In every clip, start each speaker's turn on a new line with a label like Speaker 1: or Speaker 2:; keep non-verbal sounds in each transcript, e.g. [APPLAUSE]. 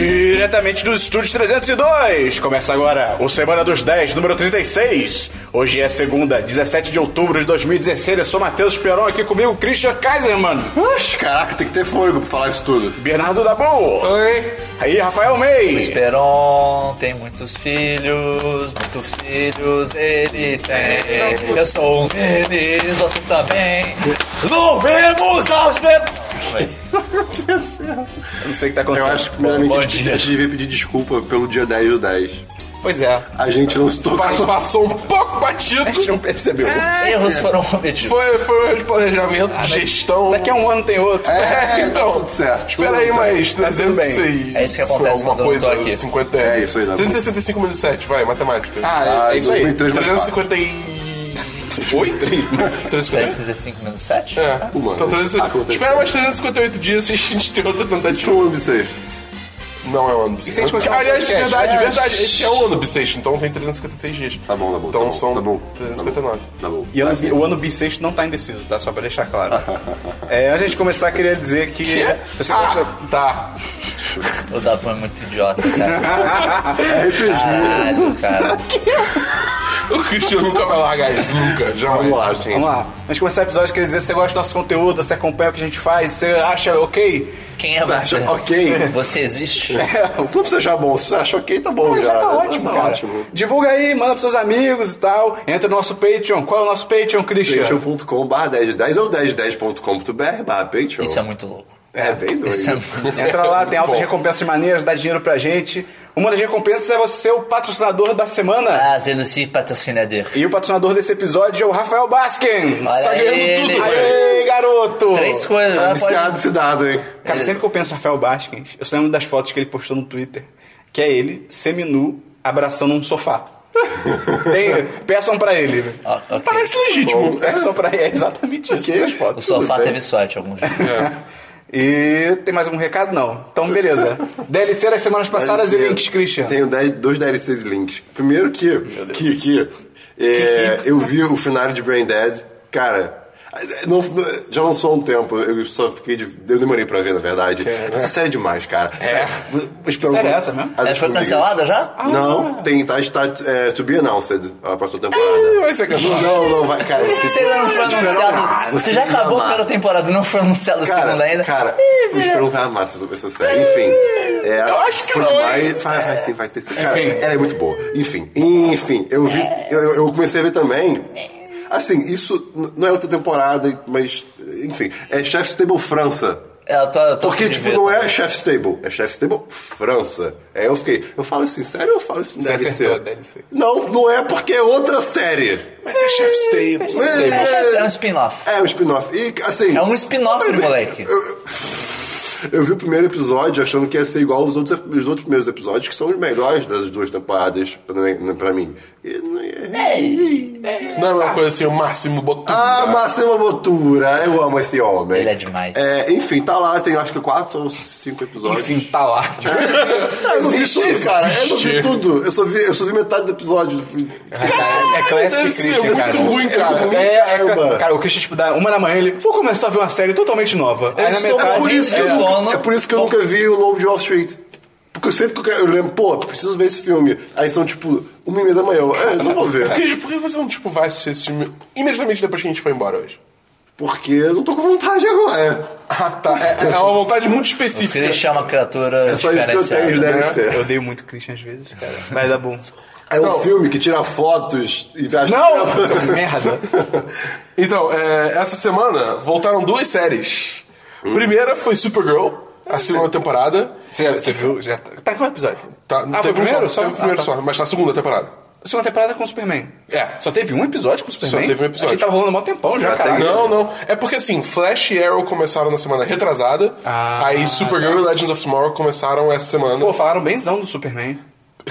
Speaker 1: diretamente dos estúdios 302. Começa agora o Semana dos 10, número 36. Hoje é segunda, 17 de outubro de 2016. Eu sou Matheus Peron, aqui comigo Christian Kaiser, mano.
Speaker 2: Oxe, caraca, tem que ter fôlego pra falar isso tudo.
Speaker 1: Bernardo Dabu.
Speaker 3: Oi.
Speaker 1: Aí, Rafael May.
Speaker 3: Esperon tem muitos filhos, muitos filhos ele tem. Eu sou um deles, você tá também. Louvemos aos Oi.
Speaker 1: Eu não sei o que tá
Speaker 2: Eu
Speaker 1: acontecendo.
Speaker 2: acho que primeiramente
Speaker 3: bom
Speaker 2: a gente,
Speaker 3: dia.
Speaker 2: a gente devia pedir desculpa pelo dia 10 do 10.
Speaker 3: Pois é,
Speaker 2: A gente não se tocou.
Speaker 4: Mas passou um pouco batido.
Speaker 1: a gente não percebeu.
Speaker 3: erros foram cometidos.
Speaker 4: Foi, foi um planejamento,
Speaker 2: Ah,
Speaker 4: gestão.
Speaker 1: Daqui a um ano tem outro.
Speaker 2: É,
Speaker 4: então,
Speaker 2: tá tudo certo.
Speaker 4: Espera
Speaker 2: Tudo
Speaker 4: aí,
Speaker 2: tá-
Speaker 4: mais
Speaker 1: tá tudo bem.
Speaker 4: 306.
Speaker 3: É isso que acontece
Speaker 4: Foi alguma
Speaker 3: quando eu não tô
Speaker 4: coisa,
Speaker 3: aqui.
Speaker 4: 50,
Speaker 2: É isso aí, dá pra-
Speaker 4: 365 menos 7, vai, matemática.
Speaker 1: Ah,
Speaker 2: Ah,
Speaker 1: é isso aí.
Speaker 2: 2003 mais quatro.
Speaker 4: 358?
Speaker 2: [LAUGHS]
Speaker 4: 358?
Speaker 3: 365 menos 7?
Speaker 4: É,
Speaker 2: Mano,
Speaker 4: então, 300,
Speaker 2: acontece.
Speaker 4: espera mais 358 dias e a gente tem outra
Speaker 2: Deixa
Speaker 4: tentativa.
Speaker 2: um bissexto.
Speaker 4: Não é um ano bissexto.
Speaker 1: E
Speaker 2: tipo
Speaker 1: se a gente continuar
Speaker 4: Aliás,
Speaker 1: com o podcast?
Speaker 4: verdade,
Speaker 1: É.
Speaker 4: verdade. Esse é um ano bissexto, então tem 356 dias.
Speaker 2: né? Tá bom, tá bom.
Speaker 4: Então
Speaker 2: tá bom,
Speaker 4: são
Speaker 2: tá bom,
Speaker 4: 359.
Speaker 2: Tá bom.
Speaker 1: E
Speaker 2: Tá
Speaker 1: ano-
Speaker 2: bom.
Speaker 1: o ano bissexto não tá indeciso, tá? Só pra deixar
Speaker 2: [LAUGHS]
Speaker 1: claro. É, antes de começar, queria dizer que... Você gosta-
Speaker 4: Ah, tá.
Speaker 3: O Dabu é muito idiota, cara.
Speaker 2: É
Speaker 1: Ah.
Speaker 2: RPG.
Speaker 3: Caralho, cara.
Speaker 4: O Cristiano nunca vai largar isso, nunca. Jamais.
Speaker 2: Vamos lá, gente.
Speaker 1: Vamos lá. Antes de começar o episódio, queria dizer se você gosta do nosso conteúdo, se acompanha o que a gente faz, se acha ok.
Speaker 3: Quem é
Speaker 2: Você
Speaker 3: você?
Speaker 2: acha ok? É.
Speaker 3: Você existe?
Speaker 2: Não precisa achar bom. Se você acha ok, tá bom, já.
Speaker 1: tá ótimo,
Speaker 2: tá
Speaker 1: cara.
Speaker 2: ótimo.
Speaker 1: Divulga aí, manda pros seus amigos e tal. Entra no nosso Patreon. Qual é o nosso Patreon, Christian?
Speaker 2: Patreon.com barra 10 10 ou 1010.com.br barra Patreon.
Speaker 3: Isso é muito louco.
Speaker 2: É, bem doido.
Speaker 3: Isso é...
Speaker 1: Entra lá, tem altas
Speaker 4: Bom.
Speaker 1: recompensas maneiras, dá dinheiro pra gente. Uma das recompensas é você ser o patrocinador da semana.
Speaker 3: Ah, Zeluci patrocinador.
Speaker 1: E o patrocinador desse episódio é o Rafael Baskin.
Speaker 3: Olha
Speaker 4: Tá ganhando
Speaker 3: ele,
Speaker 4: tudo,
Speaker 3: mano.
Speaker 4: velho.
Speaker 1: Aê, garoto!
Speaker 3: Três coisas. né?
Speaker 2: Tá
Speaker 3: ela
Speaker 2: viciado esse dado, hein?
Speaker 1: Cara, sempre que eu penso em Rafael Baskins, eu só lembro das fotos que ele postou no Twitter, que é ele, seminu, abraçando um sofá. Tem- peçam pra ele.
Speaker 3: Ó, ok.
Speaker 4: Parece legítimo.
Speaker 1: Bom, peçam pra ele, é exatamente isso.
Speaker 2: Ok.
Speaker 1: as
Speaker 3: O
Speaker 1: fotos.
Speaker 3: sofá
Speaker 2: bem.
Speaker 3: teve sorte alguns dias.
Speaker 1: [LAUGHS] E tem mais algum recado? Não. Então, beleza. DLC das semanas passadas e
Speaker 2: DLC.
Speaker 1: links, Christian.
Speaker 2: Tenho 10 dois DLCs links. Primeiro que, que, que, é, eu vi o final de Brain Dead, cara. Não, já lançou há um tempo, eu só fiquei de. Eu demorei pra ver, na verdade. Essa série é demais, cara. É. Espero
Speaker 1: né? Série é essa mesmo? Ah.
Speaker 2: Ah,
Speaker 3: Ela foi
Speaker 2: desculpa,
Speaker 3: cancelada já?
Speaker 2: Não, tem, tá, está é, to be announced a próxima temporada.
Speaker 4: Vai ser
Speaker 1: é
Speaker 4: cancelado.
Speaker 2: Não, não, vai, cara.
Speaker 3: Você ainda não foi anunciado. Você já acabou a primeira temporada e não foi anunciado a segunda ainda?
Speaker 2: Cara, eu espero não vai mais sobre essa série. Enfim. É,
Speaker 4: Eu acho que
Speaker 2: foi
Speaker 4: não,
Speaker 2: demais.
Speaker 4: hein?
Speaker 2: Vai, vai sim, vai ter sim. Cara,
Speaker 1: Enfim.
Speaker 2: ela é muito boa. Enfim, enfim, eu vi. Eu, eu comecei a ver também. Assim, isso n- não é outra temporada, mas. Enfim, é Chef's Table França.
Speaker 3: É, eu tô, eu tô
Speaker 2: Porque,
Speaker 3: feliz
Speaker 2: tipo,
Speaker 3: de ver.
Speaker 2: não é Chef's Table, é Chef's Table França. Aí eu fiquei, eu falo assim, sério ou eu falo isso em
Speaker 1: Você
Speaker 2: DLC?
Speaker 1: acertou, DLC.
Speaker 2: Não, não é porque é outra série.
Speaker 4: Mas é Chef's Table.
Speaker 3: É, é um spin-off.
Speaker 2: É um spin-off. E, assim.
Speaker 3: É um spin-off, moleque.
Speaker 2: Eu vi o primeiro episódio achando que ia ser igual aos outros, os outros primeiros episódios, que são os melhores das duas temporadas pra- pra mim. E não é.
Speaker 4: Não é uma coisa assim, o máximo botão.
Speaker 2: Ah,
Speaker 4: né?
Speaker 2: Máximo Botura, eu amo esse homem.
Speaker 3: Ele é demais.
Speaker 2: É, enfim, tá lá, tem acho que quatro ou cinco episódios.
Speaker 1: Enfim, tá lá.
Speaker 2: [LAUGHS] Ah, eu não vi
Speaker 4: existe,
Speaker 2: tudo, cara. Eu não vi
Speaker 4: existe.
Speaker 2: tudo. Eu só vi, eu só vi metade do episódio.
Speaker 1: é Classic
Speaker 4: Deve ser
Speaker 1: Christian,
Speaker 4: muito
Speaker 1: cara.
Speaker 4: ruim, cara.
Speaker 1: É, é,
Speaker 2: Caramba.
Speaker 1: cara, o Christian, tipo, dá uma da manhã, ele... Vou começar a ver uma série totalmente nova. Aí,
Speaker 3: Eu
Speaker 1: na
Speaker 3: estou
Speaker 1: metade,
Speaker 2: Então, Por isso que eu
Speaker 1: é,
Speaker 2: nunca, é por isso que eu nunca vi o Lobo de Wall Street. Porque eu sempre que eu, quero- eu lembro, pô, preciso ver esse filme. Aí são tipo uma e meia da manhã. Eu, é, não vou ver.
Speaker 4: Cris, por que você não tipo, vai assistir esse filme imediatamente depois que a gente foi embora hoje?
Speaker 2: Porque eu não tô com vontade agora.
Speaker 4: Ah, tá. É, é uma vontade muito específica.
Speaker 3: Ele chama uma criatura
Speaker 2: É só isso que eu tenho de
Speaker 3: diferenciada.
Speaker 1: né?
Speaker 2: DLC.
Speaker 1: Eu odeio muito o Christian às vezes, cara. Mas dá bom.
Speaker 2: É um
Speaker 4: Não.
Speaker 2: filme que tira fotos e viaja.
Speaker 1: Não! Seu merda.
Speaker 4: Então, é, essa semana voltaram duas séries.
Speaker 2: Hum.
Speaker 4: A primeira foi Supergirl, a segunda temporada.
Speaker 1: Você, você viu? Já tá, tá em qual episódio?
Speaker 4: Tá,
Speaker 1: ah, foi o primeiro?
Speaker 4: Só,
Speaker 1: Só,
Speaker 4: teve o primeiro
Speaker 1: ah, tá.
Speaker 4: só, mas tá a segunda temporada.
Speaker 1: A segunda temporada é com o Superman.
Speaker 4: É.
Speaker 1: Só teve um episódio com o Superman?
Speaker 4: teve um episódio.
Speaker 1: Achei que tava rolando há mó tempão já,
Speaker 2: Já tem-
Speaker 1: cara.
Speaker 4: Não, não. É porque assim, Flash e Arrow começaram na semana retrasada.
Speaker 1: Ah,
Speaker 4: aí Supergirl
Speaker 2: tá.
Speaker 4: e Legends of Tomorrow começaram essa semana.
Speaker 1: Pô, falaram benzão do Superman.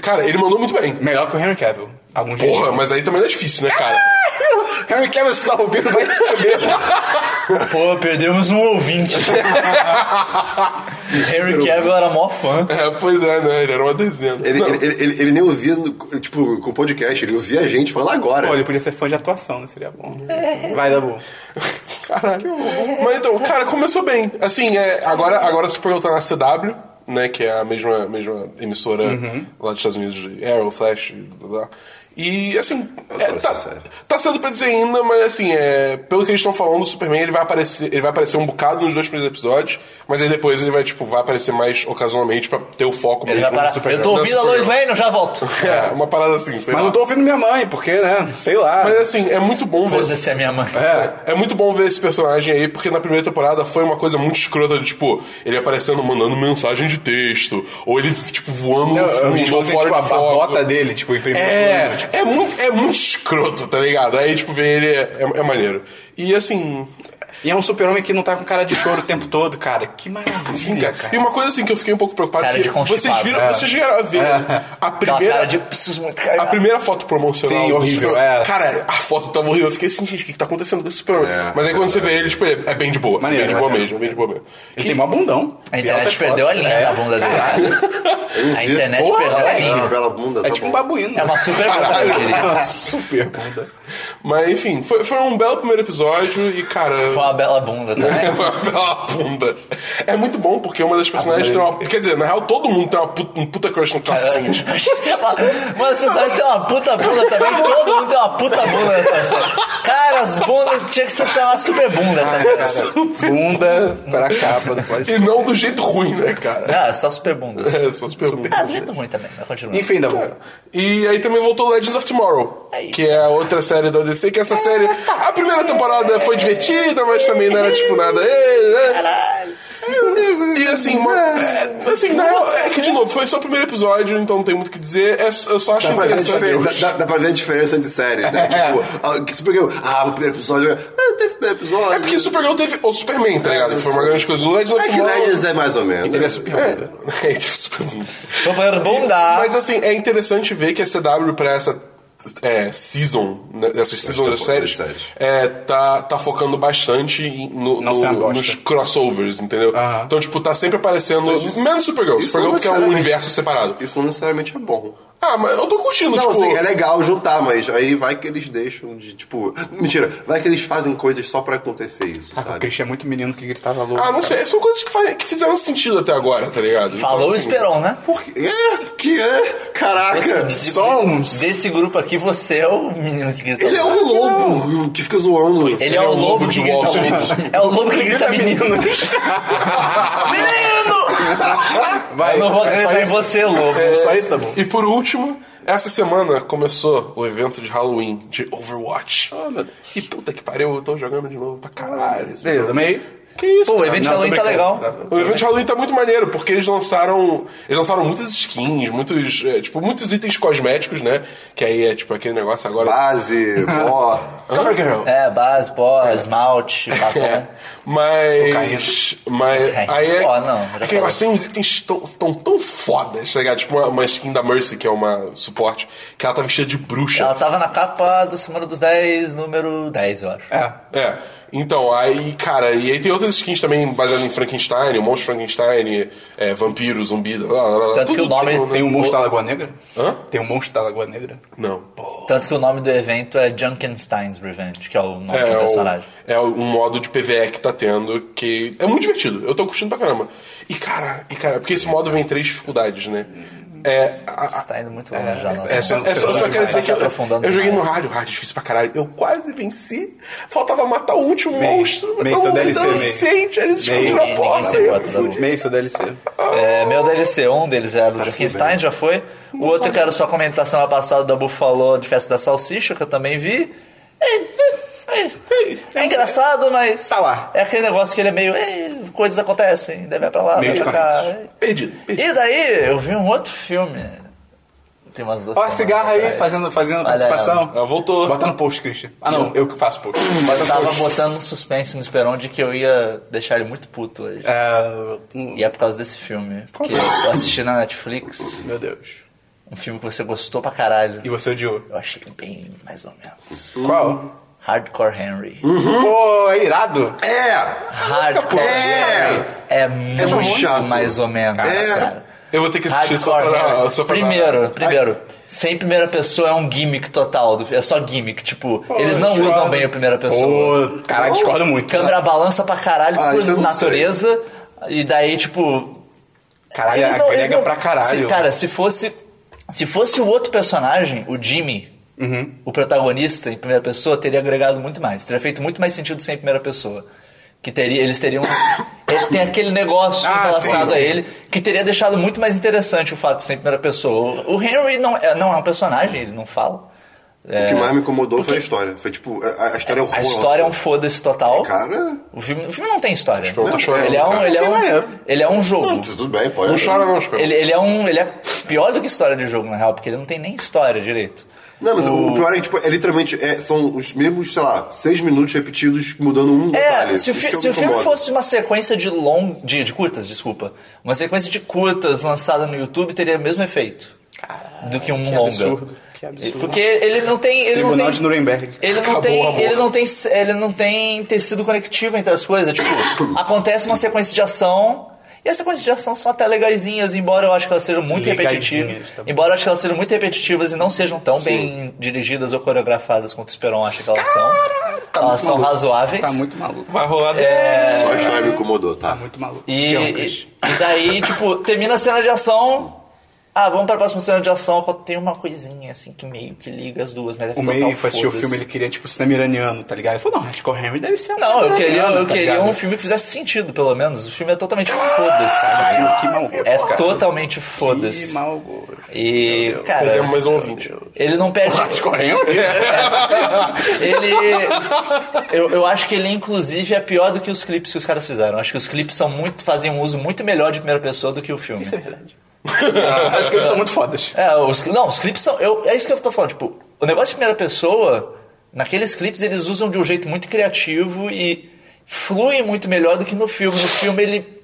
Speaker 4: Cara, ele mandou muito bem.
Speaker 1: Melhor que o Henry Cavill. Alguns [LAUGHS]
Speaker 4: Porra, mas aí também não é difícil, né, cara?
Speaker 1: dias. Henry Cavill, se tá ouvindo, vai se foder.
Speaker 3: Pô, perdemos um ouvinte.
Speaker 2: [LAUGHS]
Speaker 3: Henry Cavill era mó fã.
Speaker 4: É, pois é, né? Ele era uma dezena.
Speaker 2: Ele,
Speaker 4: Não,
Speaker 2: ele, ele- ele- ele nem ouvia, no- tipo, com o podcast, ele ouvia a gente falando "Ah, agora.
Speaker 1: Pô, ele podia ser fã de atuação, né? Seria bom. Vai, Dabu.
Speaker 4: Caralho. Mas então, cara, começou bem. Assim, é, agora, agora Supergirl tá na CW. né? Que é a mesma, mesma emissora
Speaker 3: Uhum.
Speaker 4: lá dos Estados Unidos, de Arrow, Flash, blá blá. E assim, é,
Speaker 2: parece
Speaker 4: tá,
Speaker 2: sério.
Speaker 4: tá cedo pra dizer ainda, mas assim, é, pelo que eles estão falando, o Superman ele vai, aparecer, ele vai aparecer um bocado nos dois primeiros episódios, mas aí depois ele vai, tipo, vai aparecer mais ocasionalmente pra ter o foco
Speaker 3: Ele vai
Speaker 4: mesmo
Speaker 3: parar.
Speaker 4: no Superman.
Speaker 3: Eu tô
Speaker 4: No
Speaker 3: ouvindo a
Speaker 4: Superman.
Speaker 3: Lois Lane, eu já volto.
Speaker 4: É, uma parada assim, sei
Speaker 1: Mas
Speaker 4: lá.
Speaker 1: não tô ouvindo minha mãe, porque, né? Sei lá.
Speaker 4: Mas assim, é muito bom ver.
Speaker 3: Foda-se a minha mãe. Tá
Speaker 4: É, é muito bom ver esse personagem aí, porque na primeira temporada foi uma coisa muito escrota de, tipo, ele aparecendo, mandando mensagem de texto, ou ele, tipo, voando no
Speaker 1: Eu- eu-
Speaker 4: fundo,
Speaker 1: tipo,
Speaker 4: ou fora
Speaker 1: a,
Speaker 4: de foco.
Speaker 1: bota dele, tipo, em primeiro
Speaker 4: É,
Speaker 1: plano, tipo,
Speaker 4: é muito, é muito escroto, tá ligado? Aí, tipo, ver ele é, é- é maneiro. E assim,
Speaker 1: E é um super-homem que não tá com cara de choro o tempo todo, cara. Que maravilha, cara.
Speaker 4: E uma coisa assim que eu fiquei um pouco preocupado,
Speaker 3: Cara
Speaker 4: que
Speaker 3: de constipado, né?
Speaker 4: vocês viram,
Speaker 1: é.
Speaker 4: vocês chegaram a ver a
Speaker 3: Aquela
Speaker 4: primeira.
Speaker 3: cara de preciso muito
Speaker 4: A
Speaker 3: carregar.
Speaker 4: primeira foto promocional.
Speaker 1: Sim,
Speaker 4: do
Speaker 1: horrível,
Speaker 4: Superman.
Speaker 1: é.
Speaker 4: Cara, a foto tava horrível. Eu fiquei assim, gente, o que, que tá acontecendo com esse Superman?
Speaker 2: É,
Speaker 4: Mas aí quando
Speaker 2: é,
Speaker 4: você vê ele, tipo, ele é bem de boa.
Speaker 1: Maneiro,
Speaker 4: bem de boa
Speaker 1: maneiro.
Speaker 4: mesmo, é bem de boa mesmo.
Speaker 1: Ele tem mó bundão.
Speaker 3: A
Speaker 1: Tem altas
Speaker 3: internet perdeu a
Speaker 2: né?
Speaker 1: fotos.
Speaker 3: linha
Speaker 1: É.
Speaker 3: da bunda dele. A internet
Speaker 1: Porra,
Speaker 3: perdeu a
Speaker 1: é,
Speaker 2: Uma
Speaker 3: linha.
Speaker 2: bela bunda,
Speaker 1: É
Speaker 2: tá
Speaker 1: tipo um
Speaker 2: bom.
Speaker 1: babuíno.
Speaker 3: É uma super bunda, eu diria.
Speaker 1: É
Speaker 3: [LAUGHS]
Speaker 1: uma super bunda.
Speaker 4: Mas enfim, foi, foi um belo primeiro episódio e, [LAUGHS] cara.
Speaker 3: Foi uma bela bunda também.
Speaker 4: Foi uma bela bunda. É muito bom porque uma das personagens tem uma. Quer dizer, na real, todo mundo tem uma puta, um puta crush no Clark
Speaker 3: [LAUGHS]
Speaker 4: Kent.
Speaker 3: Mano, as pessoas têm é uma puta bunda também, todo mundo tem uma puta bunda nessa série. Cara, as bundas tinha que se chamar super bunda essa série.
Speaker 1: Bunda pra capa do podcast.
Speaker 4: E não do jeito ruim, né, cara?
Speaker 3: Não, é só super bunda.
Speaker 4: É, só se pergunta.
Speaker 3: Ah, do jeito ruim também, mas continua.
Speaker 1: Enfim, da
Speaker 3: É.
Speaker 1: bunda.
Speaker 4: E aí também voltou Legends of Tomorrow,
Speaker 3: Aí.
Speaker 4: que é a outra série da DC, que essa série. A primeira temporada foi divertida, mas também não era tipo nada. "Ei, né?" E assim, uma, é, assim, na real, é que de novo, foi só o primeiro episódio, então não tem muito o que dizer. É, eu só acho
Speaker 2: Dá pra, ver a
Speaker 4: interessante.
Speaker 2: difer- dá, dá pra ver a diferença de série, né? tipo, ah, que Supergirl, ah, o primeiro episódio. Ah, teve o primeiro episódio.
Speaker 4: É porque Supergirl teve o Superman, tá ligado? Que foi uma grande coisa. O Legends
Speaker 2: É
Speaker 4: of
Speaker 2: que
Speaker 4: Tomorrow.
Speaker 2: Legends é mais ou menos.
Speaker 1: Ele é super bunda.
Speaker 4: É, [LAUGHS] teve Superman.
Speaker 3: Super
Speaker 2: Tá.
Speaker 3: bunda.
Speaker 4: Mas assim, é interessante ver que a CW pra essa é, season, né, essas seasons das
Speaker 2: temporadas,
Speaker 4: séries,
Speaker 2: tá séries.
Speaker 4: é, tá, tá focando bastante em- no,
Speaker 1: Não ser
Speaker 4: no-
Speaker 1: uma bosta.
Speaker 4: nos crossovers, entendeu? Então, tipo, tá sempre aparecendo. menos Supergirl.
Speaker 2: isso não
Speaker 4: Supergirl porque é um
Speaker 2: necessariamente-
Speaker 4: universo separado.
Speaker 2: Isso não necessariamente é bom.
Speaker 4: Ah, mas eu tô curtindo,
Speaker 2: Não,
Speaker 4: tipo.
Speaker 2: assim, é legal juntar, mas aí vai que eles deixam de, tipo... Mentira, vai que eles fazem coisas só pra acontecer isso,
Speaker 1: O
Speaker 2: sabe?
Speaker 1: Christian é muito menino que gritava louco.
Speaker 4: Ah, não sei. São coisas que, fazem- que fizeram sentido até agora, tá ligado?
Speaker 3: Falou o
Speaker 4: assim,
Speaker 3: Esperon, né?
Speaker 2: Porque... É, que é? Caraca!
Speaker 3: Esse-
Speaker 1: Sons.
Speaker 3: Desse grupo aqui, você é o menino que grita.
Speaker 2: Ele é um lobo que fica zoando.
Speaker 3: Ele é o lobo que
Speaker 4: de Wall
Speaker 3: grita.
Speaker 4: Street.
Speaker 3: É o lobo que grita menino. [LAUGHS] Menino!
Speaker 1: Vai,
Speaker 3: Eu não vou
Speaker 1: é só
Speaker 3: acreditar em
Speaker 1: isso.
Speaker 3: você, lobo.
Speaker 1: É só isso, tá bom.
Speaker 4: E por último, essa semana começou o evento de Halloween de Overwatch.
Speaker 3: Ah,
Speaker 1: Oh, meu Deus.
Speaker 4: E puta que pariu, eu tô jogando de novo pra caralho. esse
Speaker 1: Beleza, meio.
Speaker 4: Que isso,
Speaker 3: Pô, o
Speaker 4: cara?
Speaker 3: evento de
Speaker 1: Não, tô
Speaker 3: Halloween tá
Speaker 1: brincando.
Speaker 3: legal.
Speaker 4: O evento de Halloween tá muito maneiro, porque eles lançaram. Eles lançaram muitas skins, muitos. é, tipo, muitos itens cosméticos, né? Que aí é tipo aquele negócio agora.
Speaker 2: Base,
Speaker 3: [LAUGHS]
Speaker 2: ó...
Speaker 4: Covergirl.
Speaker 3: É, tá base, pó, esmalte,
Speaker 4: É,
Speaker 3: batom.
Speaker 4: mas. Mas.
Speaker 3: Cocaína.
Speaker 4: Aí é.
Speaker 3: Ó, não, já
Speaker 4: é que
Speaker 3: falei.
Speaker 4: assim, os itens tão, tão, tão fodas, tá ligado? Tipo uma, uma skin da Mercy, que é uma suporte, que ela tá vestida de bruxa.
Speaker 3: Ela tava na capa do Semana dos 10, número 10, eu acho.
Speaker 1: É.
Speaker 4: É. Então, aí, cara, e aí tem outras skins também baseadas em Frankenstein, o monstro Frankenstein, é, vampiro, zumbi, blá, blá, blá,
Speaker 3: Tanto que o nome
Speaker 4: tudo,
Speaker 1: Tem um monstro da Lagoa Negra?
Speaker 4: Hã?
Speaker 1: Tem um monstro da Lagoa Negra?
Speaker 4: Não, pô.
Speaker 3: Tanto que o nome do evento é Junkenstein's Revenge, que é o nome
Speaker 4: É,
Speaker 3: do
Speaker 4: o,
Speaker 3: personagem.
Speaker 4: é um modo de PVE que tá tendo, que é muito divertido. Eu tô curtindo pra caramba. E, cara, e, cara, porque esse modo vem em três dificuldades, né? É, a- a-
Speaker 3: Você tá indo muito longe já, nossa.
Speaker 1: é só-
Speaker 4: É só, eu só
Speaker 1: Você
Speaker 4: quero
Speaker 1: vai
Speaker 4: dizer que eu,
Speaker 3: aprofundando
Speaker 4: eu joguei no
Speaker 3: demais.
Speaker 4: rádio, rádio é difícil pra caralho. Eu quase venci. Faltava matar o último
Speaker 1: Bem,
Speaker 4: monstro.
Speaker 1: bem,
Speaker 3: é
Speaker 1: seu
Speaker 4: Mas eu não
Speaker 1: DLC, bem.
Speaker 4: suficiente. Aí eles
Speaker 1: Bem,
Speaker 4: explodiram a
Speaker 3: ninguém-
Speaker 4: porta. né?
Speaker 3: ninguém se
Speaker 4: eu-
Speaker 3: bota, não.
Speaker 1: Meio seu DLC.
Speaker 3: É, meu DLC, um deles era do Junkenstein, já foi. O outro que era sua comentação na passada da Bu falou de Festa da Salsicha, que eu também vi. É, é, é, é engraçado, mas.
Speaker 1: Tá lá.
Speaker 3: É aquele negócio que ele é meio. "É, coisas acontecem, deve ir pra lá,
Speaker 1: Meio
Speaker 3: vai pra cá. É,
Speaker 1: desconexo.
Speaker 4: Perdido, perdido.
Speaker 3: E daí, eu vi um outro filme. Tem umas duas.
Speaker 1: Ó, a
Speaker 3: semanas
Speaker 1: cigarra aí,
Speaker 3: atrás.
Speaker 1: fazendo, fazendo
Speaker 3: Olha ela.
Speaker 1: participação.
Speaker 4: Ela voltou.
Speaker 1: Bota no post, Christian. Ah, não, eu que faço post.
Speaker 3: Eu tava botando um suspense no Esperon de que eu ia deixar ele muito puto hoje.
Speaker 1: É,
Speaker 3: E é por causa desse filme. Porque eu assisti na Netflix
Speaker 1: Meu Deus.
Speaker 3: um filme que você gostou pra caralho.
Speaker 1: E você odiou?
Speaker 3: Eu achei ele bem mais ou menos.
Speaker 4: Hum.
Speaker 1: Qual? [LAUGHS]
Speaker 3: Hardcore Henry.
Speaker 4: Uhum.
Speaker 1: Pô, é irado.
Speaker 2: É!
Speaker 3: Hardcore
Speaker 2: É.
Speaker 3: Henry é muito
Speaker 2: muito chato.
Speaker 3: mais ou menos,
Speaker 2: É.
Speaker 3: cara.
Speaker 4: Eu vou ter que assistir só
Speaker 3: Hardcore
Speaker 4: pra,
Speaker 3: Henry.
Speaker 4: só pra.
Speaker 3: Primeiro, primeiro. Sem primeira pessoa é um gimmick total. do- É só gimmick. Tipo, eles não
Speaker 1: discordo.
Speaker 3: usam bem a primeira pessoa.
Speaker 1: Pô, caralho, discordo muito.
Speaker 3: Câmera balança pra caralho
Speaker 2: Ah, isso eu
Speaker 3: por
Speaker 2: não
Speaker 3: natureza. E daí, tipo.
Speaker 1: Caralho,
Speaker 3: Eles não- eles
Speaker 1: agrega
Speaker 3: não-
Speaker 1: pra caralho.
Speaker 3: Se- cara, se fosse. Se fosse o outro personagem, o Jimmy,
Speaker 1: Uhum.
Speaker 3: o protagonista em primeira pessoa, teria agregado muito mais. Teria feito muito mais sentido sem primeira pessoa. Que teria, eles teriam. [COUGHS] ele tem aquele negócio
Speaker 1: Ah,
Speaker 3: relacionado
Speaker 1: sim,
Speaker 3: a
Speaker 1: sim.
Speaker 3: ele que teria deixado muito mais interessante o fato de ser em primeira pessoa. O, o Henry não é, não é um personagem, ele não fala.
Speaker 2: O que mais me incomodou foi a história. Foi tipo, a, a história é
Speaker 3: É. A
Speaker 2: horrorosa.
Speaker 3: história é um foda-se total.
Speaker 2: Cara,
Speaker 3: O filme, o filme não tem história.
Speaker 2: Tipo, eu tô chorando,
Speaker 3: ele, é um,
Speaker 2: cara.
Speaker 3: ele, é
Speaker 2: Achei
Speaker 3: um,
Speaker 2: maneiro.
Speaker 3: ele é um jogo.
Speaker 2: não, tudo bem, pode.
Speaker 4: Não chora não, Esperon.
Speaker 3: Ele, ele é um. Ele é pior do que história de jogo, na real, porque ele não tem nem história direito.
Speaker 2: Não, mas o, o pior é que, tipo, é literalmente, é, são os mesmos, sei lá, seis minutos repetidos, mudando um
Speaker 3: É,
Speaker 2: detalhe.
Speaker 3: se o,
Speaker 2: Isso
Speaker 3: fi-
Speaker 2: que eu
Speaker 3: se
Speaker 2: me
Speaker 3: o filme
Speaker 2: incomodo.
Speaker 3: fosse uma sequência de long. De, de curtas, desculpa. Uma sequência de curtas lançada no YouTube teria o mesmo efeito. do que um longa.
Speaker 1: absurdo, que absurdo.
Speaker 3: Porque ele não tem. Ele não
Speaker 1: Tribunal
Speaker 3: tem
Speaker 1: de Nuremberg.
Speaker 3: Ele não,
Speaker 4: Acabou o
Speaker 3: tem,
Speaker 4: amor.
Speaker 3: ele, não tem, ele não tem tecido conectivo entre as
Speaker 1: [COUGHS]
Speaker 3: coisas. Tipo, acontece uma sequência de ação. E as sequências de ação são até legaisinhas, embora eu acho que elas sejam muito
Speaker 1: Legaisinhas,
Speaker 3: repetitivas.
Speaker 1: tá bom.
Speaker 3: embora eu acho que elas sejam muito repetitivas e não sejam tão bem dirigidas ou coreografadas quanto o Esperon acha que elas são. elas são razoáveis.
Speaker 1: Tá muito maluco.
Speaker 4: Vai rolar.
Speaker 2: É, Só a história me incomodou, tá.
Speaker 1: Muito maluco.
Speaker 3: E,
Speaker 1: Junkers.
Speaker 3: e, e
Speaker 1: [LAUGHS]
Speaker 3: daí, tipo, termina a cena de ação. Ah, vamos pra próxima cena de ação. Tem uma coisinha assim que meio que liga as duas, mas é
Speaker 1: O
Speaker 3: total
Speaker 1: meio foi assistir o
Speaker 3: foda-se.
Speaker 1: filme, ele queria, tipo, cinema iraniano, tá ligado? Ele falou, não, Hardcore Henry deve ser um
Speaker 3: Não, eu queria,
Speaker 1: iraniano,
Speaker 3: eu
Speaker 1: tá
Speaker 3: queria
Speaker 1: ligado?
Speaker 3: um filme que fizesse sentido, pelo menos. O filme é totalmente foda-se.
Speaker 1: Caralho, "Ah, que mau gosto,
Speaker 3: É
Speaker 1: cara.
Speaker 3: totalmente
Speaker 1: Que
Speaker 3: É, foda-se.
Speaker 1: mau gosto.
Speaker 3: E, cara,
Speaker 4: Perdemos mais um ouvinte.
Speaker 3: ele não perde.
Speaker 1: Hardcore Henry?
Speaker 3: [LAUGHS] Ele. Eu, eu acho que ele, inclusive, é pior do que os clipes que os caras fizeram. Acho que os clipes são muito, fazem um uso muito melhor de primeira pessoa do que o filme.
Speaker 1: As crimes são muito fodas.
Speaker 3: É, os, não, os clipes são. eu- é isso que eu tô falando. Tipo, o negócio de primeira pessoa, naqueles clipes eles usam de um jeito muito criativo e flui muito melhor do que no filme. No filme ele.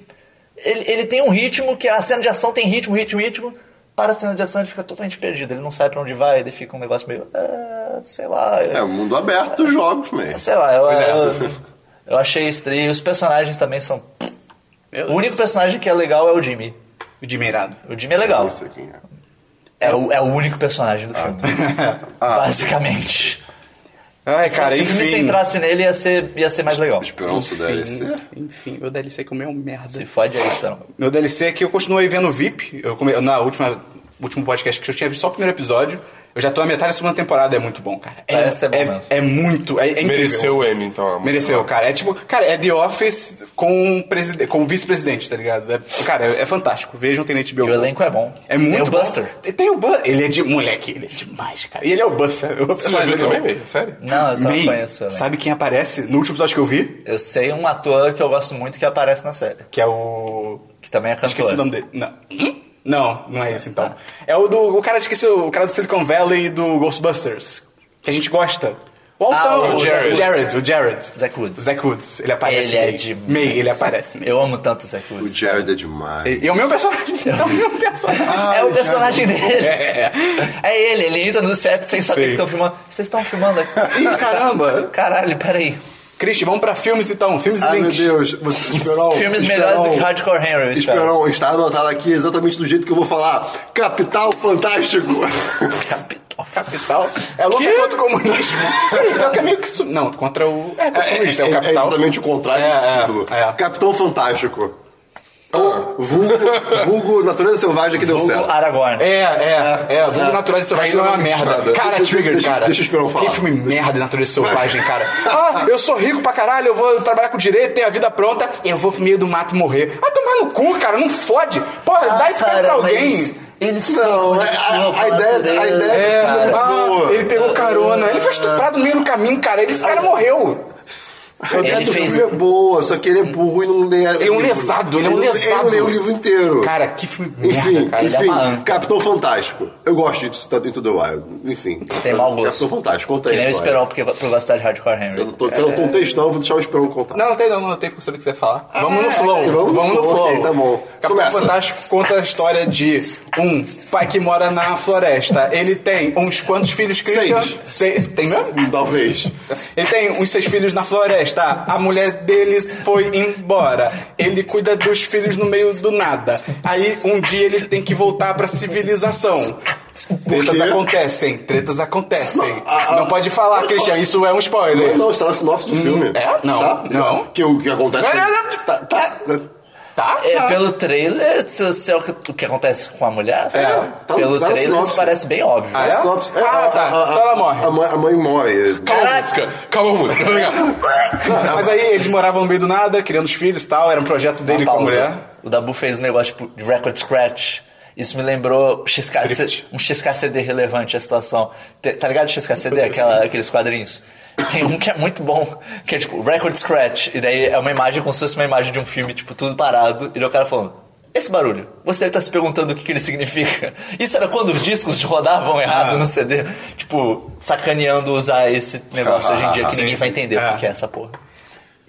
Speaker 3: Ele, ele tem um ritmo que a cena de ação tem ritmo, ritmo, ritmo. Para a cena de ação ele fica totalmente perdido. Ele não sabe pra onde vai, ele fica um negócio meio. ah, sei lá.
Speaker 2: É, o mundo aberto dos jogos, mesmo.
Speaker 3: Sei lá, eu,
Speaker 1: é.
Speaker 3: eu, eu achei estranho. E os personagens também são. O único personagem que é legal é o Jimmy.
Speaker 1: Admirado.
Speaker 3: O Jimmy é legal.
Speaker 2: Não sei quem é.
Speaker 3: É o, é o único personagem
Speaker 2: Ah.
Speaker 3: do filme. Basicamente.
Speaker 1: [LAUGHS] Ai, cara,
Speaker 3: se o filme
Speaker 1: enfim.
Speaker 3: centrasse nele, ia ser, ia ser mais legal.
Speaker 2: Esperança deve ser.
Speaker 1: Enfim, enfim, meu DLC comeu merda.
Speaker 3: Se fode aí, então.
Speaker 1: Meu DLC é que eu continuei vendo VIP. Eu come... Na última último podcast que eu tinha visto só o primeiro episódio. Eu já tô na metade da segunda temporada, é muito bom, cara. É,
Speaker 3: Parece ser bom
Speaker 1: é,
Speaker 3: mesmo.
Speaker 1: é muito. É, é incrível.
Speaker 4: Mereceu o M, então. amor.
Speaker 1: Mereceu, cara. É tipo, cara, é The Office com o, preside- com o vice-presidente, tá ligado? É- cara, é, é fantástico. Vejam, tem na HBO.
Speaker 3: E o elenco é bom.
Speaker 1: É muito
Speaker 3: Tem o
Speaker 1: bom.
Speaker 3: Buster.
Speaker 1: Tem o Buster. Ele é de moleque, ele é demais, cara. E ele é o Buster. O
Speaker 4: Você já
Speaker 1: personagem
Speaker 4: viu
Speaker 1: dele é
Speaker 4: também,
Speaker 1: bom.
Speaker 4: meio? Sério?
Speaker 3: Não, eu só
Speaker 1: May,
Speaker 3: não conheço o elenco.
Speaker 1: sabe quem aparece no último episódio que eu vi?
Speaker 3: Eu sei um ator que eu gosto muito que aparece na série.
Speaker 1: Que é o...
Speaker 3: Que também é
Speaker 1: Esqueci o
Speaker 3: cantor.
Speaker 1: nome dele. Não.
Speaker 3: Hum?
Speaker 1: Não, não é esse então. É o do. O cara esqueci o cara do Silicon Valley e do Ghostbusters. Que a gente gosta. O altão,
Speaker 3: Ah, o
Speaker 1: o
Speaker 4: Jared.
Speaker 1: Jared. Jared, o Jared.
Speaker 3: Zack Woods.
Speaker 1: O Zack Woods. Ele aparece.
Speaker 3: Ele é
Speaker 1: meio.
Speaker 3: demais.
Speaker 1: Meio, ele aparece. Meio.
Speaker 3: Eu amo tanto o Zach
Speaker 2: O
Speaker 3: Woods.
Speaker 2: Jared é demais.
Speaker 1: E é o meu personagem. [LAUGHS] É o meu personagem. [LAUGHS]
Speaker 3: é o personagem dele.
Speaker 1: É.
Speaker 3: É ele, ele entra no set sem saber
Speaker 1: Sim.
Speaker 3: que estão filmando. Vocês estão filmando aqui?
Speaker 1: [LAUGHS] Ih, caramba.
Speaker 3: Caralho, peraí.
Speaker 1: Christian, vamos pra filmes então. Filmes e
Speaker 2: Ah, meu
Speaker 1: links.
Speaker 2: Deus, você Esperon,
Speaker 3: Filmes
Speaker 2: Esperon,
Speaker 3: melhores do que Hardcore Henry, eu espero.
Speaker 2: Esperon, está anotado aqui exatamente do jeito que eu vou falar. Capital Fantástico!
Speaker 3: Capitão.
Speaker 1: Capital. É luta contra o comunismo. [LAUGHS] então que é meio que isso. Não, contra o. É, contra o comunismo, é, o
Speaker 2: [LAUGHS] é
Speaker 1: capital.
Speaker 2: exatamente o contrário
Speaker 1: É,
Speaker 2: desse
Speaker 1: é,
Speaker 2: título.
Speaker 1: é. Ah.
Speaker 2: Capitão Fantástico. Vulgo, vulgo Natureza Selvagem que deu
Speaker 3: Vulgo
Speaker 2: certo.
Speaker 3: Aragorn.
Speaker 1: É, é, é. Os
Speaker 2: é.
Speaker 1: Natureza Selvagem não é uma merda. Cara,
Speaker 2: Deixa-
Speaker 1: Trigger,
Speaker 2: deixa-
Speaker 1: cara.
Speaker 2: deixa um o Esperão falar.
Speaker 1: Que filme merda de Natureza Selvagem, cara. Ah, eu sou rico pra caralho, eu vou trabalhar com direito, tenho a vida pronta, eu vou pro meio do mato morrer. Ah, tomar no cu, cara, não fode. Pô,
Speaker 3: Ah,
Speaker 1: dá esse cara pra alguém.
Speaker 3: Eles
Speaker 2: Não, a, a- a ideia, a ideia
Speaker 3: né,
Speaker 2: é,
Speaker 1: É,
Speaker 2: muito boa.
Speaker 1: ah, ele pegou carona, ele foi estuprado no meio do caminho, cara. Ele- Esse cara
Speaker 2: Ah.
Speaker 1: morreu.
Speaker 2: A ideia
Speaker 3: Ele
Speaker 2: do
Speaker 3: fez-
Speaker 2: filme é boa, só que ele é burro e não lê.
Speaker 1: Ele é um lesado, ele é um lesado.
Speaker 2: Ele não lê o livro inteiro.
Speaker 1: Cara, que filme
Speaker 2: Ah. Enfim,
Speaker 1: merda, cara.
Speaker 3: ele é
Speaker 2: enfim,
Speaker 3: uma anta.
Speaker 2: Capitão Fantástico. Eu gosto disso, tá dentro do Wild. Enfim.
Speaker 3: Tem mau gosto.
Speaker 2: Capitão Fantástico, conta aí.
Speaker 3: Que nem o
Speaker 2: história.
Speaker 3: Esperon, porque por gostar de Hardcore Henry.
Speaker 2: Eu não tô, Se eu não tô um textão, eu vou deixar o Esperão contar.
Speaker 1: Não, não tem não, não tem porque eu sabia o que você ia falar. vamos no flow.
Speaker 2: Ah, é. vamos no flow, ok, tá bom.
Speaker 1: Capitão
Speaker 2: Começa.
Speaker 1: Fantástico conta a história de um pai que mora na floresta. Ele tem uns quantos filhos, Christian?
Speaker 2: Seis.
Speaker 1: Tem mesmo?
Speaker 2: Hum, Talvez.
Speaker 1: Ele tem uns seis filhos na floresta. A mulher dele foi embora. Ele cuida dos filhos no meio do nada. Aí um dia ele tem que voltar pra civilização. Tretas
Speaker 2: quê?
Speaker 1: acontecem, tretas acontecem.
Speaker 2: Ah, ah,
Speaker 1: Não pode falar,
Speaker 2: pode
Speaker 1: Christian,
Speaker 2: falar.
Speaker 1: isso é um spoiler.
Speaker 2: Não, não, está na sinopse do filme.
Speaker 1: Hum, é? Não,
Speaker 2: Tá?
Speaker 1: não.
Speaker 2: Que o que acontece.
Speaker 1: Não, não, não.
Speaker 2: Tá, tá.
Speaker 1: Tá?
Speaker 3: É, pelo trailer, se, se é o que, o que acontece com a mulher, sabe?
Speaker 2: tá-
Speaker 3: pelo
Speaker 2: tá na
Speaker 3: trailer isso
Speaker 2: sinopse.
Speaker 3: parece bem óbvio.
Speaker 1: Ah, é?
Speaker 2: Sinopse- é,
Speaker 1: Ah,
Speaker 2: a-
Speaker 1: tá.
Speaker 2: a- a-
Speaker 1: Então ela morre.
Speaker 2: A mãe, a mãe morre.
Speaker 4: Calma a
Speaker 3: Caraca.
Speaker 4: música, calma a música, tá ligado?
Speaker 1: Mas aí eles moravam no meio do nada, criando os filhos e tal, era um projeto dele com a
Speaker 3: Pausa.
Speaker 1: mulher.
Speaker 3: O Dabu fez um negócio tipo de record scratch. Isso me lembrou XK,
Speaker 1: Drift.
Speaker 3: um XKCD relevante à situação. Te- Tá ligado XKCD? Aquela, aqueles quadrinhos. Tem um que é muito bom, que é tipo record scratch. E daí é uma imagem como se fosse uma imagem de um filme, tipo, tudo parado. E daí o cara falando. Esse barulho, você deve estar se perguntando o que, que ele significa. Isso era quando os discos rodavam
Speaker 1: Ah.
Speaker 3: errado no CD. Tipo, sacaneando usar esse negócio hoje em dia que
Speaker 1: Ah, Sim,
Speaker 3: ninguém vai
Speaker 1: sim.
Speaker 3: entender
Speaker 1: É.
Speaker 3: o que é essa porra.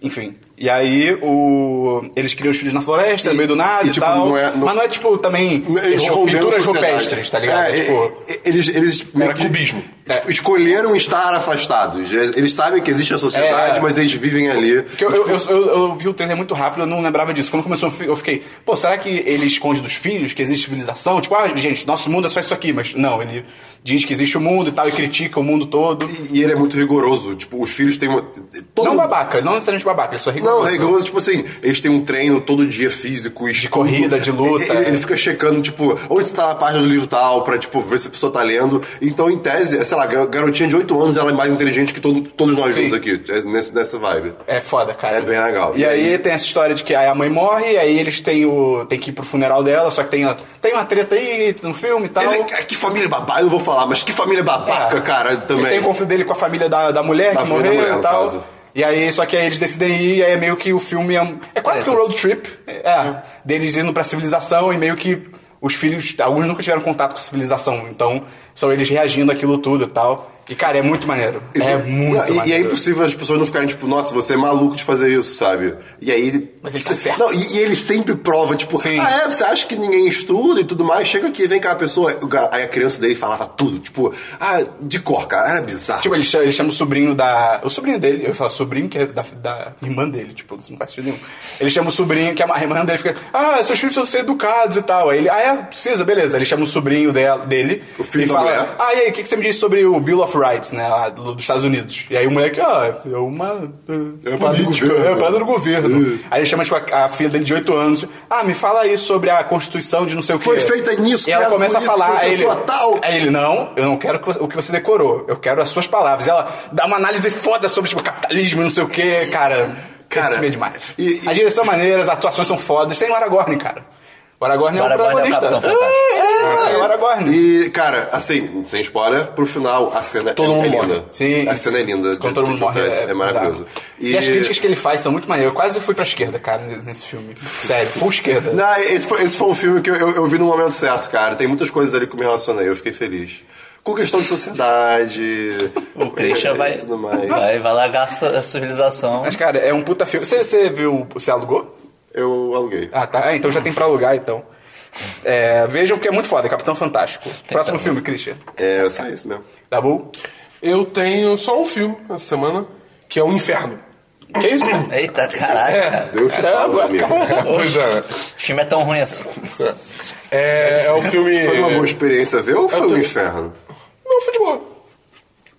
Speaker 1: Enfim. E aí o... eles criam os filhos na floresta, no meio do nada
Speaker 2: e,
Speaker 1: e,
Speaker 2: tipo,
Speaker 1: tal.
Speaker 2: não é- não-
Speaker 1: Mas não é tipo também
Speaker 2: Eles
Speaker 1: tipo,
Speaker 2: esconderam a
Speaker 1: pinturas
Speaker 2: sociedade.
Speaker 1: rupestres, tá ligado?
Speaker 2: É,
Speaker 1: tipo, É.
Speaker 2: e- e- eles, eles meio que-
Speaker 4: cubismo.
Speaker 2: tipo, Escolheram estar afastados. Eles sabem que existe a sociedade,
Speaker 1: É.
Speaker 2: mas eles vivem ali.
Speaker 1: Porque eu, eu, eu, eu- eu vi o trailer muito rápido, eu não lembrava disso. Quando começou, eu fi- eu fiquei, pô, será que ele esconde dos filhos que existe civilização? Tipo, ah, gente, nosso mundo é só isso aqui, mas não, ele diz que existe o mundo e tal, e critica o mundo todo.
Speaker 2: E ele é muito rigoroso. Tipo, os filhos têm uma. todo-
Speaker 1: Não babaca, não necessariamente babaca, ele só é
Speaker 2: Não,
Speaker 1: rigoroso.
Speaker 2: rigoroso, tipo assim, eles têm um treino todo dia físico, de
Speaker 1: corrida, de luta.
Speaker 2: Ele, ele fica checando, tipo, onde está a página do livro tal, pra, tipo, ver se a pessoa tá lendo. Então, em tese, sei lá, gar- garotinha de 8 anos, ela é mais inteligente que todo- todos nós
Speaker 1: Sim.
Speaker 2: juntos aqui, é nesse- nessa vibe.
Speaker 1: É foda, cara.
Speaker 2: É bem legal.
Speaker 1: E, aí, tem essa história de que aí a mãe morre, e aí eles têm o. tem que ir pro funeral dela, só que tem, a- tem uma treta aí no filme e tal.
Speaker 2: Ele- cara, que família babaca, eu não vou falar, mas que família babaca,
Speaker 1: então? É.
Speaker 2: cara,
Speaker 1: E tem
Speaker 2: também.
Speaker 1: o conflito dele com a família da, da mulher
Speaker 2: Da
Speaker 1: que
Speaker 2: família
Speaker 1: morreu
Speaker 2: da mulher,
Speaker 1: e
Speaker 2: no
Speaker 1: tal.
Speaker 2: caso.
Speaker 1: E aí, só que aí eles decidem ir, e aí é meio que o filme é, um- é quase que um road trip. É, Deles indo pra civilização e meio que os filhos, alguns nunca tiveram contato com a civilização, então são eles reagindo àquilo tudo e tal. E cara, é muito maneiro. é muito
Speaker 2: Não,
Speaker 1: maneiro.
Speaker 2: e, e é impossível as pessoas não ficarem tipo, nossa, você é maluco de fazer isso, sabe? E aí.
Speaker 1: Mas ele tá certo.
Speaker 2: Não, e, e ele sempre prova, tipo,
Speaker 1: Sim.
Speaker 2: ah, é, você acha que ninguém estuda e tudo mais? Chega aqui, vem cá, a pessoa. o ga- Aí a criança dele falava tudo, tipo, ah, de cor, cara, era bizarro.
Speaker 1: Tipo, ele cha- ele chama, o sobrinho da. O sobrinho dele, eu falo sobrinho que é da, da irmã dele, tipo, isso não faz sentido nenhum. Ele chama o sobrinho, que é a irmã dele fica, ah, seus filhos precisam ser educados e tal. Aí ele, ah, é, precisa, beleza. Ele chama o sobrinho dela- dele
Speaker 2: O filho
Speaker 1: e
Speaker 2: da
Speaker 1: fala,
Speaker 2: mulher.
Speaker 1: ah, e aí, o que, que você me diz sobre o Bill of Rights, né, lá do- dos Estados Unidos? E aí o moleque, ah, é uma. É,
Speaker 2: uma do
Speaker 1: política,
Speaker 2: governo. É.
Speaker 1: é uma parada do governo. Aí ele chama, tipo, a, a filha dele de 8 anos, ah, me fala aí sobre a Constituição de não sei o quê.
Speaker 2: Foi feita nisso,
Speaker 1: E ela
Speaker 2: criada
Speaker 1: começa a
Speaker 2: por isso,
Speaker 1: falar,
Speaker 2: por
Speaker 1: aí ele,
Speaker 2: pessoa tal.
Speaker 1: Aí ele, não, eu não quero que você- o que você decorou, eu quero as suas palavras. Ela dá uma análise foda sobre, tipo, capitalismo e não sei o quê, cara.
Speaker 2: Cara,
Speaker 1: Cara, esse filme é demais.
Speaker 2: e- e-
Speaker 1: As direções são maneiras, as atuações são fodas. Tem o Aragorn, cara. O Aragorn é o
Speaker 3: Aragorn é o
Speaker 1: protagonista.
Speaker 3: Capitão Fantástico.
Speaker 1: É, é, é o Aragorn.
Speaker 2: E, cara, assim, sem spoiler, pro final, a cena
Speaker 4: Todo
Speaker 2: é,
Speaker 4: mundo
Speaker 2: é
Speaker 4: morre.
Speaker 2: linda.
Speaker 1: Sim.
Speaker 2: A cena é linda.
Speaker 1: Quando
Speaker 2: de-
Speaker 1: todo
Speaker 2: de
Speaker 1: mundo morre,
Speaker 2: acontece,
Speaker 1: é,
Speaker 2: é maravilhoso.
Speaker 1: bizarro. E... as críticas que ele faz são muito maneiras. Eu quase fui pra esquerda, cara, nesse filme. Sério, full esquerda.
Speaker 2: Não, esse foi, esse foi um filme que eu, eu- eu vi no momento certo, cara. Tem muitas coisas ali que eu me relacionei, eu fiquei feliz. Com questão de sociedade.
Speaker 3: [LAUGHS] O Christian
Speaker 2: [LAUGHS] e
Speaker 4: É,
Speaker 3: vai,
Speaker 2: Tudo mais.
Speaker 3: vai, vai largar a su- a civilização.
Speaker 1: Mas, cara, é um puta filme. Você, você viu, você alugou?
Speaker 2: Eu aluguei.
Speaker 1: Ah, tá. Ah, então já tem pra alugar, então. É, vejam porque é muito foda, Capitão Fantástico. Próximo filme, Christian.
Speaker 2: É, só isso mesmo.
Speaker 1: Dabu?
Speaker 4: Eu tenho só um filme essa semana, que é o Inferno. é
Speaker 1: Que isso, cara?
Speaker 3: Eita, caralho. cara.
Speaker 2: Deus te salve, amigo.
Speaker 4: Pois é.
Speaker 3: O filme é tão ruim assim.
Speaker 4: É, é o filme.
Speaker 2: Foi uma boa experiência ver ou foi um
Speaker 4: tô-
Speaker 2: inferno?
Speaker 4: Não, foi de boa.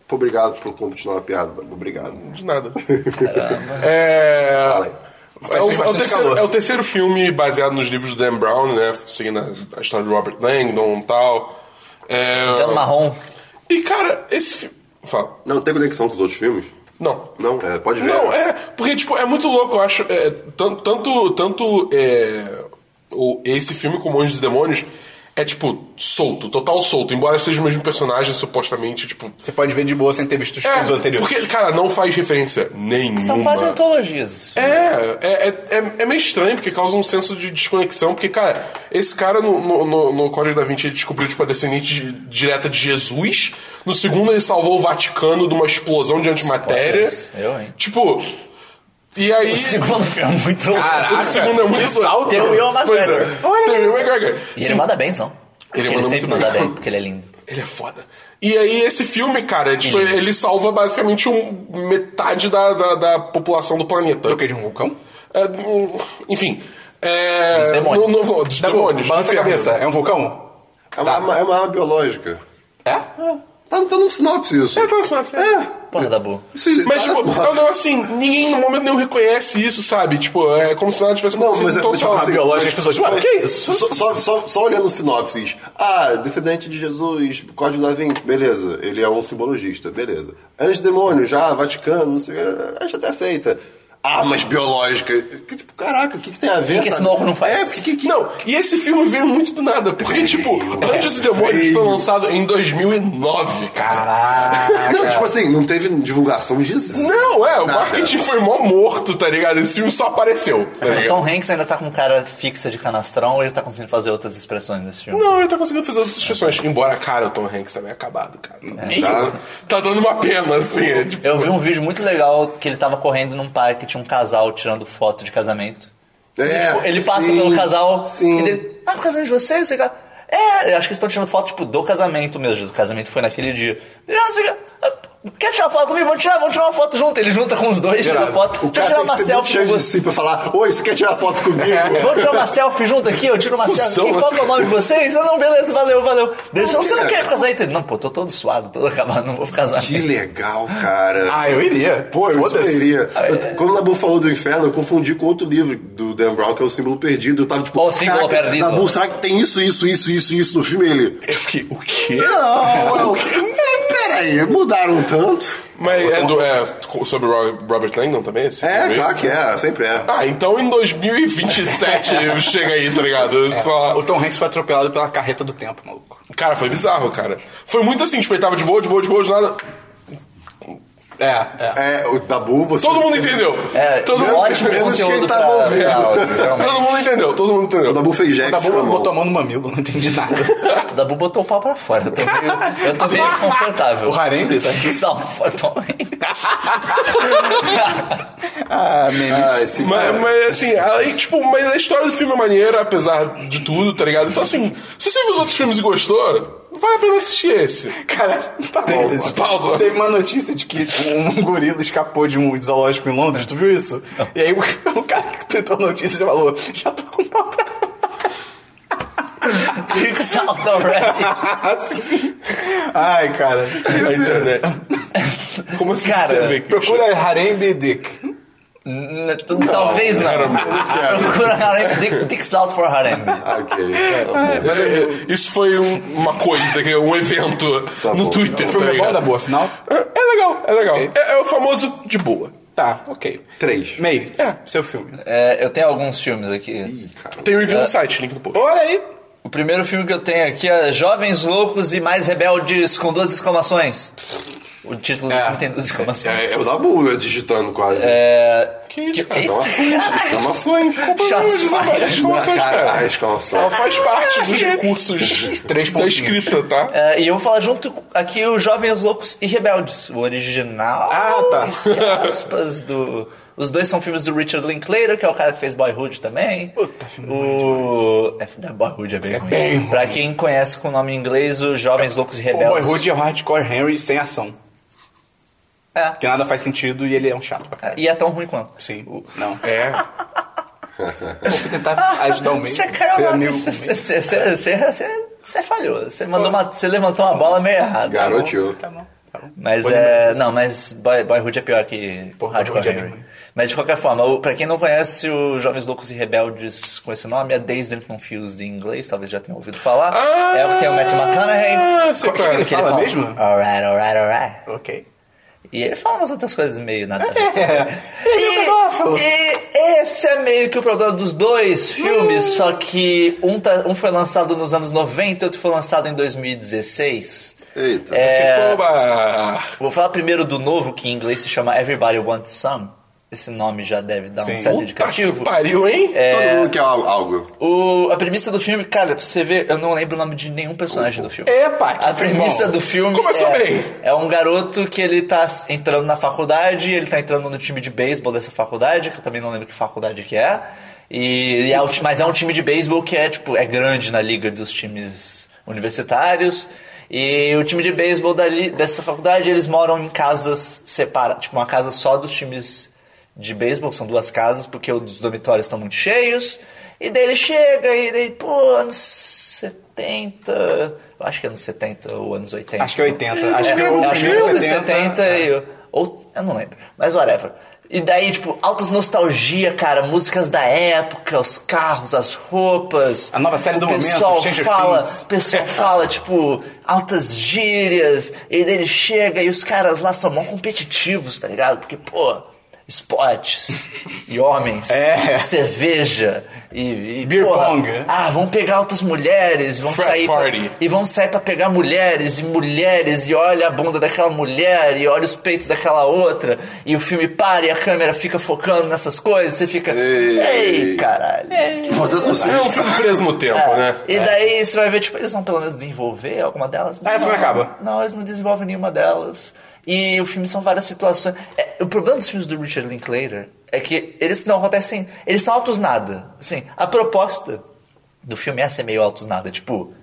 Speaker 2: Pô, Obrigado por continuar a piada. Obrigado.
Speaker 4: De nada. É.
Speaker 2: Fala aí.
Speaker 4: É o,
Speaker 1: tem
Speaker 4: é o
Speaker 1: bastante
Speaker 4: terceiro,
Speaker 1: calor.
Speaker 4: é o terceiro filme baseado nos livros do Dan Brown, né? Seguindo a, a história de Robert Langdon e tal. É,
Speaker 3: Tendo um marrom.
Speaker 4: E, cara, esse filme. Fala.
Speaker 2: Não, tem conexão com os outros filmes?
Speaker 4: Não.
Speaker 2: Não, é, pode ver.
Speaker 4: Não, é, porque, tipo, é muito louco, eu acho. é, tan- tanto tanto é, o, esse filme como Anjos e Demônios é, tipo, solto, total solto. Embora seja o mesmo personagem, supostamente, tipo.
Speaker 1: Você pode ver de boa sem ter visto Tipo, os
Speaker 4: É,
Speaker 1: filmes anteriores.
Speaker 4: porque, cara, não faz referência nenhuma.
Speaker 3: São quase antologias. esses
Speaker 4: É,
Speaker 3: filmes.
Speaker 4: é, é, é- é meio estranho, porque causa um senso de desconexão, porque, cara, esse cara no, no, no, no Código da Vinci ele descobriu, tipo, a descendente de- direta de Jesus. No segundo, ele salvou o Vaticano de uma explosão de antimatéria.
Speaker 3: Spoilers. Eu, hein?
Speaker 4: Tipo. E aí.
Speaker 3: O segundo filme é muito ruim.
Speaker 4: o segundo é muito salto.
Speaker 3: Tem o Will McGregor.
Speaker 4: Tem um o Will McGregor.
Speaker 3: E ele manda bem, só. Porque
Speaker 4: Ele
Speaker 3: ele,
Speaker 4: manda
Speaker 3: sempre
Speaker 4: muito
Speaker 3: manda
Speaker 4: bem.
Speaker 3: bem, porque ele é lindo.
Speaker 4: Ele é foda. E aí, esse filme, cara, é, tipo,
Speaker 3: Ele-
Speaker 4: ele salva basicamente um- metade da, da, da população do planeta.
Speaker 1: O que, de um vulcão?
Speaker 4: É, hum, enfim. É,
Speaker 3: Dos demônios.
Speaker 4: no- no- dos
Speaker 1: Dabu,
Speaker 4: demônios.
Speaker 1: Tá balança a
Speaker 4: inferno. Tá,
Speaker 1: cabeça. É um vulcão?
Speaker 2: É uma, arma- é uma arma biológica.
Speaker 1: É?
Speaker 2: Tá, Tá, tá num sinopse isso.
Speaker 4: É, tá na sinopse, é.
Speaker 2: É.
Speaker 3: Porra, Dabu.
Speaker 2: Isso, tá
Speaker 4: Mas,
Speaker 2: na
Speaker 4: tipo,
Speaker 2: sinopse.
Speaker 4: é um negócio assim, ninguém no momento nenhum reconhece isso, sabe? Tipo, é como se nada tivesse
Speaker 2: Não,
Speaker 4: acontecido,
Speaker 2: mas é-
Speaker 4: então
Speaker 2: mas,
Speaker 4: só...
Speaker 2: tipo, assim,
Speaker 5: Biológico, as pessoas, ué, o que é isso?
Speaker 2: Só, só, só, só olhando sinopses. Ah, descendente de Jesus, Código da Vinci, beleza. Ele é um simbologista, beleza. Antidemônio, já, Vaticano, não sei o que, acho até aceita. Armas biológicas. Que, tipo, caraca, o que, que tem a ver?
Speaker 3: que que esse
Speaker 2: sabe?
Speaker 3: maluco não faz?
Speaker 2: É, que, que, É, que...
Speaker 4: Não, e esse filme veio muito do nada,
Speaker 2: [LAUGHS]
Speaker 4: porque, tipo, Anjos e Demônios foi lançado em 2009, cara.
Speaker 2: Não,
Speaker 4: É.
Speaker 2: tipo assim, não teve divulgação de Jesus.
Speaker 4: Não, é, o marketing foi mó morto, tá ligado? Esse filme só apareceu, tá
Speaker 3: O
Speaker 4: ligado?
Speaker 3: Tom Hanks ainda tá com cara fixa de canastrão ou ele tá conseguindo fazer outras expressões nesse filme?
Speaker 4: Não, ele tá conseguindo fazer outras expressões. Embora, cara, o Tom Hanks tá meio acabado, cara.
Speaker 2: Tá?
Speaker 4: Tá dando uma pena, assim. é, tipo,
Speaker 3: Eu vi um vídeo muito legal que ele tava correndo num parque, tinha um casal tirando foto de casamento.
Speaker 2: É,
Speaker 3: Tipo, ele passa
Speaker 2: sim,
Speaker 3: pelo casal
Speaker 2: Sim.
Speaker 3: e ele, ah, o casamento de vocês? Você... É, eu acho que eles estão tirando foto, tipo, do casamento mesmo. O casamento foi naquele dia. Ele, ah, você... ah, Quer tirar foto comigo? Vamos tirar, vamos tirar uma foto junto. Ele junta com os dois, tira
Speaker 2: Cara,
Speaker 3: foto.
Speaker 2: O
Speaker 3: Deixa eu
Speaker 2: cara
Speaker 3: tirar
Speaker 2: tem
Speaker 3: uma
Speaker 2: que ser muito
Speaker 3: selfie
Speaker 2: cheio
Speaker 3: com
Speaker 2: de né?
Speaker 3: você. É.
Speaker 2: si pra falar, oi, você quer tirar foto comigo?
Speaker 3: Vamos tirar uma selfie junto aqui? Eu tiro uma
Speaker 4: Cusão,
Speaker 3: selfie. Qual que é o
Speaker 4: assim.
Speaker 3: nome de vocês? Ah, não, beleza, valeu, valeu. Deixa, você não
Speaker 2: que
Speaker 3: quer
Speaker 2: legal.
Speaker 3: casar entre Não, pô, tô todo suado, todo acabado, não vou casar.
Speaker 2: Que legal, cara.
Speaker 5: Ah, eu iria.
Speaker 2: Pô, eu
Speaker 5: Foda-se.
Speaker 2: escolheria. Eu- Quando o Nabu falou do inferno, eu confundi com outro livro do Dan Brown, que é o símbolo perdido. Eu tava tipo,
Speaker 3: Ó, o símbolo
Speaker 2: "Caraca,
Speaker 3: perdido."
Speaker 2: Nabu, será que tem isso, isso, isso, isso, isso no filme? Ele.
Speaker 4: Eu fiquei, o quê?
Speaker 2: Não, é não. Peraí, mudaram tanto.
Speaker 4: Mas é, do, é sobre o Robert Langdon também? Esse
Speaker 2: É,
Speaker 4: filme?
Speaker 2: claro que é, sempre é.
Speaker 4: Ah, então em 2027 chega aí, tá ligado? Só-
Speaker 1: É, O Tom Hanks foi atropelado pela carreta do tempo, maluco.
Speaker 4: Cara, foi bizarro, cara. Foi muito assim, tipo, ele tava de boa, de boa, de boa, de nada.
Speaker 1: É, é.
Speaker 2: É, o Nabu, você.
Speaker 4: Todo mundo entendeu.
Speaker 3: É,
Speaker 4: todo mundo,
Speaker 3: ótimo
Speaker 2: menos
Speaker 3: conteúdo
Speaker 2: quem tá
Speaker 3: pra,
Speaker 2: tava ouvindo.
Speaker 3: pra áudio,
Speaker 4: todo
Speaker 3: realmente.
Speaker 4: mundo entendeu, todo mundo
Speaker 2: O
Speaker 4: entendeu.
Speaker 2: Nabu fez
Speaker 1: O
Speaker 2: Jack.
Speaker 1: Dabu botou a mão no mamilo, não entendi nada.
Speaker 3: O [LAUGHS] Dabu botou o pau pra fora. Eu tô meio, eu tô meio desconfortável.
Speaker 1: o
Speaker 3: [LAUGHS]
Speaker 1: Harembe tá aqui.
Speaker 3: Salva, Tom
Speaker 1: Ah, memes.
Speaker 2: Ah, esse cara.
Speaker 4: Mas, mas, assim, aí, tipo, mas a história do filme é maneira, apesar de tudo, tá ligado? Então assim, se você viu os outros filmes e gostou, vale a pena assistir esse.
Speaker 1: Cara, parênteses.
Speaker 4: Paulo.
Speaker 1: Teve uma notícia de que um gorila escapou de um zoológico em Londres, tu viu isso? E aí o, [LAUGHS] o cara que tweetou a notícia já falou: já tô com pau pra
Speaker 3: Rico salta already.
Speaker 1: Assim. Ai, cara.
Speaker 4: A internet. Como assim?
Speaker 3: Cara,
Speaker 4: TV,
Speaker 1: Procura Harembe Dick.
Speaker 3: N- Talvez não. Procura [LAUGHS] Harem. Dick, Dick Salt for Harem.
Speaker 2: Ah, ok. Tá bom.
Speaker 4: É, [LAUGHS] Isso foi um- uma coisa, que é um evento
Speaker 2: Tá
Speaker 4: no
Speaker 2: bom.
Speaker 4: Twitter.
Speaker 1: O
Speaker 4: tá
Speaker 1: filme é bom
Speaker 4: ligado?
Speaker 1: da boa, afinal?
Speaker 4: É é legal, é legal.
Speaker 1: Ok.
Speaker 4: É, é o famoso de boa.
Speaker 1: Tá, ok.
Speaker 2: Três.
Speaker 1: May, é, seu filme.
Speaker 3: É, eu tenho alguns filmes aqui.
Speaker 2: Ih, cara.
Speaker 4: Tem review
Speaker 3: É.
Speaker 4: no site, link no post.
Speaker 1: Olha aí.
Speaker 3: O primeiro filme que eu tenho aqui é Jovens Loucos e Mais Rebeldes com duas exclamações. O título do
Speaker 1: É.
Speaker 3: filme tem duas exclamações.
Speaker 2: É o Dabu né, digitando quase. É
Speaker 4: Que isso, cara?
Speaker 2: Nossa, exclamações.
Speaker 3: Shots fired.
Speaker 4: Exclamações, cara.
Speaker 2: É Cara, Ah,
Speaker 4: Ela
Speaker 2: exclamações.
Speaker 4: faz parte
Speaker 3: [LAUGHS]
Speaker 4: dos recursos da escrita, tá?
Speaker 3: É, e eu vou falar junto aqui o Jovens Loucos e Rebeldes, o original.
Speaker 1: Ah, tá.
Speaker 3: entre aspas, do. Os dois são filmes do Richard Linklater, que é o cara que fez Boyhood também.
Speaker 1: Puta, filme
Speaker 3: o... é, da Boyhood é bem ruim.
Speaker 1: bem ruim.
Speaker 3: Pra quem conhece com o nome em inglês, os Jovens Loucos e
Speaker 1: O
Speaker 3: Rebeldes.
Speaker 1: Boyhood é o Hardcore Henry sem ação.
Speaker 3: É.
Speaker 1: Que nada faz sentido e ele é um chato pra caralho.
Speaker 3: E é tão ruim quanto.
Speaker 1: Sim.
Speaker 3: O-
Speaker 1: Não.
Speaker 4: É.
Speaker 1: Eu vou
Speaker 3: [LAUGHS]
Speaker 1: tentar ajudar o May.
Speaker 3: Você
Speaker 1: Ser
Speaker 3: caiu na-
Speaker 1: é amigo com
Speaker 3: você-
Speaker 1: o May.
Speaker 3: você- você- você- você- Você falhou. Você mandou uma. Você levantou uma bola meio errada.
Speaker 2: Garotinho.
Speaker 1: Tá bom. Tá bom.
Speaker 3: Mas
Speaker 1: Boa
Speaker 3: é.
Speaker 1: lembrança.
Speaker 3: Não, mas Boy, Boyhood é pior que
Speaker 1: Porra,
Speaker 3: Hardcore
Speaker 1: Boyhood é
Speaker 3: Henry.
Speaker 1: bem ruim.
Speaker 3: mas de qualquer forma, o, pra quem não conhece o Jovens Loucos e Rebeldes com esse nome, é Days Drink Confused em inglês, talvez já tenha ouvido falar.
Speaker 4: Ah,
Speaker 3: é o que tem o Matthew McConaughey.
Speaker 4: sei
Speaker 1: Qual que
Speaker 4: qual é.
Speaker 1: ele fala mesmo?
Speaker 3: Alright, alright, alright.
Speaker 1: Ok.
Speaker 3: E ele fala umas outras coisas meio nada a ver.
Speaker 1: É. Ele é um pedófilo.
Speaker 3: E esse é meio que o problema dos dois filmes, só que um, tá- um foi lançado nos anos 90 e outro foi lançado em 2016.
Speaker 2: Eita.
Speaker 3: É,
Speaker 4: Oba!
Speaker 3: vou falar primeiro do novo, que em inglês se chama Everybody Wants Some. Esse nome já deve dar um
Speaker 1: Sim.
Speaker 3: certo
Speaker 4: Puta que
Speaker 3: indicativo. É.
Speaker 4: pariu, hein?
Speaker 2: Todo mundo quer al- algo.
Speaker 3: O- a premissa do filme, cara, pra você ver, eu não lembro o nome de nenhum personagem do filme.
Speaker 1: Epa, que
Speaker 3: A premissa
Speaker 1: bom.
Speaker 3: do filme
Speaker 4: Começou
Speaker 3: é,
Speaker 4: bem.
Speaker 3: é um garoto que ele tá s- entrando na faculdade, ele tá entrando no time de beisebol dessa faculdade, que eu também não lembro que faculdade que é. E, e é o ti- mas é um time de beisebol que é tipo é grande na liga dos times universitários. E o time de beisebol dali- dessa faculdade, eles moram em casas separadas, tipo uma casa só dos times de beisebol, são duas casas, porque os dormitórios estão muito cheios. E daí ele chega e daí, pô, anos 70. Eu acho que é anos 70 ou anos 80.
Speaker 1: Acho que é 80. Acho que
Speaker 3: é,
Speaker 1: o
Speaker 3: acho que é
Speaker 1: primeiro
Speaker 3: anos 70 e eu, ou eu não lembro, mas whatever. E daí, tipo, altas nostalgia, cara, músicas da época, os carros, as roupas.
Speaker 1: A nova série
Speaker 3: o
Speaker 1: do momento,
Speaker 3: pessoal
Speaker 1: Stranger
Speaker 3: fala,
Speaker 1: Things.
Speaker 3: O pessoal
Speaker 1: [LAUGHS]
Speaker 3: fala, tipo, altas gírias, e daí ele chega e os caras lá são mó competitivos, tá ligado? Porque, pô,
Speaker 1: [LAUGHS]
Speaker 3: esportes e homens,
Speaker 1: É.
Speaker 3: cerveja e, e,
Speaker 1: Beer
Speaker 3: porra,
Speaker 1: pong.
Speaker 3: Ah, vão pegar outras mulheres, vão
Speaker 4: Frat
Speaker 3: sair
Speaker 4: party.
Speaker 3: e vão sair pra pegar mulheres e mulheres e olha a bunda daquela mulher e olha os peitos daquela outra e o filme para e a câmera fica focando nessas coisas, você fica ei, caralho.
Speaker 2: Portanto, você
Speaker 4: É um filme preso no tempo, né?
Speaker 3: E daí você vai ver, tipo, eles vão pelo menos desenvolver alguma delas.
Speaker 1: Aí o filme
Speaker 3: Não,
Speaker 1: acaba.
Speaker 3: Não, eles não desenvolvem nenhuma delas. E o filme são várias situações. É, o problema dos filmes do Richard Linklater é que eles não acontecem. Eles são altos nada. Assim, a proposta do filme é ser meio altos nada. Tipo,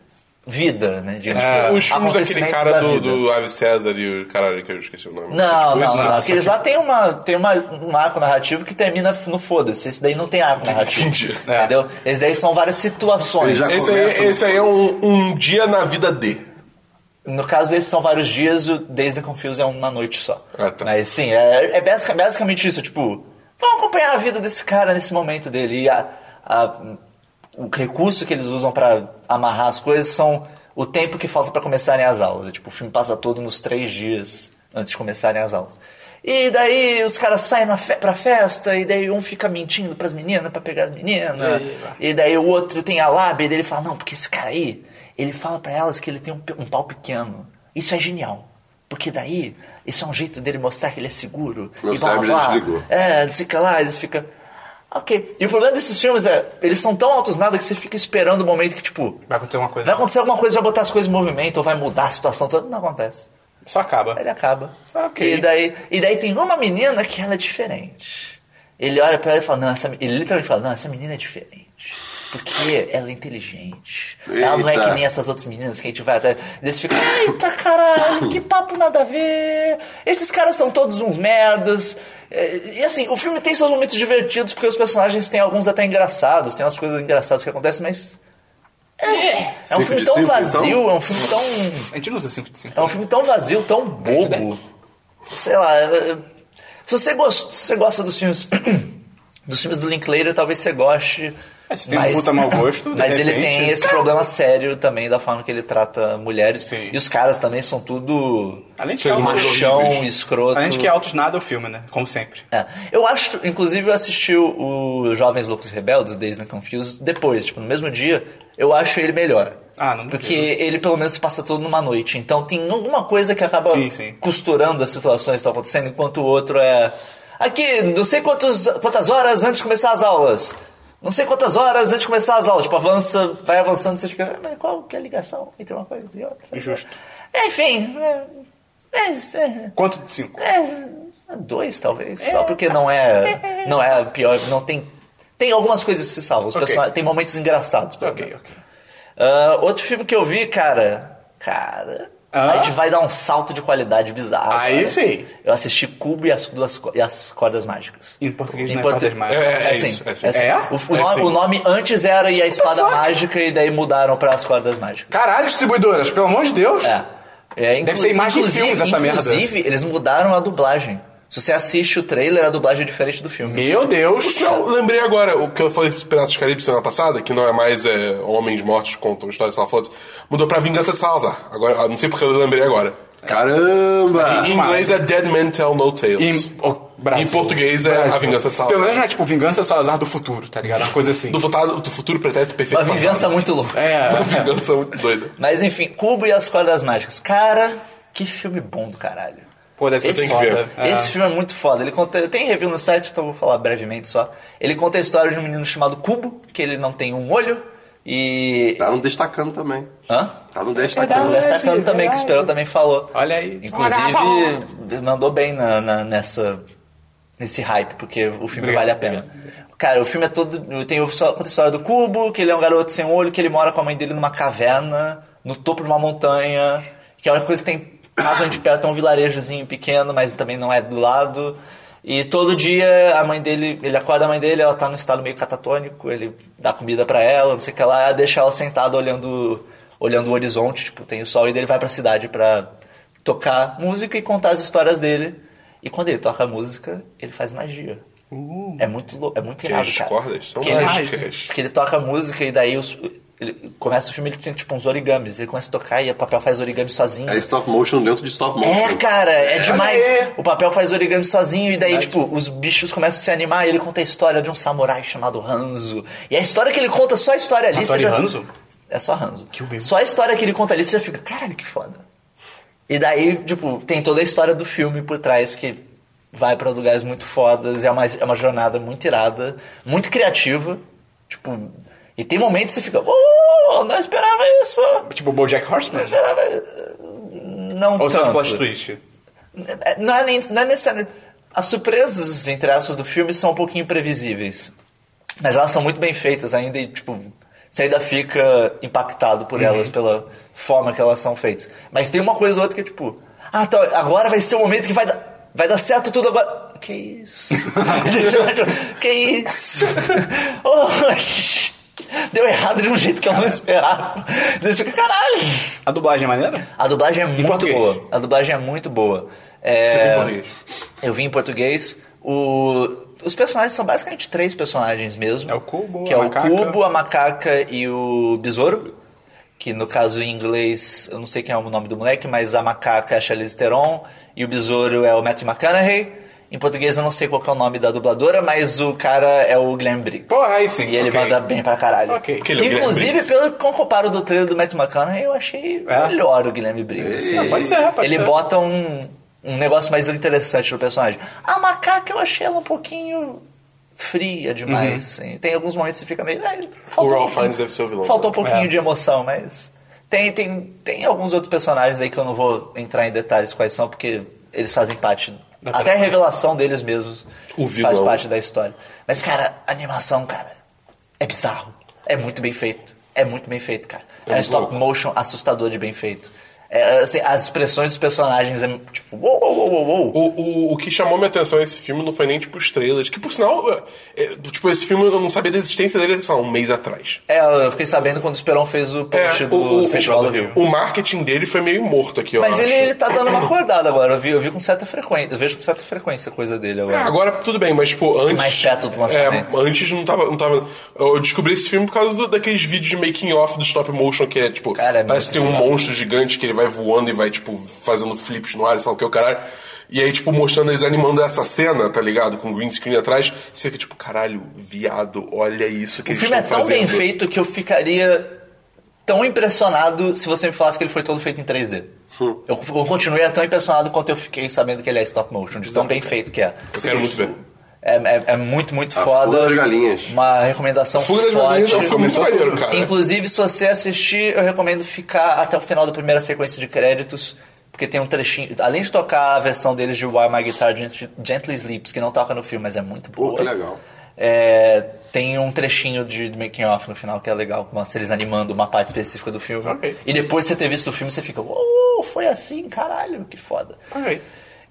Speaker 3: vida, né? Digamos assim.
Speaker 4: É, Os filmes daquele
Speaker 3: acontecimentos
Speaker 4: cara
Speaker 3: da
Speaker 4: do,
Speaker 3: vida.
Speaker 4: do Ave César e o caralho que eu esqueci o nome.
Speaker 3: Não,
Speaker 4: Tipo
Speaker 3: não,
Speaker 4: isso.
Speaker 3: não. Aqueles lá tem, uma, tem uma, um arco narrativo que termina no foda-se. Esse daí não tem arco narrativo.
Speaker 4: Entendi. É.
Speaker 3: Entendeu? Esses daí são várias situações.
Speaker 2: já
Speaker 4: Esse
Speaker 2: começa
Speaker 4: aí,
Speaker 2: no
Speaker 4: esse aí é um, um dia na vida de.
Speaker 3: No caso, esses são vários dias, o Days and Confused é uma noite só.
Speaker 4: Ah, tá.
Speaker 3: Mas sim, é, é basic- basicamente isso, tipo, vamos acompanhar a vida desse cara nesse momento dele. E a- a- o recurso que eles usam pra amarrar as coisas são o tempo que falta pra começarem as aulas. E, tipo, o filme passa todo nos três dias antes de começarem as aulas. E daí os caras saem na fe pra festa, e daí um fica mentindo pras meninas pra pegar as meninas. E daí o outro tem a lábia, e daí ele fala, não, porque esse cara aí, ele fala pra elas que ele tem um, pe- um pau pequeno. Isso é genial. Porque daí, isso é um jeito dele mostrar que ele é seguro.
Speaker 2: Meu
Speaker 3: e blá,
Speaker 2: cérebro
Speaker 3: blá,
Speaker 2: já
Speaker 3: blá.
Speaker 2: desligou.
Speaker 3: É, não sei o que lá, eles ficam... Ok. E o problema desses filmes é, eles são tão altos nada que você fica esperando o momento que, tipo...
Speaker 1: Vai acontecer uma coisa.
Speaker 3: Vai acontecer alguma coisa, vai botar as coisas em movimento, ou vai mudar a situação toda. Não acontece.
Speaker 1: Só acaba.
Speaker 3: Aí ele acaba.
Speaker 1: Ok.
Speaker 3: E daí, e daí tem uma menina que ela é diferente. Ele olha pra ela e fala, não, essa, me- ele literalmente fala, não, essa menina é diferente. Porque ela é inteligente. Ela não é
Speaker 2: Eita.
Speaker 3: que nem essas outras meninas que a gente vai até. Eles ficam, eita caralho, que papo nada a ver. Esses caras são todos uns merdas. É, E assim, o filme tem seus momentos divertidos, porque os personagens têm alguns até engraçados, tem umas coisas engraçadas que acontecem, mas. É, é um
Speaker 2: Cinco
Speaker 3: filme
Speaker 2: de
Speaker 3: tão
Speaker 2: cinco,
Speaker 3: vazio,
Speaker 2: então?
Speaker 3: é um filme tão.
Speaker 1: A gente não usa 5 de 5.
Speaker 3: É um filme tão vazio, tão bobo. Sei lá. é- Se você, gost, se você gosta dos filmes. [CLEARS THROAT] dos filmes do Linklater, talvez você goste.
Speaker 1: É, se tem um puta
Speaker 3: [LAUGHS]
Speaker 1: mau gosto, de
Speaker 3: Mas ele
Speaker 1: repente-
Speaker 3: tem esse problema sério também da forma que ele trata mulheres.
Speaker 1: Sim.
Speaker 3: E os caras também são tudo.
Speaker 1: Além de que
Speaker 4: Seus
Speaker 1: é um
Speaker 4: machos.
Speaker 3: Machão,
Speaker 4: horríveis.
Speaker 3: escroto.
Speaker 1: Além de que é altos nada o filme, né? Como sempre.
Speaker 3: É. Eu acho, inclusive, eu assisti o, o Jovens Loucos Rebeldes, o Days and Confused, depois, tipo, no mesmo dia, eu acho ele melhor.
Speaker 1: Ah, não duvido.
Speaker 3: Porque ele pelo menos passa tudo numa noite. Então tem alguma coisa que acaba
Speaker 1: Sim, sim.
Speaker 3: costurando as situações que estão acontecendo, enquanto o outro é. Aqui, não sei quantos, quantas horas antes de começar as aulas. Não sei quantas horas antes de começar as aulas. Tipo, avança, vai avançando, você fica. "Ah, Mas qual que é a ligação entre uma coisa e outra?
Speaker 1: Justo.
Speaker 3: Enfim. é- é- é-
Speaker 1: Quanto de 5?
Speaker 3: é, dois, talvez. Só porque
Speaker 1: tá.
Speaker 3: não
Speaker 1: [LAUGHS]
Speaker 3: é. Não é a pior. Não tem. Tem algumas coisas que se salvam. Os
Speaker 1: Ok.
Speaker 3: personagens- tem momentos engraçados. pelo
Speaker 1: Ok,
Speaker 3: menos.
Speaker 1: ok.
Speaker 3: Ah, outro filme que eu vi, cara. Cara.
Speaker 1: Ah?
Speaker 3: A gente vai dar um salto de qualidade bizarro.
Speaker 1: Aí
Speaker 3: cara.
Speaker 1: sim.
Speaker 3: Eu assisti Cubo e as, duas, co- e as Cordas Mágicas.
Speaker 1: Em português não é
Speaker 3: portu-
Speaker 1: Cordas Mágicas.
Speaker 4: É, é, é
Speaker 3: sim,
Speaker 4: isso, é sim.
Speaker 3: sim.
Speaker 1: É?
Speaker 3: O, o
Speaker 4: É
Speaker 3: nome,
Speaker 4: sim.
Speaker 3: o nome antes era E a Espada Mágica, e daí mudaram para as Cordas Mágicas.
Speaker 1: Caralho, distribuidoras, pelo amor de Deus.
Speaker 3: É. É, inclu-
Speaker 1: ser imagem de
Speaker 3: inclusive-
Speaker 1: filmes essa merda.
Speaker 3: Inclusive, eles mudaram a dublagem. Se você assiste o trailer, a dublagem é diferente do filme.
Speaker 1: Meu Deus.
Speaker 4: Não, lembrei agora o que eu falei pros Piratas do Caribe semana passada, que não é mais é, Homens Mortos Contam Histórias Salafotes, mudou pra Vingança de Salazar. Agora, ah, não sei porque eu lembrei agora.
Speaker 2: Caramba!
Speaker 4: em inglês é Dead Men Tell No
Speaker 1: Em,
Speaker 4: Tales.
Speaker 1: o Brasil.
Speaker 4: Em português é
Speaker 1: Brasil.
Speaker 4: A Vingança de Salazar.
Speaker 1: Pelo menos não é tipo Vingança só azar do futuro, tá ligado? Uma coisa assim.
Speaker 4: Do, futuro, do futuro pretérito perfeito
Speaker 3: Uma vingança
Speaker 4: passado.
Speaker 3: muito louca.
Speaker 1: É.
Speaker 4: Uma vingança muito doida.
Speaker 3: Mas enfim, Cubo e as Cordas Mágicas. Cara, que filme bom do caralho.
Speaker 1: Pô, deve ser
Speaker 3: Esse-
Speaker 4: tem que ver.
Speaker 1: foda. É.
Speaker 3: Esse filme é muito foda. Ele conta, tem review no site, então eu vou falar brevemente só. Ele conta a história de um menino chamado Cubo, que ele não tem um olho e
Speaker 2: Tá no destacando também.
Speaker 3: Hã?
Speaker 2: Tá no
Speaker 3: O
Speaker 2: destacando.
Speaker 3: Destacando também, que o Esperão também falou.
Speaker 1: Olha aí.
Speaker 3: Inclusive, mandou bem na, na- nessa, nesse hype, porque o filme
Speaker 1: Obrigado,
Speaker 3: vale a pena. Cara, o filme é todo. Tem o- só- conta a história do Cubo, que ele é um garoto sem olho, que ele mora com a mãe dele numa caverna, no topo de uma montanha, que é uma coisa que tem razoavelmente perto, é um vilarejozinho pequeno, mas também não é do lado. E todo dia a mãe dele, ele acorda a mãe dele, ela tá num estado meio catatônico, ele dá comida pra ela, não sei o que lá, deixa ela sentada olhando olhando o horizonte, tipo, tem o sol, e daí ele vai pra cidade pra tocar música e contar as histórias dele. E quando ele toca a música, ele faz magia. é muito lou- é muito irado,
Speaker 4: as
Speaker 3: cara.
Speaker 4: cordas são
Speaker 3: Que ele-
Speaker 4: mágicas.
Speaker 3: que ele toca a música e daí os- ele começa o filme, ele tem tipo uns origamis. Ele começa a tocar e o papel faz origami sozinho.
Speaker 2: É stop motion dentro de stop motion.
Speaker 3: É, cara, é demais. O papel faz origami sozinho e daí, tipo, os bichos começam a se animar e ele conta a história de um samurai chamado Hanzo. E a história que ele conta, só a história ali...
Speaker 1: Hattori
Speaker 3: você já-
Speaker 1: Hanzo?
Speaker 3: É só Hanzo. Só a história que ele conta ali, você já fica, caralho, que foda. E daí, tipo, tem toda a história do filme por trás que vai pra lugares muito fodas. É uma, é uma jornada muito irada, muito criativa. Tipo... E tem momentos que você fica, oh, não esperava isso, não
Speaker 1: Tipo Bojack Horseman?
Speaker 3: esperava... Não
Speaker 1: Ou só
Speaker 3: tanto.
Speaker 1: de plot twist?
Speaker 3: É, não é, nem, não é necessariamente. As surpresas, entre aspas, do filme são um pouquinho previsíveis. Mas elas são muito bem feitas ainda e, tipo, você ainda fica impactado por elas, pela forma que elas são feitas. Mas tem uma coisa ou outra que é tipo, ah, tá, agora vai ser o momento que vai dar, vai dar certo tudo agora. Que isso? que isso? Oh, deu errado de um jeito que eu não esperava. Daí você fica, Caralho!
Speaker 1: A dublagem é maneira?
Speaker 3: A dublagem é muito
Speaker 1: português?
Speaker 3: boa. A dublagem é muito boa. É,
Speaker 1: Você viu em português?
Speaker 3: Eu vi em português. O- os personagens são basicamente três personagens mesmo.
Speaker 1: É o cubo,
Speaker 3: que
Speaker 1: a
Speaker 3: é
Speaker 1: macaca.
Speaker 3: o cubo, a macaca e o besouro. Que no caso em inglês, eu não sei quem é o nome do moleque, mas a macaca é a Charlize Theron e o besouro é o Matthew McConaughey. Em português eu não sei qual que é o nome da dubladora, mas o cara é o Guilherme Briggs.
Speaker 1: Porra, aí sim,
Speaker 3: E ele
Speaker 1: ok.
Speaker 3: manda bem pra caralho.
Speaker 1: Ok. Porque
Speaker 4: ele é o Guilherme
Speaker 3: Inclusive, pelo que eu comparo do trailer do Matthew McConaughey, eu achei
Speaker 1: É?
Speaker 3: melhor o Guilherme Briggs. assim.
Speaker 1: Ah, pode ser, pode
Speaker 3: ele
Speaker 1: ser.
Speaker 3: bota um, um negócio mais interessante no personagem. A macaca eu achei ela um pouquinho fria
Speaker 1: Uhum.
Speaker 3: demais. assim. Tem alguns momentos que você fica meio. "Ah,
Speaker 4: O
Speaker 3: faltou
Speaker 4: Ralph
Speaker 3: um pouquinho."
Speaker 4: Fiennes deve ser o vilão.
Speaker 3: Faltou um pouquinho
Speaker 1: É.
Speaker 3: de emoção, mas. Tem, tem, tem alguns outros personagens aí que eu não vou entrar em detalhes quais são, porque eles fazem parte. Até a revelação deles mesmos
Speaker 4: O
Speaker 3: faz
Speaker 4: vilão.
Speaker 3: parte da história. Mas, cara, a animação, cara, é bizarro. É muito bem feito. É muito bem feito, cara. É, um
Speaker 4: muito
Speaker 3: stop
Speaker 4: louco.
Speaker 3: motion assustador de bem feito. É, assim, as expressões dos personagens é tipo, uou, uou, uou, uou, uou.
Speaker 4: O, o, o que chamou minha atenção nesse filme não foi nem, tipo, os trailers. Que, por sinal, é, é, tipo, esse filme eu não sabia da existência dele, sei lá, um mês atrás. É,
Speaker 3: É, eu fiquei sabendo quando o Esperão fez É, o post do Festival do Rio.
Speaker 4: O marketing dele foi meio morto aqui, ó.
Speaker 3: Mas ele, ele tá dando uma acordada agora. Eu vi, eu vi com certa frequência. Eu vejo com certa frequência coisa dele
Speaker 4: É,
Speaker 3: agora.
Speaker 4: agora tudo bem, mas tipo, antes.
Speaker 3: Mais perto do lançamento.
Speaker 4: É, antes não tava, não tava. Eu descobri esse filme por causa do- daqueles vídeos de making off do stop motion, que é tipo.
Speaker 3: Cara, é
Speaker 4: parece que tem
Speaker 3: muito
Speaker 4: um
Speaker 3: bizarro.
Speaker 4: monstro gigante que ele vai voando e vai, tipo, fazendo flips no ar, sabe o que é o caralho. E aí, tipo, mostrando eles animando essa cena, tá ligado? Com green screen atrás. E você fica tipo, caralho, viado, olha isso que
Speaker 3: O
Speaker 4: eles
Speaker 3: filme é
Speaker 4: estão
Speaker 3: tão bem
Speaker 4: fazendo.
Speaker 3: feito que eu ficaria tão impressionado se você me falasse que ele foi todo feito em 3D. Eu, eu continuei tão impressionado quanto eu fiquei sabendo que ele é stop motion, de tão bem feito que é.
Speaker 4: Eu quero muito ver.
Speaker 3: É, é- é muito, muito
Speaker 2: A
Speaker 3: foda.
Speaker 2: Fuga das Galinhas.
Speaker 3: Uma recomendação
Speaker 4: Fuga das
Speaker 3: forte.
Speaker 4: Galinhas é um filme muito maneiro, cara.
Speaker 3: Inclusive, se você assistir, eu recomendo ficar até o final da primeira sequência de créditos, porque tem um trechinho. Além de tocar a versão deles de Why My Guitar Gent- Gently Sleeps, que não toca no filme, mas é muito boa.
Speaker 2: Pô, que legal.
Speaker 3: É, tem um trechinho de do making off no final que é legal, que mostra eles animando uma parte específica do filme.
Speaker 1: Ok.
Speaker 3: E depois de você ter visto o filme, você fica, uou, foi assim, caralho, que foda.
Speaker 1: Ok.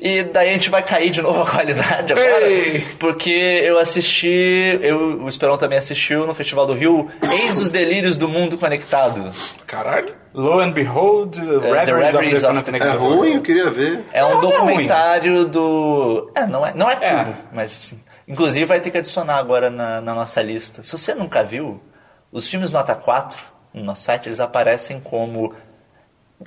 Speaker 3: E daí a gente vai cair de novo a qualidade agora.
Speaker 4: Ei!
Speaker 3: Porque eu assisti, eu, o Esperão também assistiu no Festival do Rio, Eis os Delírios do Mundo Conectado.
Speaker 4: Caralho.
Speaker 1: Lo and Behold, uh, Reveries,
Speaker 3: Reveries
Speaker 1: of
Speaker 3: of-
Speaker 1: the
Speaker 2: É
Speaker 1: Connected
Speaker 2: ruim, eu queria ver.
Speaker 3: É um
Speaker 1: Ah, não é
Speaker 3: documentário do. É, não é, não é
Speaker 1: É.
Speaker 3: cubo, mas. Inclusive vai ter que adicionar agora na, na nossa lista. Se você nunca viu, os filmes nota 4 no nosso site, eles aparecem como.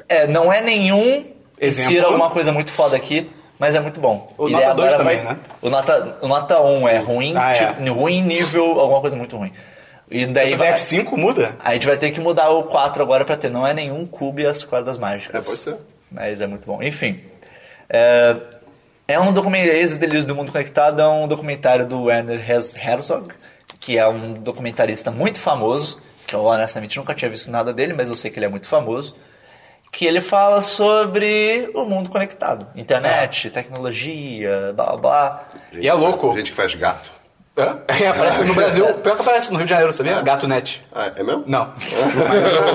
Speaker 3: É, não é nenhum. Insira
Speaker 1: Exemplo.
Speaker 3: alguma coisa muito foda aqui, mas é muito bom.
Speaker 1: O
Speaker 3: daí
Speaker 1: nota dois
Speaker 3: agora
Speaker 1: também, né?
Speaker 3: O nota, o nota 1 é ruim,
Speaker 1: Ah, é.
Speaker 3: tipo, ruim nível, alguma coisa muito ruim. E daí
Speaker 1: Se
Speaker 3: vai-
Speaker 1: der F5, muda?
Speaker 3: a gente vai ter que mudar o 4 agora pra ter. Não é nenhum cubo e as cordas mágicas.
Speaker 2: É, pode ser.
Speaker 3: Mas é muito bom. Enfim. É, é um documentário. Esse Delírios do Mundo Conectado é um documentário do Werner Herz- Herzog, que é um documentarista muito famoso. Que eu honestamente nunca tinha visto nada dele, mas eu sei que ele é muito famoso. Que ele fala sobre o mundo conectado. Internet, tecnologia, blá blá blá.
Speaker 1: E é louco.
Speaker 2: Gente que faz gato.
Speaker 1: [LAUGHS] É, aparece
Speaker 4: Ah.
Speaker 1: no Brasil. Pior que aparece no Rio de Janeiro, sabia? Gato Net.
Speaker 2: Ah, é mesmo?
Speaker 1: Não.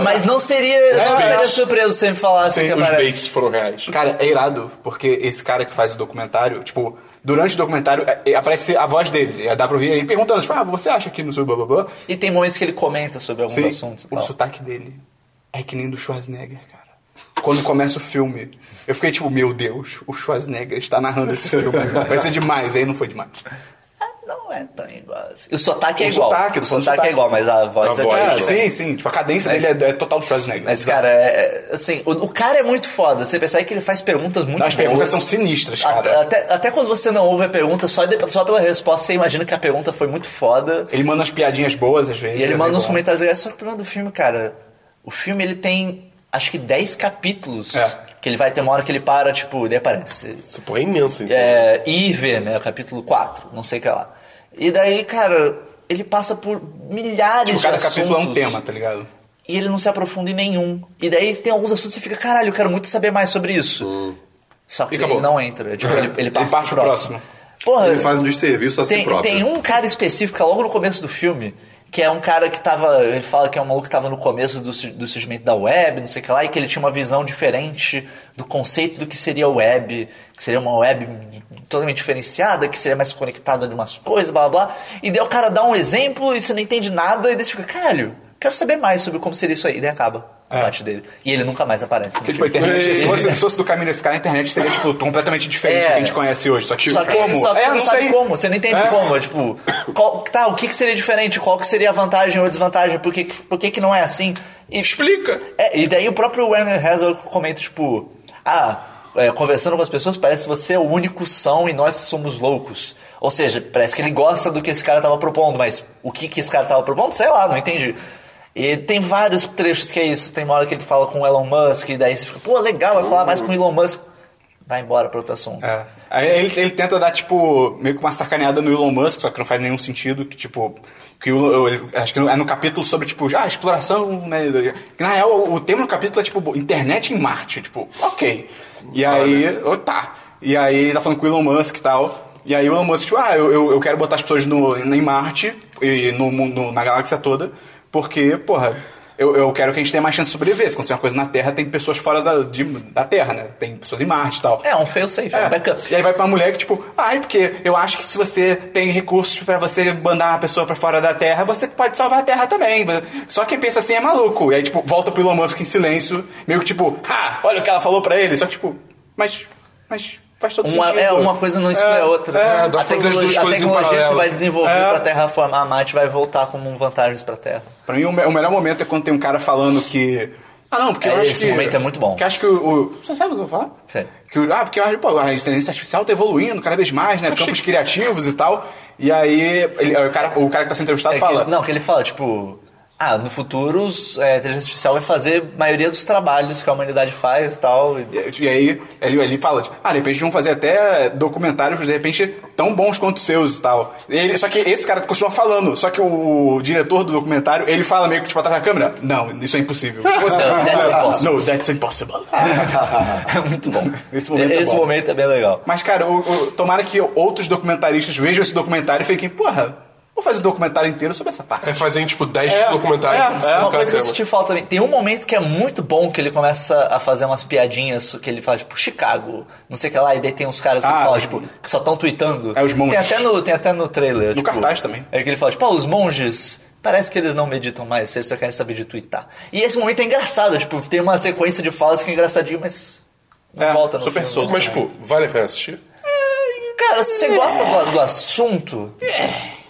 Speaker 3: Mas não seria. Eu não
Speaker 1: É,
Speaker 3: ficaria
Speaker 1: mas-
Speaker 3: surpreso se ele falasse que
Speaker 4: Os
Speaker 3: aparece.
Speaker 4: baits foram reais.
Speaker 1: Cara, é irado, porque esse cara que faz o documentário, tipo, durante o documentário é- é- aparece a voz dele. É, Dá pra ouvir aí perguntando, tipo, ah, você acha que não sei o blá blá blá?
Speaker 3: E tem momentos que ele comenta sobre alguns
Speaker 1: Sim,
Speaker 3: assuntos. e
Speaker 1: o
Speaker 3: tal.
Speaker 1: sotaque dele. É que nem do Schwarzenegger, cara. Quando começa o filme, eu fiquei tipo, meu Deus, o Schwarzenegger está narrando esse
Speaker 3: [LAUGHS]
Speaker 1: filme. Vai ser demais, aí não foi demais.
Speaker 3: Ah, Não é tão igual. assim. O sotaque é
Speaker 1: O
Speaker 3: igual.
Speaker 1: sotaque,
Speaker 3: o
Speaker 1: do
Speaker 3: sotaque, é
Speaker 1: sotaque.
Speaker 3: igual, mas a voz
Speaker 4: A
Speaker 3: é
Speaker 4: voz,
Speaker 1: Cara,
Speaker 3: diferente.
Speaker 1: sim,
Speaker 4: né?
Speaker 1: sim. Tipo, a cadência dele é, é total do Schwarzenegger.
Speaker 3: Mas, cara, é- é- assim, o, o cara é muito foda. Você percebe que ele faz perguntas muito
Speaker 1: as perguntas
Speaker 3: boas.
Speaker 1: são sinistras,
Speaker 3: Até,
Speaker 1: cara.
Speaker 3: até- até quando você não ouve a pergunta, só, de- só pela resposta você imagina que a pergunta foi muito foda.
Speaker 1: Ele manda umas piadinhas boas às vezes.
Speaker 3: E ele
Speaker 1: é
Speaker 3: manda
Speaker 1: bem
Speaker 3: uns
Speaker 1: bom.
Speaker 3: comentários legais. Só que o problema do filme, cara, o filme ele tem acho que 10 capítulos.
Speaker 1: É.
Speaker 3: Que ele vai ter uma hora que ele para, tipo, e daí aparece.
Speaker 4: Essa porra é imensa, então.
Speaker 3: É, IV, né? O capítulo 4, não sei o que lá. E daí, cara, ele passa por milhares
Speaker 1: Tipo,
Speaker 3: de
Speaker 1: cada
Speaker 3: assuntos.
Speaker 1: capítulo é um tema, tá ligado?
Speaker 3: E ele não se aprofunda em nenhum. E daí tem alguns assuntos que você fica, caralho, eu quero muito saber mais sobre isso.
Speaker 1: Hum.
Speaker 3: Só que
Speaker 4: E acabou.
Speaker 3: ele não entra.
Speaker 1: [LAUGHS]
Speaker 3: Tipo, ele, ele passa
Speaker 1: parte
Speaker 3: pro
Speaker 1: pro
Speaker 3: próximo.
Speaker 1: próximo.
Speaker 3: Porra,
Speaker 2: Ele faz um desserviço a si
Speaker 3: tem,
Speaker 2: próprio.
Speaker 3: tem um cara específico logo no começo do filme, que é um cara que tava. Ele fala que é um maluco que tava no começo do, su- do surgimento da web, não sei o que lá, e que ele tinha uma visão diferente do conceito do que seria a web, que seria uma web totalmente diferenciada, que seria mais conectada de umas coisas, blá blá blá. E daí o cara dá um exemplo e você não entende nada, e daí você fica, caralho, quero saber mais sobre como seria isso aí. E daí acaba a
Speaker 1: É.
Speaker 3: parte dele. E ele nunca mais aparece. no
Speaker 1: Porque, tipo, a
Speaker 3: filme.
Speaker 1: internet, se fosse, se fosse do caminho desse cara, a internet seria, tipo, completamente diferente
Speaker 3: É.
Speaker 1: do que a gente conhece hoje. Só que,
Speaker 3: Só que,
Speaker 1: como?
Speaker 3: só que
Speaker 1: É,
Speaker 3: você não,
Speaker 1: não
Speaker 3: sabe
Speaker 1: sei.
Speaker 3: como, você não entende
Speaker 1: É.
Speaker 3: como. é Tipo, qual- tá, o que, que seria diferente? Qual que seria a vantagem ou a desvantagem? Por que, que- por que, que não é assim? E,
Speaker 4: Explica!
Speaker 3: é, e daí o próprio Werner Herzog comenta, tipo, ah, é, conversando com as pessoas, parece que você é o único são e nós somos loucos. Ou seja, parece que ele gosta do que esse cara tava propondo, mas o que, que esse cara tava propondo, sei lá, não entendi. E tem vários trechos que é isso. Tem uma hora que ele fala com o Elon Musk, e daí você fica, pô, legal, vai falar mais com o Elon Musk. Vai embora pra outro assunto.
Speaker 1: É. Aí ele, ele tenta dar, tipo, meio que uma sacaneada no Elon Musk, só que não faz nenhum sentido, que, tipo... Que o, ele- acho que é no capítulo sobre, tipo, ah, exploração, né? Que, na real, o, o tema do capítulo é, tipo, internet em Marte. Tipo, ok. E aí, oh, tá. E aí ele tá falando com o Elon Musk e tal. E aí o Elon Musk, tipo, ah, eu, eu, eu quero botar as pessoas no, em Marte e no, mundo na galáxia toda, porque, porra... Eu, eu quero que a gente tenha mais chance de sobreviver. Se acontecer uma coisa na Terra, tem pessoas fora da, de- da Terra, né? Tem pessoas em Marte e tal.
Speaker 3: É, um fail safe, é. um backup.
Speaker 1: E aí vai pra mulher que, tipo, ai, porque eu acho que se você tem recursos pra você mandar uma pessoa pra fora da Terra, você pode salvar a Terra também. Só quem pensa assim é maluco. E aí, tipo, volta pro Elon Musk em silêncio, meio que tipo, ah, olha o que ela falou pra ele. Só que, tipo, mas. Mas faz todo
Speaker 3: Uma,
Speaker 1: sentido.
Speaker 3: é, uma coisa não exclui
Speaker 1: É,
Speaker 3: a outra.
Speaker 1: é.
Speaker 4: dá pra
Speaker 3: a
Speaker 4: fazer as duas
Speaker 3: tecnologia, a
Speaker 4: coisas em
Speaker 3: tecnologia
Speaker 4: paralelo.
Speaker 3: você vai desenvolver
Speaker 1: É.
Speaker 3: pra terraformar a Marte vai voltar como um vantagens pra Terra.
Speaker 1: Pra mim, o, me- o melhor momento é quando tem um cara falando que. Ah, não, porque eu
Speaker 3: É,
Speaker 1: acho
Speaker 3: esse
Speaker 1: que.
Speaker 3: momento é muito bom.
Speaker 1: Que acho que o. o- Você sabe o que eu vou falar?
Speaker 3: Sei.
Speaker 1: Que, o- ah, porque eu acho, pô, a inteligência artificial tá evoluindo cada vez mais, né? Campos criativos e tal. E aí, ele- o, cara, o cara que tá sendo entrevistado
Speaker 3: É que-
Speaker 1: fala.
Speaker 3: não, que ele fala, tipo... Ah, no futuro, os, é, a inteligência artificial vai fazer a maioria dos trabalhos que a humanidade faz e tal. E,
Speaker 1: E e aí ele, ele fala, tipo, ah, de repente vão fazer até documentários, de repente, tão bons quanto os seus e tal. E ele- só que esse cara continua falando, só que o diretor do documentário, ele fala meio que tipo atrás da câmera, não, isso é impossível. [LAUGHS]
Speaker 3: that's impossible.
Speaker 1: No, that's impossible.
Speaker 3: [LAUGHS] é muito bom.
Speaker 1: Esse momento é
Speaker 3: Esse
Speaker 1: bom.
Speaker 3: momento é bem legal.
Speaker 1: Mas, cara, o- o- tomara que outros documentaristas vejam esse documentário e fiquem, porra, vou fazer um documentário inteiro sobre essa parte.
Speaker 4: É fazer, tipo, 10
Speaker 1: É,
Speaker 4: documentários.
Speaker 1: é, é.
Speaker 4: no
Speaker 3: Uma coisa que eu
Speaker 4: cinema.
Speaker 3: senti falta também. Tem um momento que é muito bom que ele começa a fazer umas piadinhas que ele faz, tipo, Chicago, não sei o que lá, e daí tem uns caras que
Speaker 1: Ah,
Speaker 3: falam,
Speaker 1: os-
Speaker 3: tipo, que só estão tweetando.
Speaker 1: É, os monges.
Speaker 3: Tem até no, tem até no trailer. No
Speaker 1: cartaz também.
Speaker 3: É que ele fala, tipo, ah, os monges. Parece que eles não meditam mais, eles só querem saber de tweetar. E esse momento é engraçado, tipo, tem uma sequência de falas que é engraçadinho, mas. Não
Speaker 1: É,
Speaker 3: volta no
Speaker 1: super
Speaker 3: filme.
Speaker 1: solto.
Speaker 4: Mas, tipo, vale a pena assistir?
Speaker 3: Cara, se você gosta do, do assunto,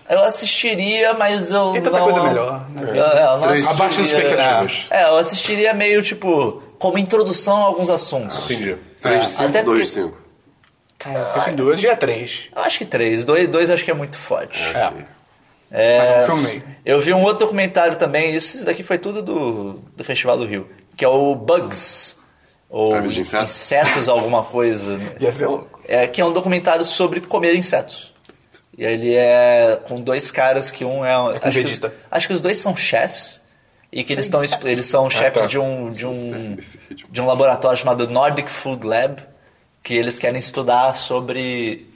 Speaker 3: eu assistiria, mas eu.
Speaker 1: É. Tem tanta
Speaker 3: não-
Speaker 1: coisa melhor né, na
Speaker 3: Eu- eu não
Speaker 2: Três-
Speaker 4: Abaixo das
Speaker 3: assistiria-
Speaker 4: expectativas.
Speaker 3: É, eu assistiria meio tipo. Como introdução a alguns assuntos.
Speaker 4: Entendi.
Speaker 2: 3 de 5,
Speaker 3: Ah, até
Speaker 2: 2 de
Speaker 3: porque-
Speaker 2: 5.
Speaker 3: é.
Speaker 1: Cara, eu fico em duas, dia três.
Speaker 3: Eu acho que três. Dois, dois acho que é muito forte.
Speaker 1: É,
Speaker 2: Ah,
Speaker 3: É,
Speaker 1: mas é um filme meio.
Speaker 3: Eu vi um outro documentário também, esse daqui foi tudo do, do Festival do Rio, que é o Bugs. Ou
Speaker 2: Ah, de insetos?
Speaker 3: insetos, alguma coisa.
Speaker 1: Ia ser louco.
Speaker 3: é, que é um documentário sobre comer insetos. E ele é com dois caras que um é.
Speaker 1: com
Speaker 3: acho, que os,
Speaker 1: Vegeta.
Speaker 3: acho que os dois são chefes. E que eles, estão, exp- eles
Speaker 1: Ah,
Speaker 3: são
Speaker 1: tá.
Speaker 3: chefes de, um, de,
Speaker 1: [LAUGHS]
Speaker 3: um, de um laboratório chamado Nordic Food Lab, que eles querem estudar sobre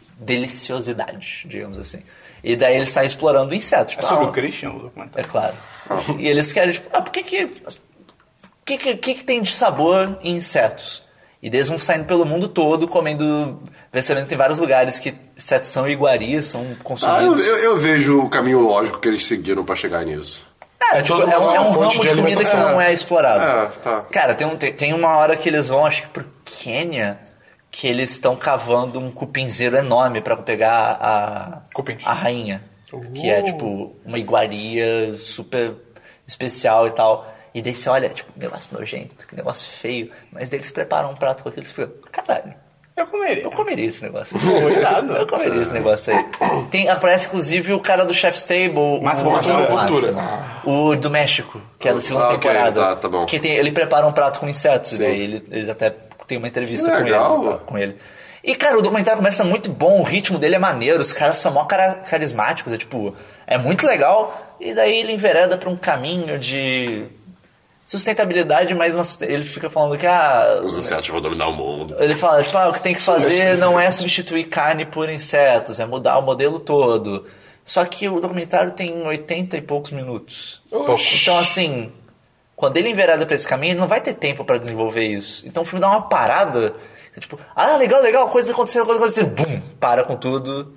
Speaker 3: deliciosidade, digamos assim. E daí eles saem explorando insetos.
Speaker 1: É
Speaker 3: Tipo,
Speaker 1: sobre
Speaker 3: ah,
Speaker 1: o Christian, o documentário.
Speaker 3: é claro. E eles querem, tipo, ah, por que que, que, que, que que tem de sabor em insetos? E daí eles vão saindo pelo mundo todo, comendo, percebendo que tem vários lugares que insetos são iguarias, são
Speaker 2: Ah, eu,
Speaker 3: consumidos.
Speaker 2: eu- eu vejo o caminho lógico que eles seguiram pra chegar nisso.
Speaker 3: É, tipo,
Speaker 4: Todo
Speaker 3: é um,
Speaker 4: mundo
Speaker 3: é um
Speaker 4: uma fonte
Speaker 3: ramo de
Speaker 4: de
Speaker 3: comida que
Speaker 4: alimentação.
Speaker 3: não é explorado.
Speaker 2: É, tá.
Speaker 3: Cara, tem, um, tem, tem uma hora que eles vão, acho que pro Quênia, que eles estão cavando um cupinzeiro enorme pra pegar a,
Speaker 4: Cupins.
Speaker 3: a rainha. Que é, tipo, uma iguaria super especial e tal. E daí você olha, tipo, que negócio nojento, que negócio feio. Mas daí eles preparam um prato com aquilo e você fica, caralho.
Speaker 1: Eu comeria.
Speaker 3: Eu comeria esse negócio.
Speaker 1: Coitado.
Speaker 3: Eu comeria esse negócio aí. Tem, aparece, inclusive, o cara do Chef's Table.
Speaker 1: Máximo
Speaker 3: o,
Speaker 1: Ventura.
Speaker 3: O,
Speaker 4: Máximo Ventura.
Speaker 3: o do México, que é da segunda
Speaker 2: Ah, ok,
Speaker 3: temporada.
Speaker 2: tá, tá bom.
Speaker 3: Que tem- ele prepara um prato com insetos. Daí ele- eles até têm uma entrevista
Speaker 2: Que
Speaker 3: com, eles,
Speaker 2: legal.
Speaker 3: tá, com ele. E, cara, o documentário começa muito bom, o ritmo dele é maneiro, os caras são mó cara- carismáticos, é tipo, é muito legal. E daí ele envereda pra um caminho de sustentabilidade, mas uma susten- ele fica falando que ah,
Speaker 2: Os insetos vão dominar o mundo.
Speaker 3: ele fala, tipo, ah, o que tem que fazer não é substituir carne por insetos, é mudar o modelo todo. Só que o documentário tem 80 e poucos minutos.
Speaker 4: Oxi.
Speaker 3: Então, assim, quando ele envereda pra esse caminho, ele não vai ter tempo pra desenvolver isso. Então o filme dá uma parada, que, tipo, ah, legal, legal, coisa acontecendo, coisa acontecendo, bum, para com tudo.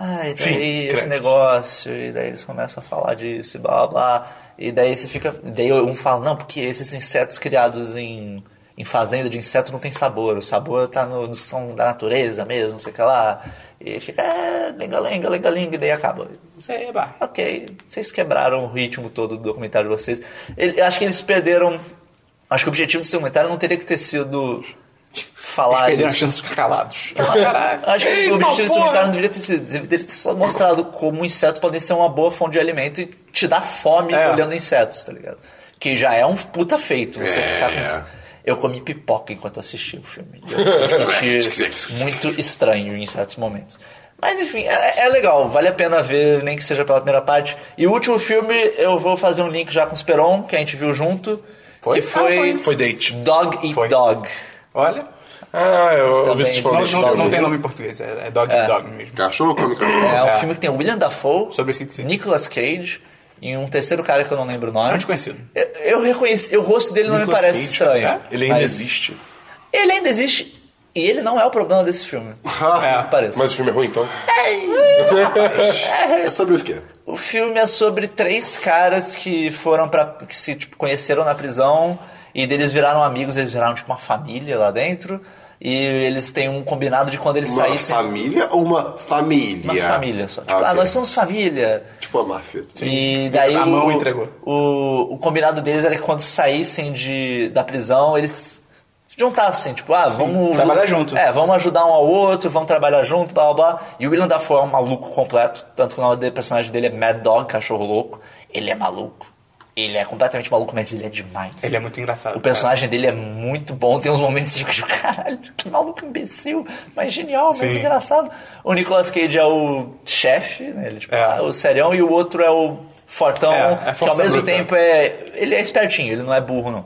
Speaker 3: Ah, e daí
Speaker 4: Fim,
Speaker 3: esse
Speaker 4: crédito.
Speaker 3: negócio, e daí eles começam a falar disso, e blá blá, blá. E daí você fica. Daí um fala, não, porque esses insetos criados em, em fazenda de inseto não tem sabor, o sabor tá no, no som da natureza mesmo, não sei o que lá. E fica, é, lenga, lenga, lenga, lenga, e daí acaba.
Speaker 1: Seba.
Speaker 3: Ok, vocês quebraram o ritmo todo do documentário de vocês. Ele- acho que eles perderam. Acho que o objetivo desse documentário não teria que ter sido falar
Speaker 1: Perderam a
Speaker 3: isso.
Speaker 1: chance de ficar calados.
Speaker 3: Caraca. [LAUGHS] Acho que
Speaker 1: Eita,
Speaker 3: o objetivo desse
Speaker 1: porra!
Speaker 3: documentário deveria ter, sido, deveria ter só mostrado como insetos podem ser uma boa fonte de alimento e te dar fome
Speaker 1: É.
Speaker 3: olhando insetos, tá ligado? Que já é um puta feito você
Speaker 2: É,
Speaker 3: ficar com-
Speaker 2: é.
Speaker 3: Eu comi pipoca enquanto assisti o filme. Eu me senti muito estranho em certos momentos. Mas enfim, é, é legal, vale a pena ver, nem que seja pela primeira parte. E o último filme, eu vou fazer um link já com o Esperon, que a gente viu junto. Que foi,
Speaker 4: Foi date.
Speaker 3: Dog Eat
Speaker 4: Foi.
Speaker 3: Dog.
Speaker 1: Olha,
Speaker 4: Ah, eu ouvi
Speaker 3: Também.
Speaker 4: esses
Speaker 1: não,
Speaker 4: falando.
Speaker 1: não- não tem nome em português, é, é dog dog mesmo.
Speaker 2: Cachorro come cachorro.
Speaker 3: É um
Speaker 1: É.
Speaker 3: filme que tem o William Dafoe,
Speaker 1: Sobre o CTC.
Speaker 3: Nicolas Cage e um terceiro cara que eu não lembro o nome.
Speaker 1: É um desconhecido.
Speaker 3: Eu, eu reconheço, o rosto dele não
Speaker 4: Nicolas
Speaker 3: me parece
Speaker 4: Cage,
Speaker 3: estranho.
Speaker 1: é?
Speaker 4: Ele ainda
Speaker 3: mas-
Speaker 4: existe.
Speaker 3: Ele ainda existe e ele não é o problema desse filme.
Speaker 1: É.
Speaker 3: Não parece.
Speaker 4: Mas o filme é ruim, então.
Speaker 2: É sobre o quê?
Speaker 3: O filme é sobre três caras que foram para que se tipo, conheceram na prisão e deles viraram amigos, eles viraram tipo uma família lá dentro e eles têm um combinado de quando eles
Speaker 2: Uma
Speaker 3: saíssem
Speaker 2: família ou uma família?
Speaker 3: uma família só. Tipo,
Speaker 2: Ah,
Speaker 3: ah,
Speaker 2: ok.
Speaker 3: nós somos família.
Speaker 2: Tipo a máfia.
Speaker 3: E daí
Speaker 1: A
Speaker 3: o,
Speaker 1: mão entregou.
Speaker 3: O, o combinado deles era que quando saíssem de, da prisão, eles juntassem, tipo, ah, vamos...
Speaker 1: trabalhar junto.
Speaker 3: É, vamos ajudar um ao outro, vamos trabalhar junto, blá, blá, blá. E o William Dafoe é um maluco completo, tanto que o nome do personagem dele é Mad Dog, cachorro louco. Ele é maluco. Ele é completamente maluco, mas ele é demais.
Speaker 1: Ele é muito engraçado.
Speaker 3: O personagem dele é muito bom, tem uns momentos de tipo, [LAUGHS] caralho, que maluco imbecil, mas genial, mas
Speaker 1: Sim.
Speaker 3: engraçado. O Nicolas Cage é o chefe, né? Ele, tipo,
Speaker 1: É.
Speaker 3: ah, o serião, e o outro é o fortão,
Speaker 1: É, é
Speaker 3: que ao
Speaker 1: força
Speaker 3: mesmo
Speaker 1: bruta.
Speaker 3: tempo é. Ele é espertinho, ele não é burro, não.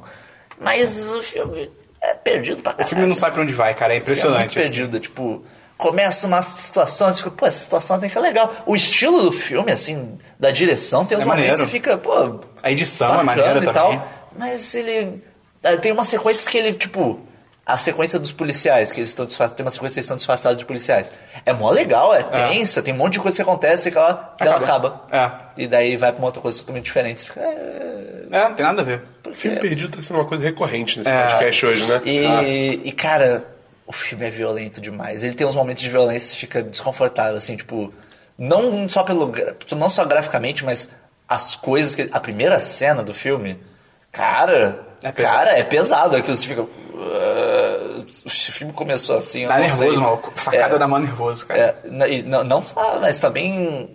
Speaker 3: Mas o filme é perdido pra
Speaker 1: O
Speaker 3: caralho.
Speaker 1: filme não sabe pra onde vai, cara. É
Speaker 3: É muito
Speaker 1: impressionante. assim.
Speaker 3: perdido, tipo... Começa uma situação, você fica, pô, essa situação tem que é legal. O estilo do filme, assim, da direção, tem uns
Speaker 1: É
Speaker 3: momentos que
Speaker 1: maneiro.
Speaker 3: você fica, pô...
Speaker 1: A edição é
Speaker 3: bacana
Speaker 1: maneira
Speaker 3: e
Speaker 1: também.
Speaker 3: tal. Mas ele... ah, Tem umas sequências que ele, tipo... A sequência dos policiais, que eles estão disfarçados... Tem uma sequência que eles estão disfarçados de policiais. É mó legal, é tensa, tem um monte de coisa que acontece e ela, ela acaba.
Speaker 1: Acaba.
Speaker 3: E daí vai pra uma outra coisa totalmente diferente. Você fica... "É,
Speaker 1: É, não tem nada a ver.
Speaker 3: por
Speaker 4: Filme
Speaker 3: quê?"
Speaker 4: perdido tá sendo uma coisa recorrente nesse podcast hoje, né?
Speaker 3: E, e, cara, o filme é violento demais. Ele tem uns momentos de violência que fica desconfortável, assim, tipo, não só pelo gra- não só graficamente, mas as coisas que a primeira cena do filme, cara,
Speaker 1: É pesado.
Speaker 3: cara, é pesado, é que você fica "Ah, se o filme começou assim, eu
Speaker 1: Dá
Speaker 3: não
Speaker 1: nervoso,
Speaker 3: sei.
Speaker 1: maluco. Facada
Speaker 3: É.
Speaker 1: da mão nervoso, cara.
Speaker 3: É, n- e não, não só, mas também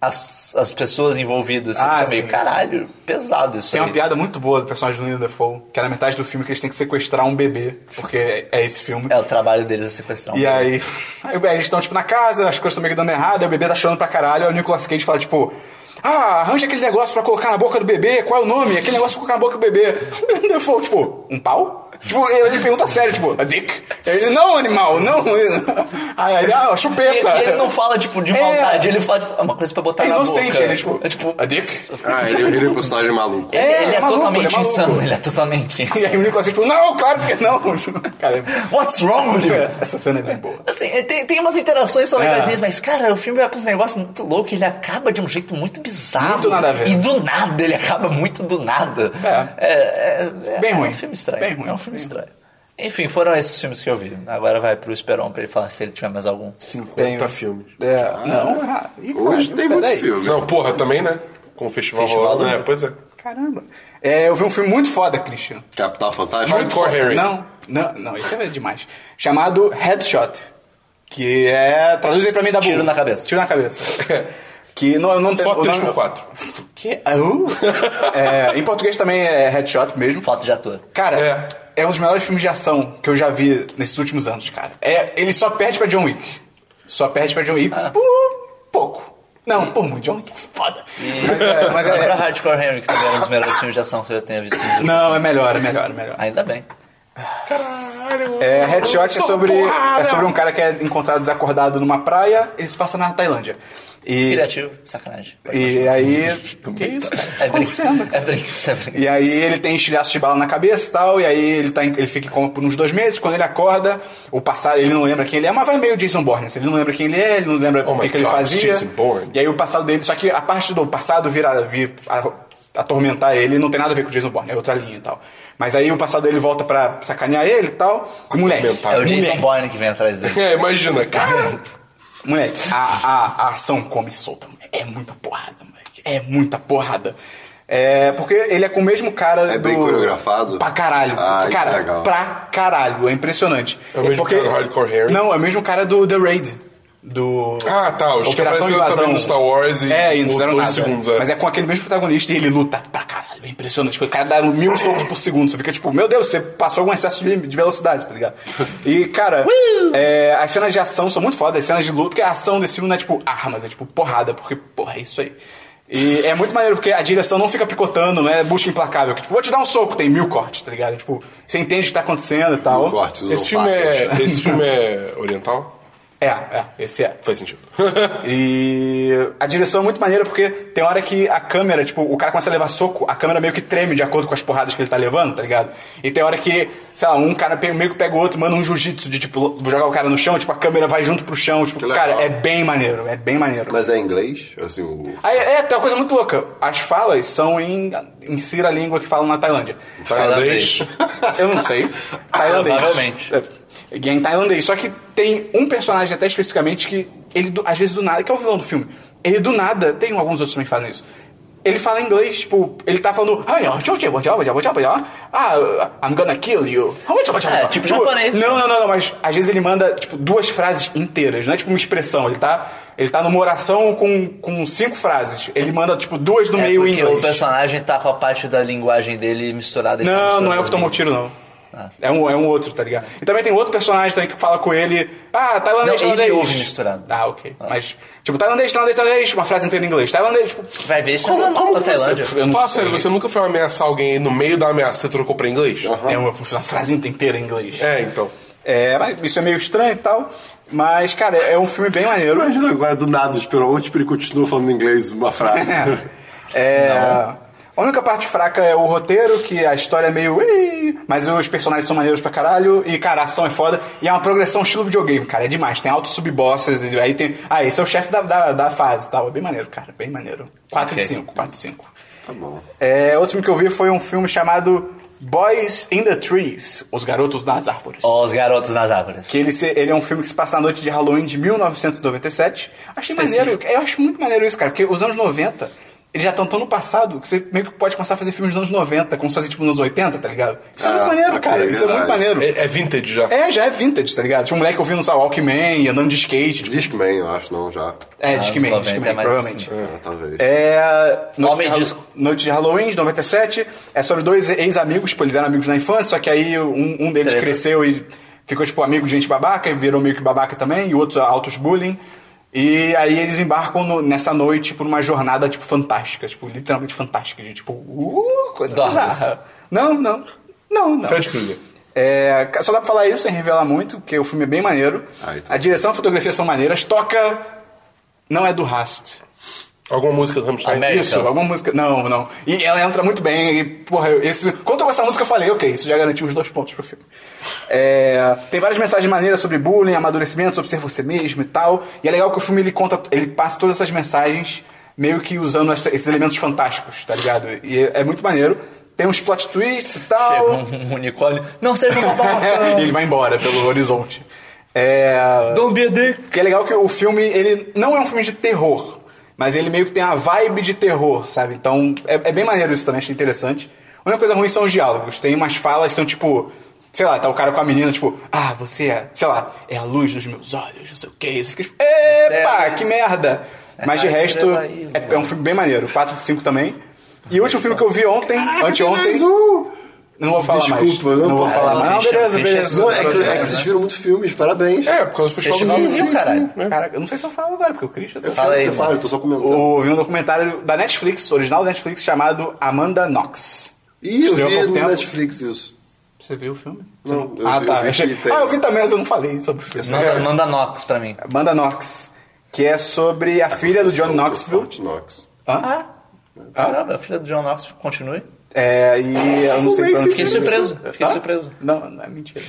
Speaker 3: as, as pessoas envolvidas. Você
Speaker 1: Ah,
Speaker 3: fica meio,
Speaker 1: sim, sim.
Speaker 3: caralho, pesado isso
Speaker 1: Tem
Speaker 3: aí.
Speaker 1: uma piada muito boa do personagem do William Dafoe, que é na metade do filme que eles têm que sequestrar um bebê, porque é esse filme.
Speaker 3: É o trabalho deles é sequestrar um
Speaker 1: E aí, aí bem, eles estão, tipo, na casa, as coisas estão meio que dando errado, aí o bebê tá chorando pra caralho, aí o Nicolas Cage fala, tipo, ah, arranja aquele [LAUGHS] negócio pra colocar na boca do bebê, qual é o nome? Aquele negócio pra colocar na boca do bebê. O William Dafoe, tipo, um pau? Tipo, ele pergunta sério, tipo, a dick? Ele, não, animal, não. [LAUGHS] Aí, ele, ah,
Speaker 3: E,
Speaker 1: chupeta.
Speaker 3: e ele não fala, tipo, de
Speaker 1: É.
Speaker 3: maldade, ele fala, tipo, é uma coisa pra botar
Speaker 1: É
Speaker 3: na
Speaker 1: inocente,
Speaker 3: boca.
Speaker 1: ele, tipo,
Speaker 3: É, tipo,
Speaker 1: a dick? [LAUGHS]
Speaker 2: Ah, ele, ele é um personagem maluco.
Speaker 3: ele
Speaker 1: é,
Speaker 3: ele é,
Speaker 1: é maluco,
Speaker 3: totalmente
Speaker 1: ele é maluco.
Speaker 3: insano, ele é totalmente
Speaker 1: E [LAUGHS]
Speaker 3: insano.
Speaker 1: aí o Nicolas, tipo, não, claro que não. [LAUGHS] Cara,
Speaker 3: What's wrong with you?
Speaker 1: essa cena é bem boa.
Speaker 3: Assim, é, tem, tem umas interações
Speaker 1: É.
Speaker 3: só legais, mas, cara, o filme vai pra uns negócios muito loucos, ele acaba de um jeito muito bizarro.
Speaker 1: Muito nada a ver.
Speaker 3: E do nada, ele acaba muito do nada.
Speaker 1: É.
Speaker 3: é, é-
Speaker 1: Bem
Speaker 3: é
Speaker 1: ruim.
Speaker 3: um filme estranho.
Speaker 1: Bem ruim.
Speaker 3: É um filme
Speaker 1: Bem
Speaker 3: estranho. Enfim, foram esses filmes que eu vi. Agora vai pro Esperon pra ele falar se ele tiver mais algum.
Speaker 4: 50 filmes.
Speaker 1: É, não, ah, ih,
Speaker 2: Hoje
Speaker 1: caralho,
Speaker 2: tem muito
Speaker 1: peraí.
Speaker 2: filme.
Speaker 4: Não, porra, também, né? Com o festival,
Speaker 3: Festival,
Speaker 4: rolando,
Speaker 3: né?
Speaker 4: né? Pois é.
Speaker 1: Caramba. É, eu vi um filme muito foda, Christian.
Speaker 2: Capital Fantástico.
Speaker 4: Hardcore Harry.
Speaker 1: Não, não, não, isso é demais. Chamado Headshot. Que é. Traduz aí pra mim da
Speaker 3: Tiro na cabeça.
Speaker 1: Tiro na cabeça. que não, não tem.
Speaker 4: Foto
Speaker 1: o nome-
Speaker 4: 3x4.
Speaker 1: Que? Ah, uh. É, em português também é headshot mesmo.
Speaker 3: Foto de ator.
Speaker 1: Cara, é. um dos melhores filmes de ação que eu já vi nesses últimos anos, cara. É, ele só perde pra John Wick. Só perde pra John Wick por pouco. Não, por muito. John Wick é foda. Mas é. Mas [LAUGHS]
Speaker 3: Agora
Speaker 1: é
Speaker 3: Hardcore Henry, que também era um dos melhores filmes de ação que você já tenha visto.
Speaker 1: não, é melhor, é melhor, é melhor.
Speaker 3: Ainda bem.
Speaker 1: É, Headshot é sobre, é sobre um cara que é encontrado desacordado numa praia. Ele se passa na Tailândia. E,
Speaker 3: Criativo, sacanagem.
Speaker 1: e aí. que É isso? cara?
Speaker 3: É brinks,
Speaker 1: Acontecendo, cara?
Speaker 3: é brinks, é
Speaker 1: [LAUGHS]
Speaker 3: brinks.
Speaker 1: E aí ele tem estilhaço de bala na cabeça e tal, e aí ele, tá em- ele fica em coma por uns dois meses, quando ele acorda, o passado, ele não lembra quem ele é, mas vai meio Jason Bourne, assim, ele não lembra quem ele é, ele não lembra
Speaker 4: Oh
Speaker 1: o que,
Speaker 4: my
Speaker 1: que ele
Speaker 4: God,
Speaker 1: fazia.
Speaker 4: Jason Bourne.
Speaker 1: E aí o passado dele, só que a parte do passado vira, vir a- atormentar ele, não tem nada a ver com o Jason Bourne, é outra linha e tal. Mas aí o passado dele volta pra sacanear ele e tal, e moleque.
Speaker 4: Atormentar.
Speaker 3: É o Jason
Speaker 1: moleque,
Speaker 3: Bourne que vem
Speaker 1: [LAUGHS]
Speaker 3: atrás dele.
Speaker 4: É, imagina, cara.
Speaker 1: Moleque, a, a, a ação come solta, moleque. É muita porrada, moleque. É muita porrada. É, porque ele é com o mesmo cara
Speaker 2: É
Speaker 1: do...
Speaker 2: bem coreografado?
Speaker 1: Pra caralho.
Speaker 2: Ah, isso
Speaker 1: cara,
Speaker 2: é legal.
Speaker 1: pra caralho. É impressionante.
Speaker 4: É o mesmo cara do Hardcore Harry?
Speaker 1: Não, é o mesmo cara do The Raid. Do...
Speaker 4: Ah, tá, os que
Speaker 1: Operação
Speaker 4: apareceram
Speaker 1: Invasão.
Speaker 4: também no Star Wars e
Speaker 1: é, e não
Speaker 4: por
Speaker 1: fizeram
Speaker 4: dois
Speaker 1: nada.
Speaker 4: segundos, é.
Speaker 1: Mas é com aquele mesmo protagonista e ele luta pra caralho. É impressionante. Tipo, o cara dá mil socos por segundo. Você fica tipo, meu Deus, você passou algum excesso de de velocidade, tá ligado? E, cara, é, as cenas de ação são muito fodas. As cenas de luta, porque a ação desse filme não é tipo armas, é tipo porrada, porque, porra, é isso aí. E é muito maneiro, porque a direção não fica picotando, não é busca implacável. Que, tipo, vou te dar um soco, tem mil cortes, tá ligado? Tipo, você entende o que tá acontecendo e tal.
Speaker 2: Mil cortes, os
Speaker 4: Esse filme
Speaker 2: alpacas.
Speaker 4: é. Esse filme é oriental?
Speaker 1: É, é, esse é.
Speaker 4: Faz sentido.
Speaker 1: E a direção é muito maneira porque tem hora que a câmera, tipo, o cara começa a levar soco, a câmera meio que treme de acordo com as porradas que ele tá levando, tá ligado? E tem hora que, sei lá, um cara pe- meio que pega o outro, manda um jiu-jitsu de, tipo, jogar o cara no chão, tipo, a câmera vai junto pro chão, tipo,
Speaker 2: Que legal.
Speaker 1: cara, é bem maneiro, é bem maneiro.
Speaker 2: Mas é em inglês? Assim, o...
Speaker 1: Aí, é, tem uma coisa muito louca. As falas são em, em Cira, a língua que falam na Tailândia.
Speaker 4: Tailandês.
Speaker 1: [LAUGHS] Eu não sei. Tailandês.
Speaker 3: Provavelmente.
Speaker 1: É, e é em tailandês. Só que tem um personagem até especificamente que ele, do- às vezes, do nada, que é o vilão do filme. Ele do nada, tem alguns outros também que fazem isso. Ele fala inglês, tipo, ele tá falando. "Ai, ó, tchau, tchau, tchau, tchau, tchau, tchau, tchau. Ah, I'm gonna kill you. Ah, tchau, tchau, tchau,
Speaker 3: É,
Speaker 1: tchau."
Speaker 3: tipo japonês.
Speaker 1: Não, não, não, não, mas às vezes ele manda, tipo, duas frases inteiras, não é tipo uma expressão. Ele tá, ele tá numa oração com, com cinco frases. Ele manda, tipo, duas no
Speaker 3: É
Speaker 1: meio em
Speaker 3: porque
Speaker 1: inglês.
Speaker 3: o personagem tá com a parte da linguagem dele misturada. ele tá
Speaker 1: Não,
Speaker 3: misturando
Speaker 1: não é o que tomou
Speaker 3: as
Speaker 1: tiro, não.
Speaker 3: Ah.
Speaker 1: É, um, é um outro, tá ligado? E também tem outro personagem também que fala com ele. Ah, tailandês,
Speaker 3: Não, ele
Speaker 1: tailandês.
Speaker 3: ouve misturado.
Speaker 1: Ah, ok. Mas, tipo, tailandês, tailandês, tailandês, uma frase inteira em inglês. Tailandês, tipo.
Speaker 3: línguas. Vai ver se
Speaker 4: Como,
Speaker 3: não
Speaker 4: como
Speaker 3: na
Speaker 4: que
Speaker 3: Tailândia.
Speaker 4: você... Fala sério, você nunca foi ameaçar alguém e no meio da ameaça você trocou pra inglês?
Speaker 1: É uma, uma frase inteira em inglês.
Speaker 4: É, então.
Speaker 1: É, mas isso é meio estranho e tal. Mas, cara, é um filme bem maneiro.
Speaker 2: Imagina agora, do nada, esperou ontem pra ele continua falando inglês uma frase. [LAUGHS]
Speaker 1: É. A única parte fraca é o roteiro, que a história é meio. "Ih", Mas os personagens são maneiros pra caralho. E, cara, a ação é foda. E é uma progressão estilo videogame, cara. É demais. Tem altos subbosses. E aí tem. Ah, esse é o chefe da, da, da fase e tal. É bem maneiro, cara. Bem maneiro. 4
Speaker 3: Ok.
Speaker 1: de 5, 4 de 5.
Speaker 2: tá bom.
Speaker 1: É, outro filme que eu vi foi um filme chamado Boys in the Trees Os Garotos nas Árvores.
Speaker 3: Ó, Os garotos nas árvores.
Speaker 1: Que ele, se- ele é um filme que se passa na noite de Halloween de 1997. Achei
Speaker 3: Específico.
Speaker 1: maneiro. Eu acho muito maneiro isso, cara. Porque os anos 90, eles já estão tão no passado que você meio que pode começar a fazer filmes dos anos 90, como se fosse tipo nos 80, tá ligado? Isso é
Speaker 2: Ah,
Speaker 1: muito maneiro,
Speaker 2: ok,
Speaker 1: cara. Isso é muito
Speaker 2: verdade.
Speaker 1: maneiro.
Speaker 4: É, é vintage já.
Speaker 1: É, já é vintage, tá ligado? Tinha um moleque ouvindo, sabe, Walkman, andando de skate. Tipo,
Speaker 2: É Discman, eu acho, não, já.
Speaker 1: é, Discman,
Speaker 3: 90
Speaker 1: Discman,
Speaker 3: é mais-
Speaker 1: provavelmente.
Speaker 2: Ah, talvez.
Speaker 1: É.
Speaker 3: Homem
Speaker 1: de Hall-
Speaker 3: disco.
Speaker 1: Noite de Halloween, de 97. É sobre dois ex-amigos, tipo, eles eram amigos na infância, só que aí um, um deles
Speaker 3: Treta.
Speaker 1: cresceu e ficou, tipo, amigo de gente babaca, e virou meio que babaca também, e o outro altos bullying. E aí eles embarcam no- nessa noite por uma jornada, tipo, fantástica, tipo, literalmente fantástica, de tipo, uh, coisa
Speaker 3: Dormes.
Speaker 1: bizarra. Não, não. Não, não.
Speaker 4: Fred Krueger.
Speaker 1: É, só dá pra falar isso sem revelar muito, porque o filme é bem maneiro.
Speaker 2: Ah, então.
Speaker 1: A direção e a fotografia são maneiras. Toca. Não é do Rast.
Speaker 4: Alguma música do Rammstein?
Speaker 3: América.
Speaker 1: Isso, alguma música. Não, não. E ela entra muito bem. E, porra, eu- esse, quando eu com essa música, eu falei, ok, isso já garantiu os dois pontos pro filme. É, tem várias mensagens maneiras sobre bullying, amadurecimento, sobre ser você mesmo e tal. E é legal que o filme ele conta, ele passa todas essas mensagens meio que usando essa- esses elementos fantásticos, tá ligado? E é, é muito maneiro. Tem uns plot twists e tal.
Speaker 3: Chega um, um unicórnio. Não seja um
Speaker 1: [LAUGHS]
Speaker 3: babaca.
Speaker 1: e ele vai embora pelo horizonte. É.
Speaker 3: Don't be a dick.
Speaker 1: Que é legal que o filme, ele não é um filme de terror, mas ele meio que tem a vibe de terror, sabe? Então é, é bem maneiro isso também, achei interessante. A única coisa ruim são os diálogos. Tem umas falas que são tipo. Sei lá, tá o cara com a menina, tipo, ah, você é, sei lá, é a luz dos meus olhos, não sei o que. Você fica tipo,
Speaker 3: é a
Speaker 1: epa,
Speaker 3: luz.
Speaker 1: que merda. Mas de
Speaker 3: a
Speaker 1: resto,
Speaker 3: estrela aí,
Speaker 1: é, é um filme bem maneiro. 4 de 5 também. E o último filme que eu vi ontem, anteontem.
Speaker 2: um.
Speaker 1: Não vou falar mais.
Speaker 2: é Desculpa, não
Speaker 1: vou
Speaker 2: pode
Speaker 1: falar
Speaker 2: falar.
Speaker 1: mais.
Speaker 2: Ah,
Speaker 1: Não,
Speaker 3: Christian,
Speaker 1: beleza,
Speaker 3: Christian
Speaker 1: beleza.
Speaker 2: Não, é que, é que vocês viram muitos filmes, parabéns.
Speaker 4: É, por causa do festival,
Speaker 3: Festival
Speaker 4: do
Speaker 3: do
Speaker 4: Rio.
Speaker 3: Rio, caralho.
Speaker 1: Caraca, eu não sei se eu falo agora, porque o Christian. tá
Speaker 2: Eu
Speaker 3: Fala
Speaker 2: falo
Speaker 3: aí,
Speaker 2: que você
Speaker 3: mano.
Speaker 2: fala, eu tô só comentando.
Speaker 1: Eu vi um documentário da Netflix, original da Netflix, chamado Amanda Knox.
Speaker 2: Ih, eu
Speaker 1: Estreou há
Speaker 2: vi
Speaker 1: pouco
Speaker 2: no
Speaker 1: tempo.
Speaker 2: Netflix isso.
Speaker 1: Você viu o filme?
Speaker 2: Não, eu
Speaker 1: [LAUGHS] ah,
Speaker 2: vi-
Speaker 1: tá.
Speaker 2: eu vi
Speaker 1: achei-
Speaker 2: que tem. é
Speaker 1: Ah, eu vi também, mas eu não falei sobre o filme.
Speaker 3: Manda, manda Nox pra mim.
Speaker 1: Amanda Knox, que é sobre a filha do John Knoxville.
Speaker 2: Fort Knox.
Speaker 1: Hã?
Speaker 4: Ah.
Speaker 1: Ah?
Speaker 3: Caramba, a filha do John Knox, continue.
Speaker 1: É, e eu não sei pra onde
Speaker 2: é
Speaker 3: Fiquei
Speaker 1: isso-
Speaker 3: surpreso, fiquei
Speaker 1: Hã?
Speaker 3: surpreso.
Speaker 1: Não, não é mentira.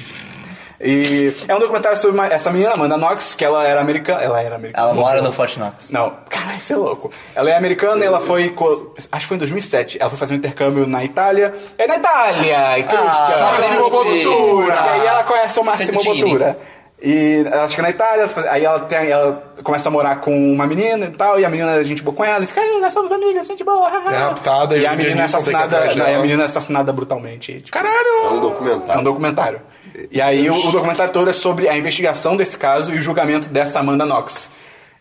Speaker 1: E é um documentário sobre uma- essa menina, Amanda Knox, que ela era americana. Ela era americana.
Speaker 3: Ela mora no Fort Knox.
Speaker 1: Não, caralho, isso é louco. Ela é americana e ela foi. co- Acho que foi em 2007. Ela foi fazer um intercâmbio na Itália. É na Itália! Christian!
Speaker 3: Ah,
Speaker 4: Massimo Bottura!
Speaker 1: E aí ela conhece o Massimo
Speaker 3: Fettuccine.
Speaker 1: Bottura. E ela chega na Itália, ela faz- aí ela, tem, ela começa a morar com uma menina e tal, e a menina é gente boa com ela, e fica, "Ai, nós somos amigas, gente boa. haha."
Speaker 4: É raptada,
Speaker 1: e
Speaker 4: e
Speaker 1: a
Speaker 4: o
Speaker 1: menina é
Speaker 4: Dionísio tem que ir
Speaker 1: assassinada,
Speaker 4: atrás
Speaker 1: não, e a
Speaker 4: dela.
Speaker 1: menina é assassinada brutalmente. Tipo,
Speaker 2: É um
Speaker 4: Caralho!
Speaker 1: é um
Speaker 2: documentário.
Speaker 1: documentário. E aí o, o documentário todo é sobre a investigação desse caso e o julgamento dessa Amanda Knox.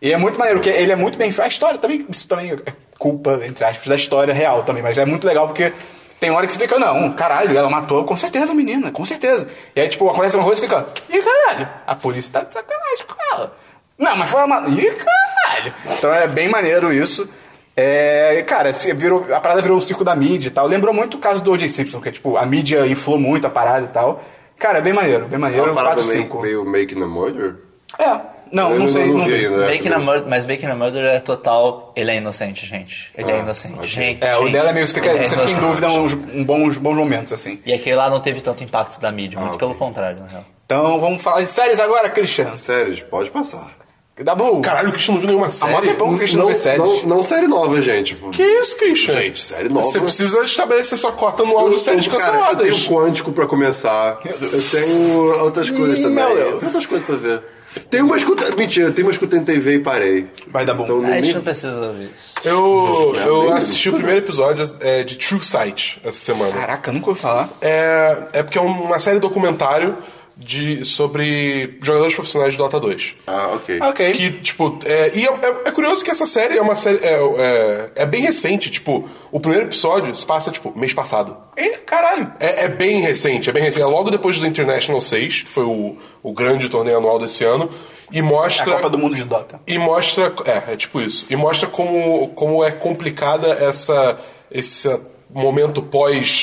Speaker 1: E é muito maneiro, porque ele é muito bem feito. A história também, isso também é culpa, entre aspas, da história real também, mas é muito legal porque tem hora que você fica, não, caralho, ela matou com certeza a menina, com certeza. E aí, tipo, acontece uma coisa e fica, ih, caralho, a polícia tá de sacanagem com ela. Não, mas foi ela matou. Ih, caralho! Então é bem maneiro isso. É, e, cara, se virou, a parada virou um circo da mídia e tal. Lembrou muito o caso do O.J. Simpson, que tipo, a mídia inflou muito a parada e tal. Cara, é bem maneiro, bem
Speaker 2: É
Speaker 1: maneiro.
Speaker 2: uma parada
Speaker 1: 4,
Speaker 2: meio,
Speaker 1: 5.
Speaker 2: meio Making a Murder?
Speaker 1: É, não, não,
Speaker 2: Eu
Speaker 1: sei.
Speaker 2: não
Speaker 1: Não
Speaker 2: vi
Speaker 1: vi.
Speaker 2: ainda.
Speaker 3: Bacon a Murder, mas Bacon a Murder é total. Ele é inocente, gente. Ele é
Speaker 2: Ah,
Speaker 3: inocente.
Speaker 2: ok.
Speaker 3: Gente,
Speaker 1: É, o
Speaker 3: gente,
Speaker 1: dela é meio que
Speaker 3: ele é
Speaker 1: você fica em
Speaker 3: inocente.
Speaker 1: dúvida uns, um bons, bons momentos, assim.
Speaker 3: E aquele lá não teve tanto impacto da
Speaker 1: Ah,
Speaker 3: mídia, muito
Speaker 2: ok.
Speaker 3: pelo contrário, na real.
Speaker 1: Então vamos falar de séries agora, Christian.
Speaker 2: Sérios, pode passar.
Speaker 1: Dá bom.
Speaker 4: Caralho, o Cristian não viu nenhuma série.
Speaker 1: mó tempão. Bom, Christian, não vê séries.
Speaker 2: não, não série nova, gente. Tipo,
Speaker 4: Que isso, Christian?
Speaker 2: Gente, série nova. um
Speaker 4: Você precisa estabelecer sua cota anual de séries
Speaker 2: cara, eu
Speaker 4: canceladas.
Speaker 2: tenho Quântico pra começar. Eu tenho outras coisas
Speaker 1: Ih,
Speaker 2: também.
Speaker 1: meu
Speaker 2: Tem
Speaker 1: Deus.
Speaker 2: outras coisas pra ver. Tem umas que eu- Mentira, tem umas que eu tentei ver e parei.
Speaker 1: Vai dar bom.
Speaker 2: Então, não
Speaker 3: A
Speaker 2: me-
Speaker 3: gente não precisa ouvir isso.
Speaker 4: Eu, eu
Speaker 2: lembro.
Speaker 4: assisti o primeiro
Speaker 2: né?
Speaker 4: episódio é, de True Sight essa semana.
Speaker 1: Caraca, nunca ouvi falar.
Speaker 4: É, é porque é uma série documentário de, sobre jogadores profissionais de Dota 2.
Speaker 2: Ah, ok.
Speaker 1: Ok.
Speaker 4: Que, tipo, é, e é, é- é curioso que essa série é uma série. É, é- é bem recente, tipo, o primeiro episódio se passa, tipo, mês passado.
Speaker 1: Ih, caralho.
Speaker 4: É, é bem recente, é bem recente. É logo depois do International 6, que foi o, o grande torneio anual desse ano, e
Speaker 1: É a
Speaker 4: mostra.
Speaker 1: Copa do Mundo de Dota.
Speaker 4: E mostra. É, é tipo isso. E mostra como, como é complicada essa, esse momento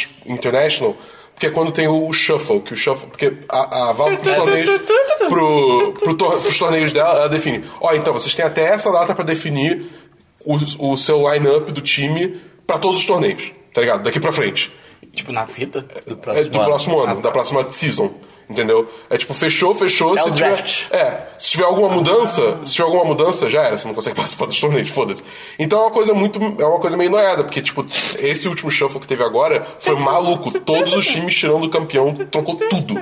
Speaker 4: pós-international. Porque é quando tem o shuffle, que o shuffle. Porque a, a Valve pros torneios. Pro, pro tor- pros torneios dela, ela define. Ó, então, vocês têm até essa data pra definir o, o seu line-up do time pra todos os torneios, tá ligado? Daqui pra frente.
Speaker 1: Tipo, na vida? tipo,
Speaker 4: É do
Speaker 3: ano.
Speaker 4: próximo ano, da próxima season. Entendeu? É tipo, fechou, fechou.
Speaker 3: É
Speaker 4: se
Speaker 3: o
Speaker 4: tiver,
Speaker 3: draft.
Speaker 4: É. Se tiver alguma mudança, se tiver alguma mudança, já era. Você não consegue [LAUGHS] participar dos torneios, foda-se. Então é uma coisa muito. É uma coisa meio noiada, porque, tipo, esse último shuffle que teve agora foi maluco. Todos os times tirando o campeão, trocou tudo.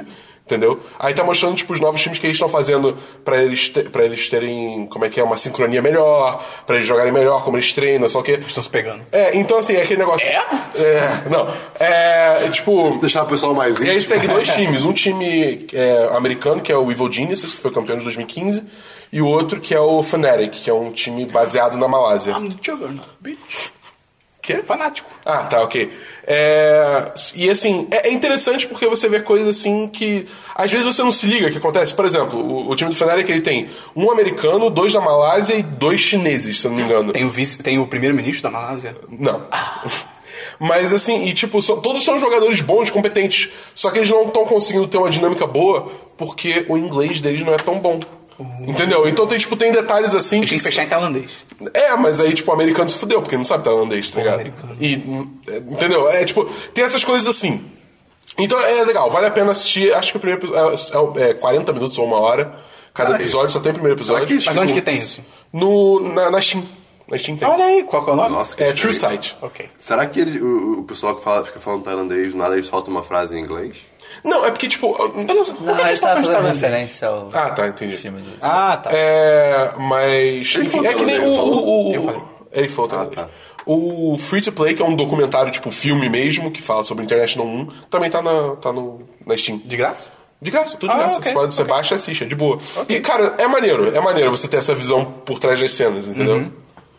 Speaker 4: Entendeu? Aí tá mostrando, tipo, os novos times que eles estão fazendo pra eles, te, pra eles terem, como é que é, uma sincronia melhor, pra eles jogarem melhor, como eles treinam, só que.
Speaker 1: Estão se pegando.
Speaker 4: É, então assim, é aquele negócio. É? É, não. É, tipo.
Speaker 2: Deixar o pessoal mais
Speaker 4: E
Speaker 2: íntimo.
Speaker 4: aí segue dois times. Um time é, americano, que é o Evil Geniuses, que foi campeão de 2015, e o outro que é o Fnatic, que é um time baseado na Malásia.
Speaker 1: I'm the juggernaut, bitch.
Speaker 4: Quê?
Speaker 1: Fanático.
Speaker 4: Ah, tá, ok. É, e assim, é, é interessante porque você vê coisas assim que. Às vezes você não se liga que acontece. Por exemplo, o, o time do Fnatic ele tem um americano, dois da Malásia e dois chineses, se eu não me engano.
Speaker 1: Tem o, vice, tem o primeiro-ministro da Malásia.
Speaker 4: Não. [LAUGHS] Mas assim, e tipo, são- todos são jogadores bons, competentes. Só que eles não estão conseguindo ter uma dinâmica boa porque o inglês deles não é tão bom. Entendeu? Então tem, tipo, tem detalhes assim.
Speaker 1: Tinha que fechar em tailandês.
Speaker 4: É, mas aí, tipo, o americano se fudeu, porque ele não sabe tailandês, tá ligado? E, hum, é, entendeu? É, tipo, tem essas coisas assim. Então é legal, vale a pena assistir. Acho que o primeiro episódio é, é 40 minutos ou uma hora. Cada episódio só tem o primeiro
Speaker 2: Será
Speaker 4: episódio.
Speaker 2: que eles
Speaker 1: Mas
Speaker 2: ficam-
Speaker 1: onde que tem isso?
Speaker 4: No, na, na Steam. Na Steam tem.
Speaker 1: Olha aí, qual que é o nome?
Speaker 2: Nossa, que
Speaker 4: É True
Speaker 2: estranho.
Speaker 4: Sight.
Speaker 1: Ok.
Speaker 2: Será que ele- o, o pessoal que fala- fica falando tailandês, do nada eles soltam uma frase em inglês?
Speaker 4: Não, é porque, tipo. eu-
Speaker 1: Eu não sei. Por que
Speaker 3: Não,
Speaker 1: que
Speaker 3: ele
Speaker 1: eles estão
Speaker 3: estava
Speaker 1: falando de
Speaker 3: fazendo
Speaker 1: tailandês?
Speaker 3: referência ao
Speaker 4: Ah, tá, entendi.
Speaker 3: filme do...
Speaker 1: Ah, tá.
Speaker 4: É, mas.
Speaker 2: Ele
Speaker 4: Enfim,
Speaker 2: falou
Speaker 4: é que nem o.
Speaker 2: também, ele falou.
Speaker 4: o, o-
Speaker 1: Eu falei.
Speaker 4: ele falou
Speaker 2: Ah,
Speaker 4: também.
Speaker 2: tá.
Speaker 4: O Free to Play, que é um documentário, tipo, filme mesmo, que fala sobre International 1, também tá na, tá no, na Steam.
Speaker 1: De graça?
Speaker 4: De graça, tudo de
Speaker 1: Ah,
Speaker 4: graça.
Speaker 1: ok,
Speaker 4: você, pode, você baixa e assiste, é de boa. E, cara, é maneiro, é maneiro você ter essa visão por trás das cenas, entendeu?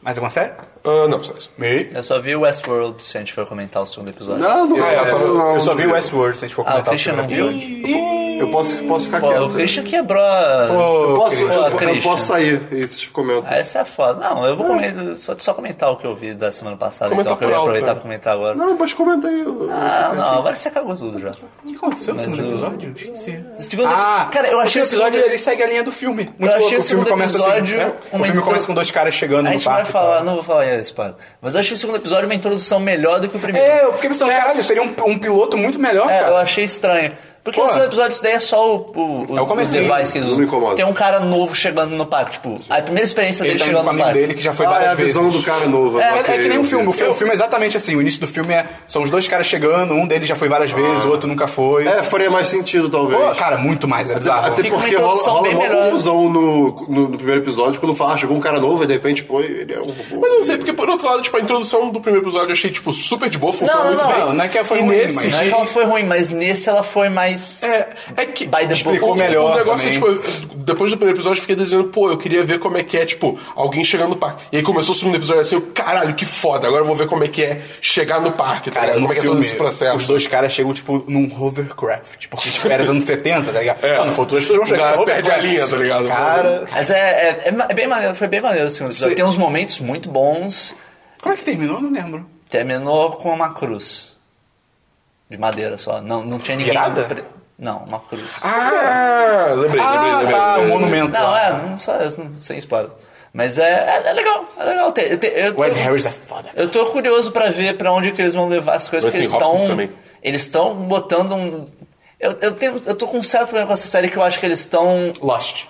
Speaker 1: Mais alguma série?
Speaker 4: Ah, não, só isso.
Speaker 1: Me?
Speaker 3: Eu só vi o Westworld, se a gente for comentar o segundo episódio.
Speaker 2: Não, não.
Speaker 4: É, eu só-
Speaker 2: não,
Speaker 1: Eu só vi
Speaker 2: não.
Speaker 1: Westworld, se a gente for
Speaker 3: Ah, o
Speaker 1: comentar
Speaker 3: Christian não viu
Speaker 1: episódio.
Speaker 3: hoje.
Speaker 2: Eu posso, posso ficar
Speaker 3: Pô, o
Speaker 2: quieto.
Speaker 3: Christian quebrou... a-
Speaker 1: Pô,
Speaker 2: Eu posso,
Speaker 3: Pô,
Speaker 2: eu,
Speaker 1: Tá
Speaker 2: po- eu
Speaker 3: Christian.
Speaker 2: posso sair e vocês comentam.
Speaker 3: Ah, Essa é foda. Não, eu vou comentar, só, só comentar o que eu vi da semana passada,
Speaker 4: Comentar
Speaker 3: então, que eu ia
Speaker 4: por alto,
Speaker 3: aproveitar
Speaker 4: né?
Speaker 3: pra comentar agora.
Speaker 2: Não, mas comenta aí. eu- eu
Speaker 1: é
Speaker 3: Ah,
Speaker 2: fico
Speaker 3: não,
Speaker 2: quietinho.
Speaker 3: agora você cagou tudo já.
Speaker 1: O que aconteceu no
Speaker 3: Mas
Speaker 1: segundo
Speaker 3: o-
Speaker 1: episódio? Esqueci.
Speaker 3: Segundo- cara,
Speaker 1: o
Speaker 3: eu achei o
Speaker 1: Ah, segundo episódio é
Speaker 3: segundo-
Speaker 1: ele segue a linha do filme. Muito
Speaker 3: achei
Speaker 1: louco.
Speaker 3: o
Speaker 1: O filme
Speaker 3: segundo
Speaker 1: começa
Speaker 3: episódio
Speaker 1: assim. né?
Speaker 3: uma
Speaker 1: O filme
Speaker 3: intro-
Speaker 1: começa com dois caras chegando
Speaker 3: A
Speaker 1: no
Speaker 3: gente vai
Speaker 1: parque. e
Speaker 3: falar,
Speaker 1: tal.
Speaker 3: não vou falar isso, pá. Mas eu achei o segundo episódio uma introdução melhor do que o primeiro.
Speaker 1: É, eu fiquei pensando, caralho, seria um, um piloto muito melhor,
Speaker 3: É, eu
Speaker 1: cara.
Speaker 3: achei estranho. Porque
Speaker 1: Pô.
Speaker 3: no segundo episódio isso daí é só o, o,
Speaker 1: É o comecinho.
Speaker 3: device que eles
Speaker 2: Não
Speaker 3: usam.
Speaker 2: me incomoda.
Speaker 3: Tem um cara novo chegando no parque, tipo, a primeira experiência
Speaker 1: Ele
Speaker 3: dele
Speaker 1: tá indo com
Speaker 3: chegando
Speaker 1: o
Speaker 3: no
Speaker 1: amigo
Speaker 3: parque.
Speaker 1: dele que já foi
Speaker 2: Ah, é
Speaker 1: várias
Speaker 2: a
Speaker 1: vezes.
Speaker 2: visão do cara novo.
Speaker 1: É,
Speaker 2: ok,
Speaker 1: é que nem um
Speaker 2: eu
Speaker 1: filme. O
Speaker 2: vi.
Speaker 1: filme, o filme é exatamente assim. O início do filme é, são os dois caras chegando, um deles já foi
Speaker 4: Ah.
Speaker 1: várias vezes, o outro nunca foi.
Speaker 2: É, faria mais sentido, talvez.
Speaker 1: Pô, cara, muito mais, é bizarro.
Speaker 2: Até
Speaker 3: Fica uma
Speaker 2: porque rola,
Speaker 3: introdução
Speaker 2: rola
Speaker 1: é
Speaker 3: bem
Speaker 2: uma
Speaker 3: melhor.
Speaker 2: confusão no, no, no primeiro episódio, quando fala, ah, chegou um cara novo e de repente, pô, ele é um robô.
Speaker 4: Mas eu não sei, porque por outro lado, tipo, a introdução do primeiro episódio eu achei, tipo, super de boa, funcionou
Speaker 3: Não, não,
Speaker 4: muito
Speaker 3: não.
Speaker 4: bem.
Speaker 1: Não, não é que foi
Speaker 4: E
Speaker 1: ruim,
Speaker 4: nesse-
Speaker 1: mas-
Speaker 3: Não é que ela foi ruim, mas nesse ela foi mais.
Speaker 4: É, é que.
Speaker 3: By the book.
Speaker 1: Explicou
Speaker 4: o,
Speaker 1: melhor
Speaker 4: O negócio
Speaker 1: também.
Speaker 4: é, tipo, eu- depois do primeiro episódio eu fiquei dizendo, pô, eu queria ver como é que é, tipo, alguém chegando no parque. E aí começou o segundo episódio assim, eu, caralho, que foda, agora eu vou ver como é que é chegar no parque, tá
Speaker 1: Cara,
Speaker 4: ligado?
Speaker 1: no
Speaker 4: Como é que é
Speaker 1: filme,
Speaker 4: todo esse processo.
Speaker 1: os dois caras chegam, tipo, num hovercraft. Porque, tipo, era
Speaker 4: [LAUGHS]
Speaker 1: anos 70, tá ligado?
Speaker 4: É.
Speaker 1: Não, no futuro as pessoas vão chegar
Speaker 4: Cara,
Speaker 1: no
Speaker 4: perde a
Speaker 1: hovercraft.
Speaker 4: linha, tá ligado?
Speaker 1: Cara...
Speaker 3: Mas é, é- é ma- é bem maneiro, foi bem maneiro o segundo episódio.
Speaker 1: Cê-
Speaker 3: Tem uns momentos muito bons.
Speaker 1: Como é que terminou? Eu não lembro.
Speaker 3: Terminou com uma cruz. De madeira só. Não, não tinha ninguém.
Speaker 1: Virada?
Speaker 3: pre- Não, uma cruz.
Speaker 4: Ah, lembrei, lembrei,
Speaker 1: Ah,
Speaker 4: lembrei.
Speaker 1: tá, o
Speaker 4: lembrei.
Speaker 1: monumento.
Speaker 3: não,
Speaker 1: lá.
Speaker 3: é, não, só, não- sem spoiler. Mas é, é, é legal, é legal. Tem- eu te- eu
Speaker 1: O Ed
Speaker 3: tô-
Speaker 1: Harris é foda.
Speaker 3: Eu tô curioso pra ver pra onde que eles vão levar as coisas,
Speaker 4: Anthony
Speaker 3: porque eles
Speaker 4: Hopkins
Speaker 3: estão.
Speaker 4: também.
Speaker 3: Eles estão botando um. Eu, eu, tenho, eu tô com um certo problema com essa série que eu acho que eles estão.
Speaker 1: Lost.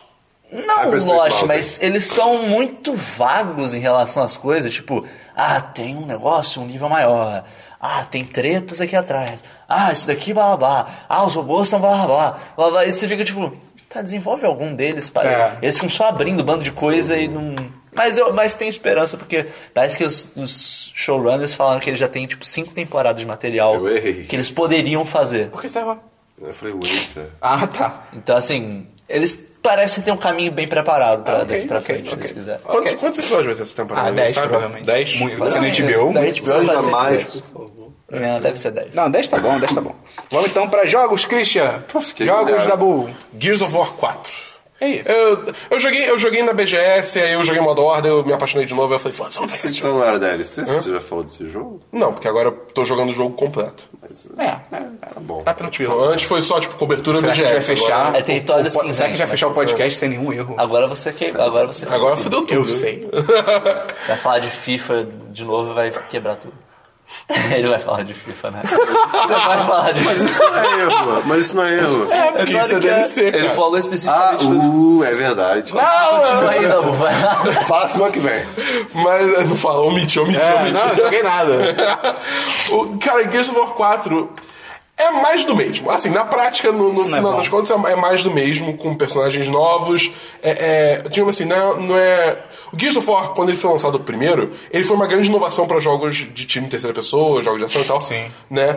Speaker 3: Não,
Speaker 2: Hyperspace
Speaker 3: Lost,
Speaker 2: Mountain.
Speaker 3: mas
Speaker 1: né?
Speaker 3: eles estão muito vagos em relação às coisas. Tipo, ah, tem um negócio, um nível maior. Ah, tem tretas aqui atrás. Ah, isso daqui, blá blá blá. Ah, os robôs são blá blá blá. blá, blá. E você fica tipo, tá, desenvolve algum deles. Para...
Speaker 1: É.
Speaker 3: Eles ficam só abrindo um bando de coisa e não. Mas, eu, mas tem esperança, porque parece que os, os showrunners falaram que eles já têm, tipo, cinco temporadas de material
Speaker 2: Eu errei.
Speaker 3: que eles poderiam fazer.
Speaker 1: Por que será?
Speaker 2: Eu falei, eita.
Speaker 1: Ah, tá.
Speaker 3: Então, assim, eles parecem ter um caminho bem preparado pra
Speaker 1: Ah, ok,
Speaker 3: daqui pra
Speaker 1: ok,
Speaker 3: frente,
Speaker 1: ok.
Speaker 3: se quiser.
Speaker 4: Quantos, quantos episódios vai ter essa temporada?
Speaker 1: Ah, 10,
Speaker 4: Sabe?
Speaker 1: provavelmente.
Speaker 4: 10?
Speaker 1: Muito.
Speaker 4: Vai ser
Speaker 1: Você
Speaker 4: na
Speaker 1: nem te
Speaker 4: HBO?
Speaker 1: viu?
Speaker 3: Da HBO vai
Speaker 2: Seja
Speaker 3: ser
Speaker 2: mais,
Speaker 3: esse
Speaker 1: tipo,
Speaker 2: por favor.
Speaker 3: dez. Não, deve ser 10.
Speaker 1: Não, 10 tá bom, 10 tá bom. Vamos então pra jogos, Christian.
Speaker 2: que
Speaker 1: jogos
Speaker 2: legal.
Speaker 1: da Bull.
Speaker 4: Gears of War 4.
Speaker 1: Ei.
Speaker 4: Eu, eu, joguei, eu joguei na BGS, aí eu joguei modo ordem, eu me apaixonei de novo, aí eu falei, foda-se, eu vou pegar esse jogo.
Speaker 2: Então não era DLC, você já falou desse jogo?
Speaker 4: Não, porque agora eu tô jogando o jogo completo.
Speaker 2: Mas,
Speaker 1: É, é,
Speaker 2: tá bom.
Speaker 1: tá
Speaker 4: Então,
Speaker 1: tranquilo.
Speaker 4: antes foi só, tipo, cobertura
Speaker 1: Será
Speaker 4: no
Speaker 1: que é a gente vai
Speaker 4: BGS.
Speaker 1: fechar?
Speaker 4: agora-
Speaker 3: É território
Speaker 1: o, o,
Speaker 3: cinzento,
Speaker 1: será que a gente vai
Speaker 3: né?
Speaker 1: fechar o podcast sem nenhum erro?
Speaker 3: Agora você que. Agora você que-
Speaker 4: Agora fudeu tudo.
Speaker 1: Eu
Speaker 4: né?
Speaker 1: sei.
Speaker 3: vai falar de FIFA de novo e vai quebrar tudo. [LAUGHS] Ele vai falar de FIFA, né? Você vai falar de
Speaker 2: Mas isso não é erro, mas isso não é erro.
Speaker 3: É,
Speaker 4: porque isso é DLC,
Speaker 3: Ele
Speaker 4: cara.
Speaker 3: falou
Speaker 2: Ah,
Speaker 3: especificamente do
Speaker 2: uh, é verdade.
Speaker 1: Ah,
Speaker 3: Continua aí, Dabu, vai lá.
Speaker 2: Fala semana que vem.
Speaker 4: [LAUGHS] Mas eh, não fala, omite, omite,
Speaker 1: É,
Speaker 4: omite.
Speaker 1: não, eu joguei nada.
Speaker 4: [LAUGHS] o, cara, Gears of War 4 é mais do mesmo. Assim, na prática, no, no
Speaker 1: não é
Speaker 4: final
Speaker 1: bom.
Speaker 4: das contas, é é mais do mesmo, com personagens novos. É, é, digamos assim, não, é- não é. O Gears of War, quando ele foi lançado o primeiro, ele foi uma grande inovação pra jogos de time em terceira pessoa, jogos de ação e tal.
Speaker 1: Sim.
Speaker 4: Né?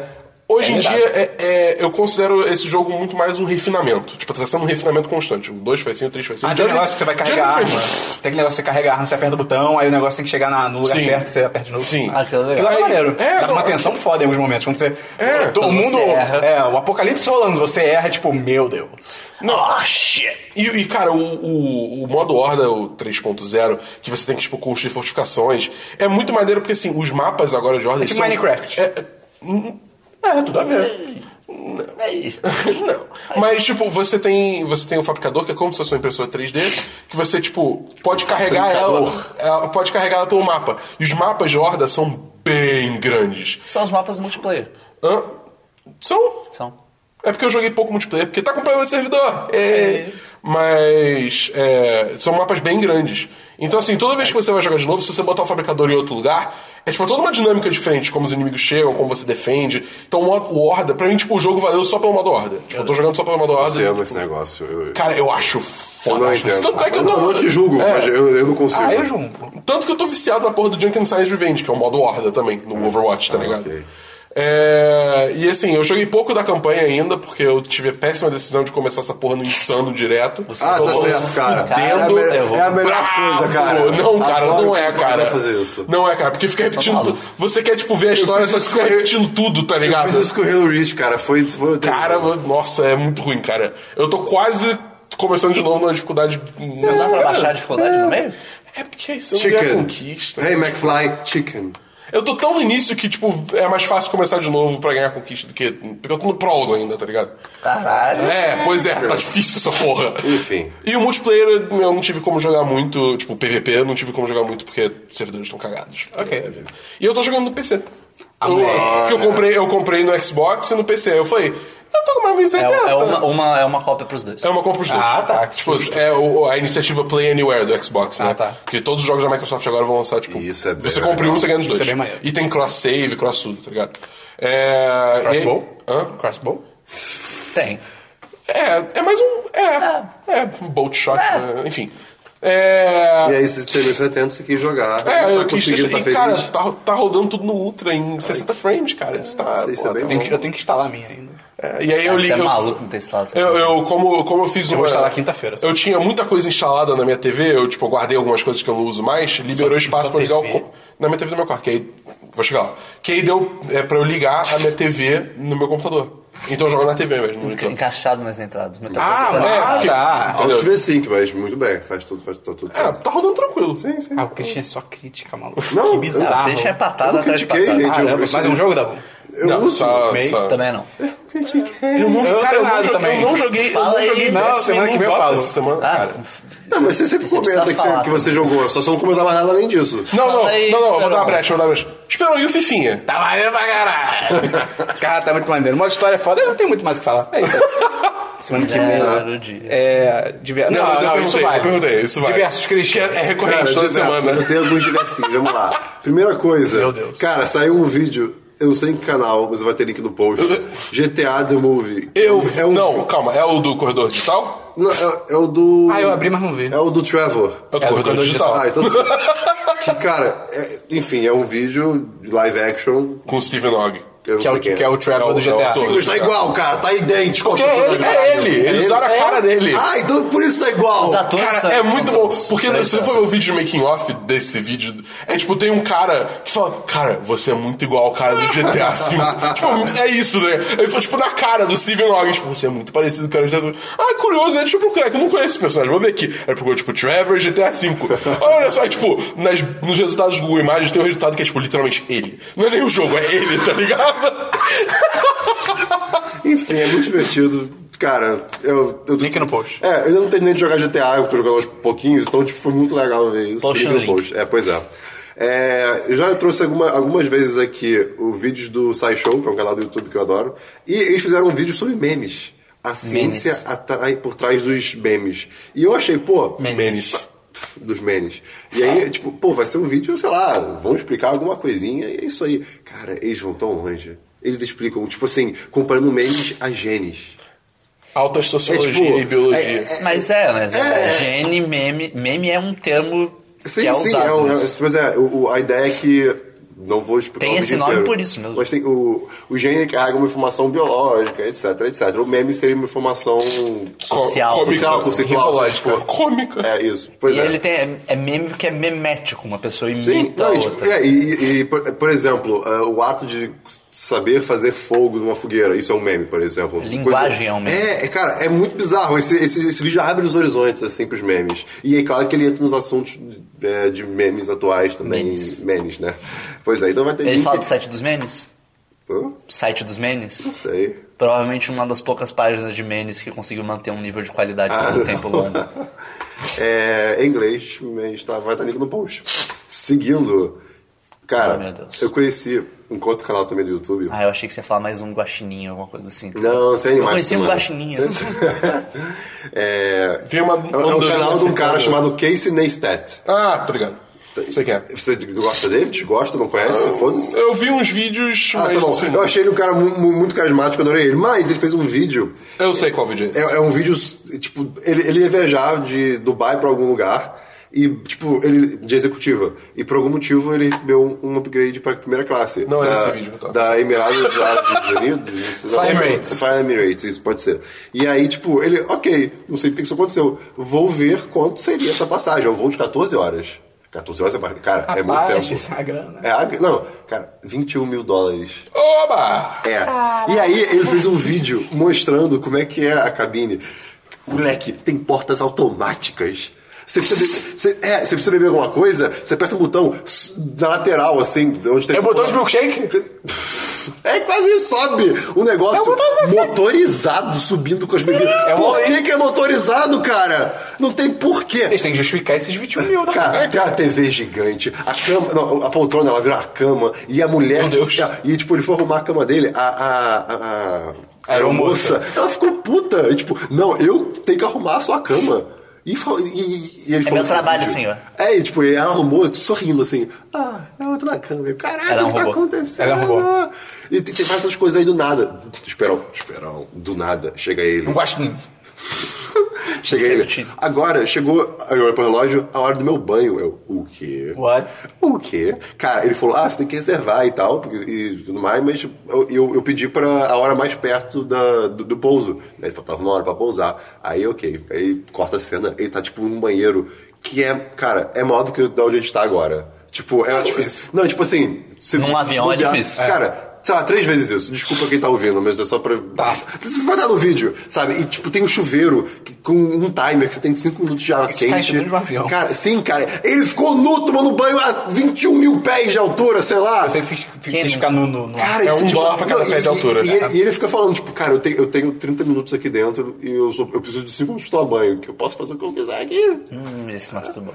Speaker 4: Hoje
Speaker 3: É
Speaker 4: em
Speaker 3: verdade.
Speaker 4: dia, é- é- eu considero esse jogo muito mais um refinamento. Tipo, tá sendo um refinamento constante. O 2 foi assim, o 3 foi assim.
Speaker 1: Ah,
Speaker 4: O
Speaker 1: tem um
Speaker 4: Judgment-
Speaker 1: negócio que você vai carregar a [LAUGHS]
Speaker 4: Judgment
Speaker 1: arma.
Speaker 4: foi-
Speaker 1: Tem aquele negócio que você carrega a arma, você aperta o botão, aí o negócio tem que chegar na- no lugar
Speaker 4: Sim.
Speaker 1: certo, você aperta de novo.
Speaker 4: Sim.
Speaker 3: Ah, que legal.
Speaker 1: Aquilo lá é
Speaker 4: Aí,
Speaker 1: maneiro.
Speaker 4: é,
Speaker 1: Dá
Speaker 4: não,
Speaker 1: uma tensão foda em alguns momentos. Quando você.
Speaker 4: É.
Speaker 1: todo
Speaker 3: Quando
Speaker 1: mundo.
Speaker 3: você erra.
Speaker 1: É, o apocalipse rolando, você erra, tipo, meu Deus.
Speaker 4: Não,
Speaker 3: Ah, shit.
Speaker 4: e, e, cara, o, o, o modo Horda, o 3.0, que você tem que tipo, construir fortificações, é muito maneiro porque assim, os mapas agora de Horda.
Speaker 1: tipo
Speaker 4: são-
Speaker 1: Minecraft.
Speaker 4: É,
Speaker 1: É, tudo a ver.
Speaker 3: Aí.
Speaker 4: [LAUGHS] Não. Mas, tipo, você tem você tem um fabricador, que é como se fosse uma impressora 3D, que você, tipo, pode carregar ela, ela- Pode carregar ela pelo mapa. E os mapas de horda são bem grandes.
Speaker 3: São os mapas multiplayer.
Speaker 4: Hã? São.
Speaker 3: São.
Speaker 4: É porque eu joguei pouco multiplayer, porque tá com problema de servidor. É. Mas é, são mapas bem grandes. Então, assim, toda vez que você vai jogar de novo, se você botar o fabricador em outro lugar, é tipo toda uma dinâmica diferente, como os inimigos chegam, como você defende. Então, o modo- o Horda, pra mim, tipo, o jogo valeu só pelo modo Horda. Tipo, eu tô jogando só pelo modo Horda.
Speaker 2: Você ama esse negócio. Eu, eu
Speaker 4: Cara, eu acho foda.
Speaker 2: não
Speaker 4: acho-
Speaker 2: entendo.
Speaker 4: Tanto é que eu
Speaker 2: não,
Speaker 4: tô.
Speaker 2: te julgo,
Speaker 4: É,
Speaker 2: mas eu, eu não consigo.
Speaker 3: Ah,
Speaker 1: Aí eu junto.
Speaker 4: Tanto que eu tô viciado na porra do Junk and Science Revenge, que é o modo horda também, no Overwatch, tá
Speaker 2: Ah,
Speaker 4: ligado?
Speaker 2: ok.
Speaker 4: É, e assim, eu joguei pouco da campanha ainda, porque eu tive a péssima decisão de começar essa porra no insano direto.
Speaker 2: Ah,
Speaker 4: Eu
Speaker 2: tá
Speaker 4: tô
Speaker 2: certo, cara.
Speaker 3: fudendo.
Speaker 2: é, [LAUGHS] a me- é a melhor
Speaker 4: brabo.
Speaker 2: coisa, cara.
Speaker 4: Não, cara,
Speaker 2: Adoro
Speaker 4: não
Speaker 2: quando
Speaker 4: é,
Speaker 2: o
Speaker 4: cara.
Speaker 2: vai fazer isso. tá
Speaker 4: Não é, cara, porque fica repetindo
Speaker 3: maluco.
Speaker 4: tudo. Você quer, tipo, ver a história,
Speaker 2: fiz
Speaker 4: só que
Speaker 2: isso
Speaker 4: fica
Speaker 2: com-
Speaker 4: repetindo tudo, tá
Speaker 2: Eu fiz
Speaker 4: ligado?
Speaker 2: isso com o Halo Reach, cara. Foi. foi
Speaker 4: Cara, nossa, é muito ruim, cara. Eu tô quase começando de novo numa dificuldade.
Speaker 3: Não dá pra baixar a dificuldade no meio?
Speaker 4: É porque isso não é
Speaker 2: Chicken.
Speaker 4: conquista.
Speaker 2: Hey, McFly, chicken.
Speaker 4: Eu tô tão no início que, tipo, é mais fácil começar de novo pra ganhar conquista do que. Porque eu tô no prólogo ainda, tá ligado?
Speaker 3: Caralho.
Speaker 4: É, pois é, tá difícil essa porra.
Speaker 2: Enfim.
Speaker 4: E o multiplayer eu não tive como jogar muito, tipo, PVP, eu não tive como jogar muito porque os servidores estão cagados. Ok. e eu tô jogando no PC. Eu, que eu comprei, eu comprei no Xbox e no PC. Eu falei, eu tô com uma 1070.
Speaker 3: É, é uma, uma- é uma cópia pros dois.
Speaker 4: então. É uma compra os dois.
Speaker 1: Ah, tá.
Speaker 4: Tipo, é o- a iniciativa Play Anywhere do Xbox, né?
Speaker 1: Ah, tá.
Speaker 4: Porque todos os jogos da Microsoft agora vão lançar, tipo.
Speaker 2: Isso é bem
Speaker 4: Você compra um,
Speaker 2: legal.
Speaker 4: você ganha os dois.
Speaker 1: é bem maneiro.
Speaker 4: E tem cross save, cross tudo, tá ligado? É.
Speaker 1: Crossbow?
Speaker 4: e- Hã?
Speaker 1: Crossbow?
Speaker 3: Tem.
Speaker 4: É, é mais um. É. É, um bolt shot, né? Enfim. É.
Speaker 2: E aí você tem 1070, você quis jogar.
Speaker 4: É,
Speaker 2: não
Speaker 4: eu
Speaker 2: tá
Speaker 4: quis
Speaker 2: conseguindo, tá
Speaker 4: e,
Speaker 2: feliz.
Speaker 4: cara, tá, tá rodando tudo no Ultra em 60 frames, cara. Isso tá.
Speaker 2: sei se
Speaker 4: pô,
Speaker 2: é bem
Speaker 4: tá-
Speaker 1: Eu tenho, que, eu tenho que instalar a minha ainda.
Speaker 4: É, e aí eu
Speaker 3: Você
Speaker 4: liguei.
Speaker 3: é
Speaker 4: eu-
Speaker 3: maluco não ter instalado essa
Speaker 4: Eu,
Speaker 3: porra.
Speaker 4: eu- como, como eu fiz uma.
Speaker 1: vou instalar quinta-feira, só.
Speaker 4: Eu tinha muita coisa instalada na minha TV, eu tipo, guardei algumas coisas que eu não uso mais, liberou
Speaker 1: Sua-
Speaker 4: espaço
Speaker 1: sua
Speaker 4: pra eu ligar o.
Speaker 1: TV?
Speaker 4: co- Na minha TV do meu quarto, que aí. Vou chegar lá. Que aí deu é, pra eu ligar a minha TV no meu computador. Então eu jogo na TV mesmo, no monitor.
Speaker 3: Encaixado nas entradas. Muita
Speaker 1: Ah,
Speaker 3: coisa pra-
Speaker 1: mas-
Speaker 4: porque-
Speaker 1: tá.
Speaker 2: Alt
Speaker 4: Entendeu?
Speaker 2: V5, mas muito bem. Faz tudo, faz tudo. tudo
Speaker 4: É,
Speaker 2: certo.
Speaker 4: tá rodando tranquilo. Sim, sim.
Speaker 1: Ah, o Christian é só crítica, maluco.
Speaker 2: Não,
Speaker 1: que
Speaker 2: eu-
Speaker 1: bizarro.
Speaker 3: Deixa
Speaker 2: Eu
Speaker 3: empatada
Speaker 2: não
Speaker 3: atrás de
Speaker 2: critiquei,
Speaker 3: patada.
Speaker 2: gente.
Speaker 1: Caramba,
Speaker 2: eu-
Speaker 1: mais um jogo, Dabu?
Speaker 2: Eu
Speaker 4: não, tá,
Speaker 2: uso.
Speaker 4: só,
Speaker 1: meio.
Speaker 4: só-
Speaker 3: Também não.
Speaker 4: Eu não,
Speaker 1: Eu não
Speaker 4: cara,
Speaker 1: tenho
Speaker 4: eu, não
Speaker 1: nada
Speaker 4: joguei,
Speaker 1: também.
Speaker 4: eu não joguei. eu
Speaker 3: Fala
Speaker 4: não
Speaker 3: aí.
Speaker 4: joguei
Speaker 3: Não,
Speaker 4: Destiny
Speaker 1: semana que vem eu
Speaker 4: Dota
Speaker 1: falo.
Speaker 4: essa semana,
Speaker 3: Ah,
Speaker 4: cara.
Speaker 2: Não, mas você sempre
Speaker 3: Você precisa
Speaker 2: comenta que você,
Speaker 3: falar.
Speaker 2: que você jogou. Só você não comentar mais nada além disso.
Speaker 4: Não, não,
Speaker 3: Fala aí,
Speaker 4: não, não, eu vou dar
Speaker 3: Esperão.
Speaker 4: uma brecha, eu vou dar uma brecha. Esperão, e o Fifinha?
Speaker 1: Tá maneiro pra caralho. Cara, tá muito maneiro. Uma história é foda, eu não tenho muito mais o que falar. É
Speaker 3: [LAUGHS]
Speaker 1: isso. aí. Semana que vem.
Speaker 3: Era o dia.
Speaker 1: É. Diver...
Speaker 4: Não, mas eu perguntei,
Speaker 1: vai.
Speaker 4: eu perguntei, isso vale.
Speaker 1: Diversos, Christian.
Speaker 4: É recorrente
Speaker 2: Cara,
Speaker 4: toda
Speaker 2: diversos, Eu
Speaker 4: semana.
Speaker 2: tenho alguns diversinhos, vamos lá. Primeira coisa. Meu Deus. Cara, saiu um vídeo, eu não sei em que canal, mas vai ter link no post. GTA The Movie.
Speaker 4: Eu.
Speaker 2: É um-
Speaker 4: Não, calma, é o do corredor digital?
Speaker 2: Não, é, é o do.
Speaker 1: Ah, eu abri, mas não vi.
Speaker 2: É o do Trevor.
Speaker 4: É o do corredor digital.
Speaker 2: Ah, então. que, cara, é- enfim, é um vídeo de live action.
Speaker 4: Com o Steven Ogg.
Speaker 2: eu não
Speaker 1: Que é o,
Speaker 2: sei quem
Speaker 1: que é o Trevor
Speaker 4: É o-
Speaker 1: do
Speaker 4: é o
Speaker 1: GTA.
Speaker 4: ator.
Speaker 2: Mas tá igual, cara, tá idêntico.
Speaker 4: Porque
Speaker 2: ao
Speaker 4: é ele,
Speaker 2: personagem.
Speaker 4: é ele, eles usaram a cara dele.
Speaker 2: Ah, então por isso tá igual.
Speaker 3: Os atores
Speaker 4: Cara,
Speaker 3: são-
Speaker 4: é muito
Speaker 3: são
Speaker 4: bom.
Speaker 3: todos.
Speaker 4: Porque
Speaker 3: Peraí,
Speaker 4: se você
Speaker 3: peraí.
Speaker 4: for ver o vídeo de making off desse vídeo, é tipo, tem um cara que fala, cara, você é muito igual ao cara do GTA
Speaker 2: [LAUGHS]
Speaker 4: V. tipo, é isso, né? Ele foi tipo na cara do Steven Ogg, tipo, você é muito parecido com o cara do GTA V. Ah, curioso, né? Deixa eu procurar, que eu não conheço esse personagem, vou ver aqui. Aí ele procurou, tipo, Trevor GTA V. Olha só, aí, tipo, nas- nos resultados do Google Imagens tem um resultado que é, tipo, literalmente ele. Não é nem o jogo, é ele, tá ligado?
Speaker 2: Enfim, é muito divertido. Cara, eu. eu
Speaker 1: Link no post.
Speaker 2: É, eu ainda não terminei de jogar GTA, eu tô jogando aos pouquinhos, então tipo, foi muito legal ver isso.
Speaker 3: Post
Speaker 2: Link
Speaker 3: no
Speaker 2: no post. É, pois é. É, eu já trouxe alguma- algumas vezes aqui o vídeos do SciShow, que é um canal do YouTube que eu adoro, e eles fizeram um vídeo sobre memes. A ciência atrai- por trás dos memes. E eu achei, pô,
Speaker 4: Menes.
Speaker 2: dos memes. E aí, tipo, pô, vai ser um vídeo, sei lá, vão explicar alguma coisinha e é isso aí. Cara, eles vão tão longe. Eles explicam, tipo assim, comparando memes a genes.
Speaker 4: Alta sociologia
Speaker 2: tipo,
Speaker 4: e biologia.
Speaker 3: Mas é, mas é,
Speaker 2: É.
Speaker 3: gene, meme. Meme é um termo
Speaker 2: Sim,
Speaker 3: que é
Speaker 2: sim,
Speaker 3: usado.
Speaker 2: é, um- é,
Speaker 3: nisso.
Speaker 2: pois é, o- o- a ideia é que não vou explicar
Speaker 3: Tem
Speaker 2: o
Speaker 3: esse
Speaker 2: vídeo
Speaker 3: nome
Speaker 2: inteiro.
Speaker 3: por isso mesmo.
Speaker 2: Mas tem o, o gene carrega uma informação biológica, etc, etc. O meme seria uma informação
Speaker 3: Social.
Speaker 4: cômica,
Speaker 2: social, conceitual,
Speaker 4: risológica,
Speaker 3: [LAUGHS]
Speaker 2: tipo,
Speaker 4: cômica.
Speaker 2: É isso. Pois
Speaker 3: E
Speaker 2: é.
Speaker 3: ele tem, é, é meme que é memético, uma pessoa imita
Speaker 2: Sim,
Speaker 3: a
Speaker 2: não, e,
Speaker 3: outra.
Speaker 2: tipo, é, e, e, por, por exemplo, é, o ato de saber fazer fogo numa fogueira, isso é um meme, por exemplo.
Speaker 3: Linguagem é um meme.
Speaker 2: É, é, cara, é muito bizarro. Esse, esse, esse vídeo abre os horizontes, assim, pros memes. E é claro que ele entra nos assuntos é, de memes atuais também.
Speaker 3: Memes.
Speaker 2: memes, né? Pois é, então vai ter
Speaker 3: Ele
Speaker 2: link-
Speaker 3: fala do site dos memes?
Speaker 2: Hã?
Speaker 3: Site dos memes?
Speaker 2: Não sei.
Speaker 3: Provavelmente uma das poucas páginas de memes que conseguiu manter um nível de qualidade por um tempo longo.
Speaker 2: Ah. [LAUGHS] É, em inglês, mas tá, vai estar link no post. Seguindo, cara,
Speaker 3: Ai, meu Deus.
Speaker 2: eu conheci um outro canal também do YouTube.
Speaker 3: Ah, eu achei que você ia falar mais um guaxininho, alguma coisa assim.
Speaker 2: Não, sem
Speaker 3: Eu
Speaker 2: animais.
Speaker 3: conheci um
Speaker 2: mano.
Speaker 3: guaxininho.
Speaker 2: É,
Speaker 4: Veio uma
Speaker 2: é um
Speaker 4: andorinha
Speaker 2: canal de um cara
Speaker 4: africana.
Speaker 2: chamado Casey Neistat.
Speaker 4: Ah, tô ligado. Você quer?
Speaker 2: Você gosta dele? Desgosta? Não conhece? Foda-se.
Speaker 4: É. Eu vi uns vídeos,
Speaker 2: Ah,
Speaker 4: mas
Speaker 2: tá bom.
Speaker 4: assim,
Speaker 2: Eu achei ele um cara mu- mu- muito carismático, eu adorei ele. Mas ele fez um vídeo.
Speaker 4: eu sei qual vídeo é esse.
Speaker 2: É, é um vídeo, tipo, ele, ele ia viajar de Dubai pra algum lugar. E, tipo, ele de executiva. E por algum motivo ele recebeu um upgrade pra primeira classe.
Speaker 4: Não
Speaker 2: da,
Speaker 4: era esse vídeo, tá.
Speaker 2: Da Emirados Árabes Unidos. não
Speaker 4: [LAUGHS]
Speaker 2: sei lá.
Speaker 4: Fly Emirates.
Speaker 2: Fly Emirates, isso pode ser. E aí, tipo, ele, ok, não sei porque que isso aconteceu. Vou ver quanto seria essa passagem. É um voo de 14 horas. 14 horas é bar- Cara, é muito
Speaker 1: Rapaz,
Speaker 2: tempo.
Speaker 1: essa grana.
Speaker 2: É, a- não, cara, 21 mil dólares.
Speaker 4: Oba!
Speaker 2: É. E aí ele fez um vídeo mostrando como é que é a cabine. Moleque, tem portas automáticas. Você precisa, beber, você- é, você precisa beber alguma coisa, você aperta um botão s- na lateral, assim, de onde tem...
Speaker 4: É botão de milkshake?
Speaker 2: É quase isso, sobe um negócio motorizado subindo com as bebidas.
Speaker 4: É um
Speaker 2: Por
Speaker 4: rolê.
Speaker 2: que, que é motorizado, cara? Não tem porquê.
Speaker 1: Eles têm que justificar esses 21 mil, né?
Speaker 2: Cara, tem uma TV gigante, a cama, não, a poltrona ela virou a cama, e a mulher.
Speaker 4: Meu Deus.
Speaker 2: E, tipo, ele foi arrumar a cama dele, a. a, a, a
Speaker 1: Aeromoça.
Speaker 2: aeromoça, ela ficou puta. E, tipo, não, eu tenho que arrumar a sua cama. E, fa- e- e- e ele
Speaker 3: É
Speaker 2: falou
Speaker 3: meu
Speaker 2: no
Speaker 3: trabalho,
Speaker 2: vídeo.
Speaker 3: senhor.
Speaker 2: É, e, tipo, ela arrumou, sorrindo assim. Ah, eu tô na cama. Eu,
Speaker 3: Ela é
Speaker 2: Caralho,
Speaker 3: um
Speaker 2: o que tá
Speaker 3: robô.
Speaker 2: acontecendo?
Speaker 1: Ela é um robô.
Speaker 2: E tem, tem várias outras coisas aí do nada. Esperão, esperão, do nada. Chega ele.
Speaker 1: Um guaxinim.
Speaker 2: Chega ele.
Speaker 3: Perfeitinho.
Speaker 2: Agora, chegou, aí eu olho pro relógio, a hora do meu banho. Eu, o quê?
Speaker 1: What?
Speaker 2: O quê? Cara, ele falou, ah, você tem que reservar e tal, porque- e tudo mais, mas eu, eu, eu pedi pra a hora mais perto da, do, do pouso. Aí ele falou, tava uma hora pra pousar. Aí, ok. Aí corta a cena, ele tá tipo num banheiro que é, cara, é maior do que da onde a gente tá agora. Tipo, é difícil. Não, tipo assim. se-
Speaker 3: Num
Speaker 2: se
Speaker 3: avião é
Speaker 2: bobear-
Speaker 3: difícil.
Speaker 2: Cara, sei lá, três vezes isso. Desculpa quem tá ouvindo, mas é só pra. Tá. Vai dar no vídeo, sabe? E tipo, tem um chuveiro que- com um timer que você tem cinco minutos de água
Speaker 3: tá
Speaker 1: Isso cai em
Speaker 2: quente.
Speaker 1: cima de um avião.
Speaker 2: Cara, sim, cara. Ele ficou nu tomando banho a 21 mil pés de altura, sei lá.
Speaker 1: Você quis, quis
Speaker 3: Quem-
Speaker 1: ficar no, no, no ar.
Speaker 2: Cara,
Speaker 4: É
Speaker 2: isso,
Speaker 4: um dólar pra cada
Speaker 2: não,
Speaker 4: pé de
Speaker 2: e-
Speaker 4: altura,
Speaker 2: E,
Speaker 4: né?
Speaker 2: e ele fica falando, tipo, cara, eu tenho, eu tenho 30 minutos aqui dentro e eu, sou- eu preciso de 5 minutos de tomar banho, que eu posso fazer o que eu quiser aqui.
Speaker 3: Hum, ele se masturbou.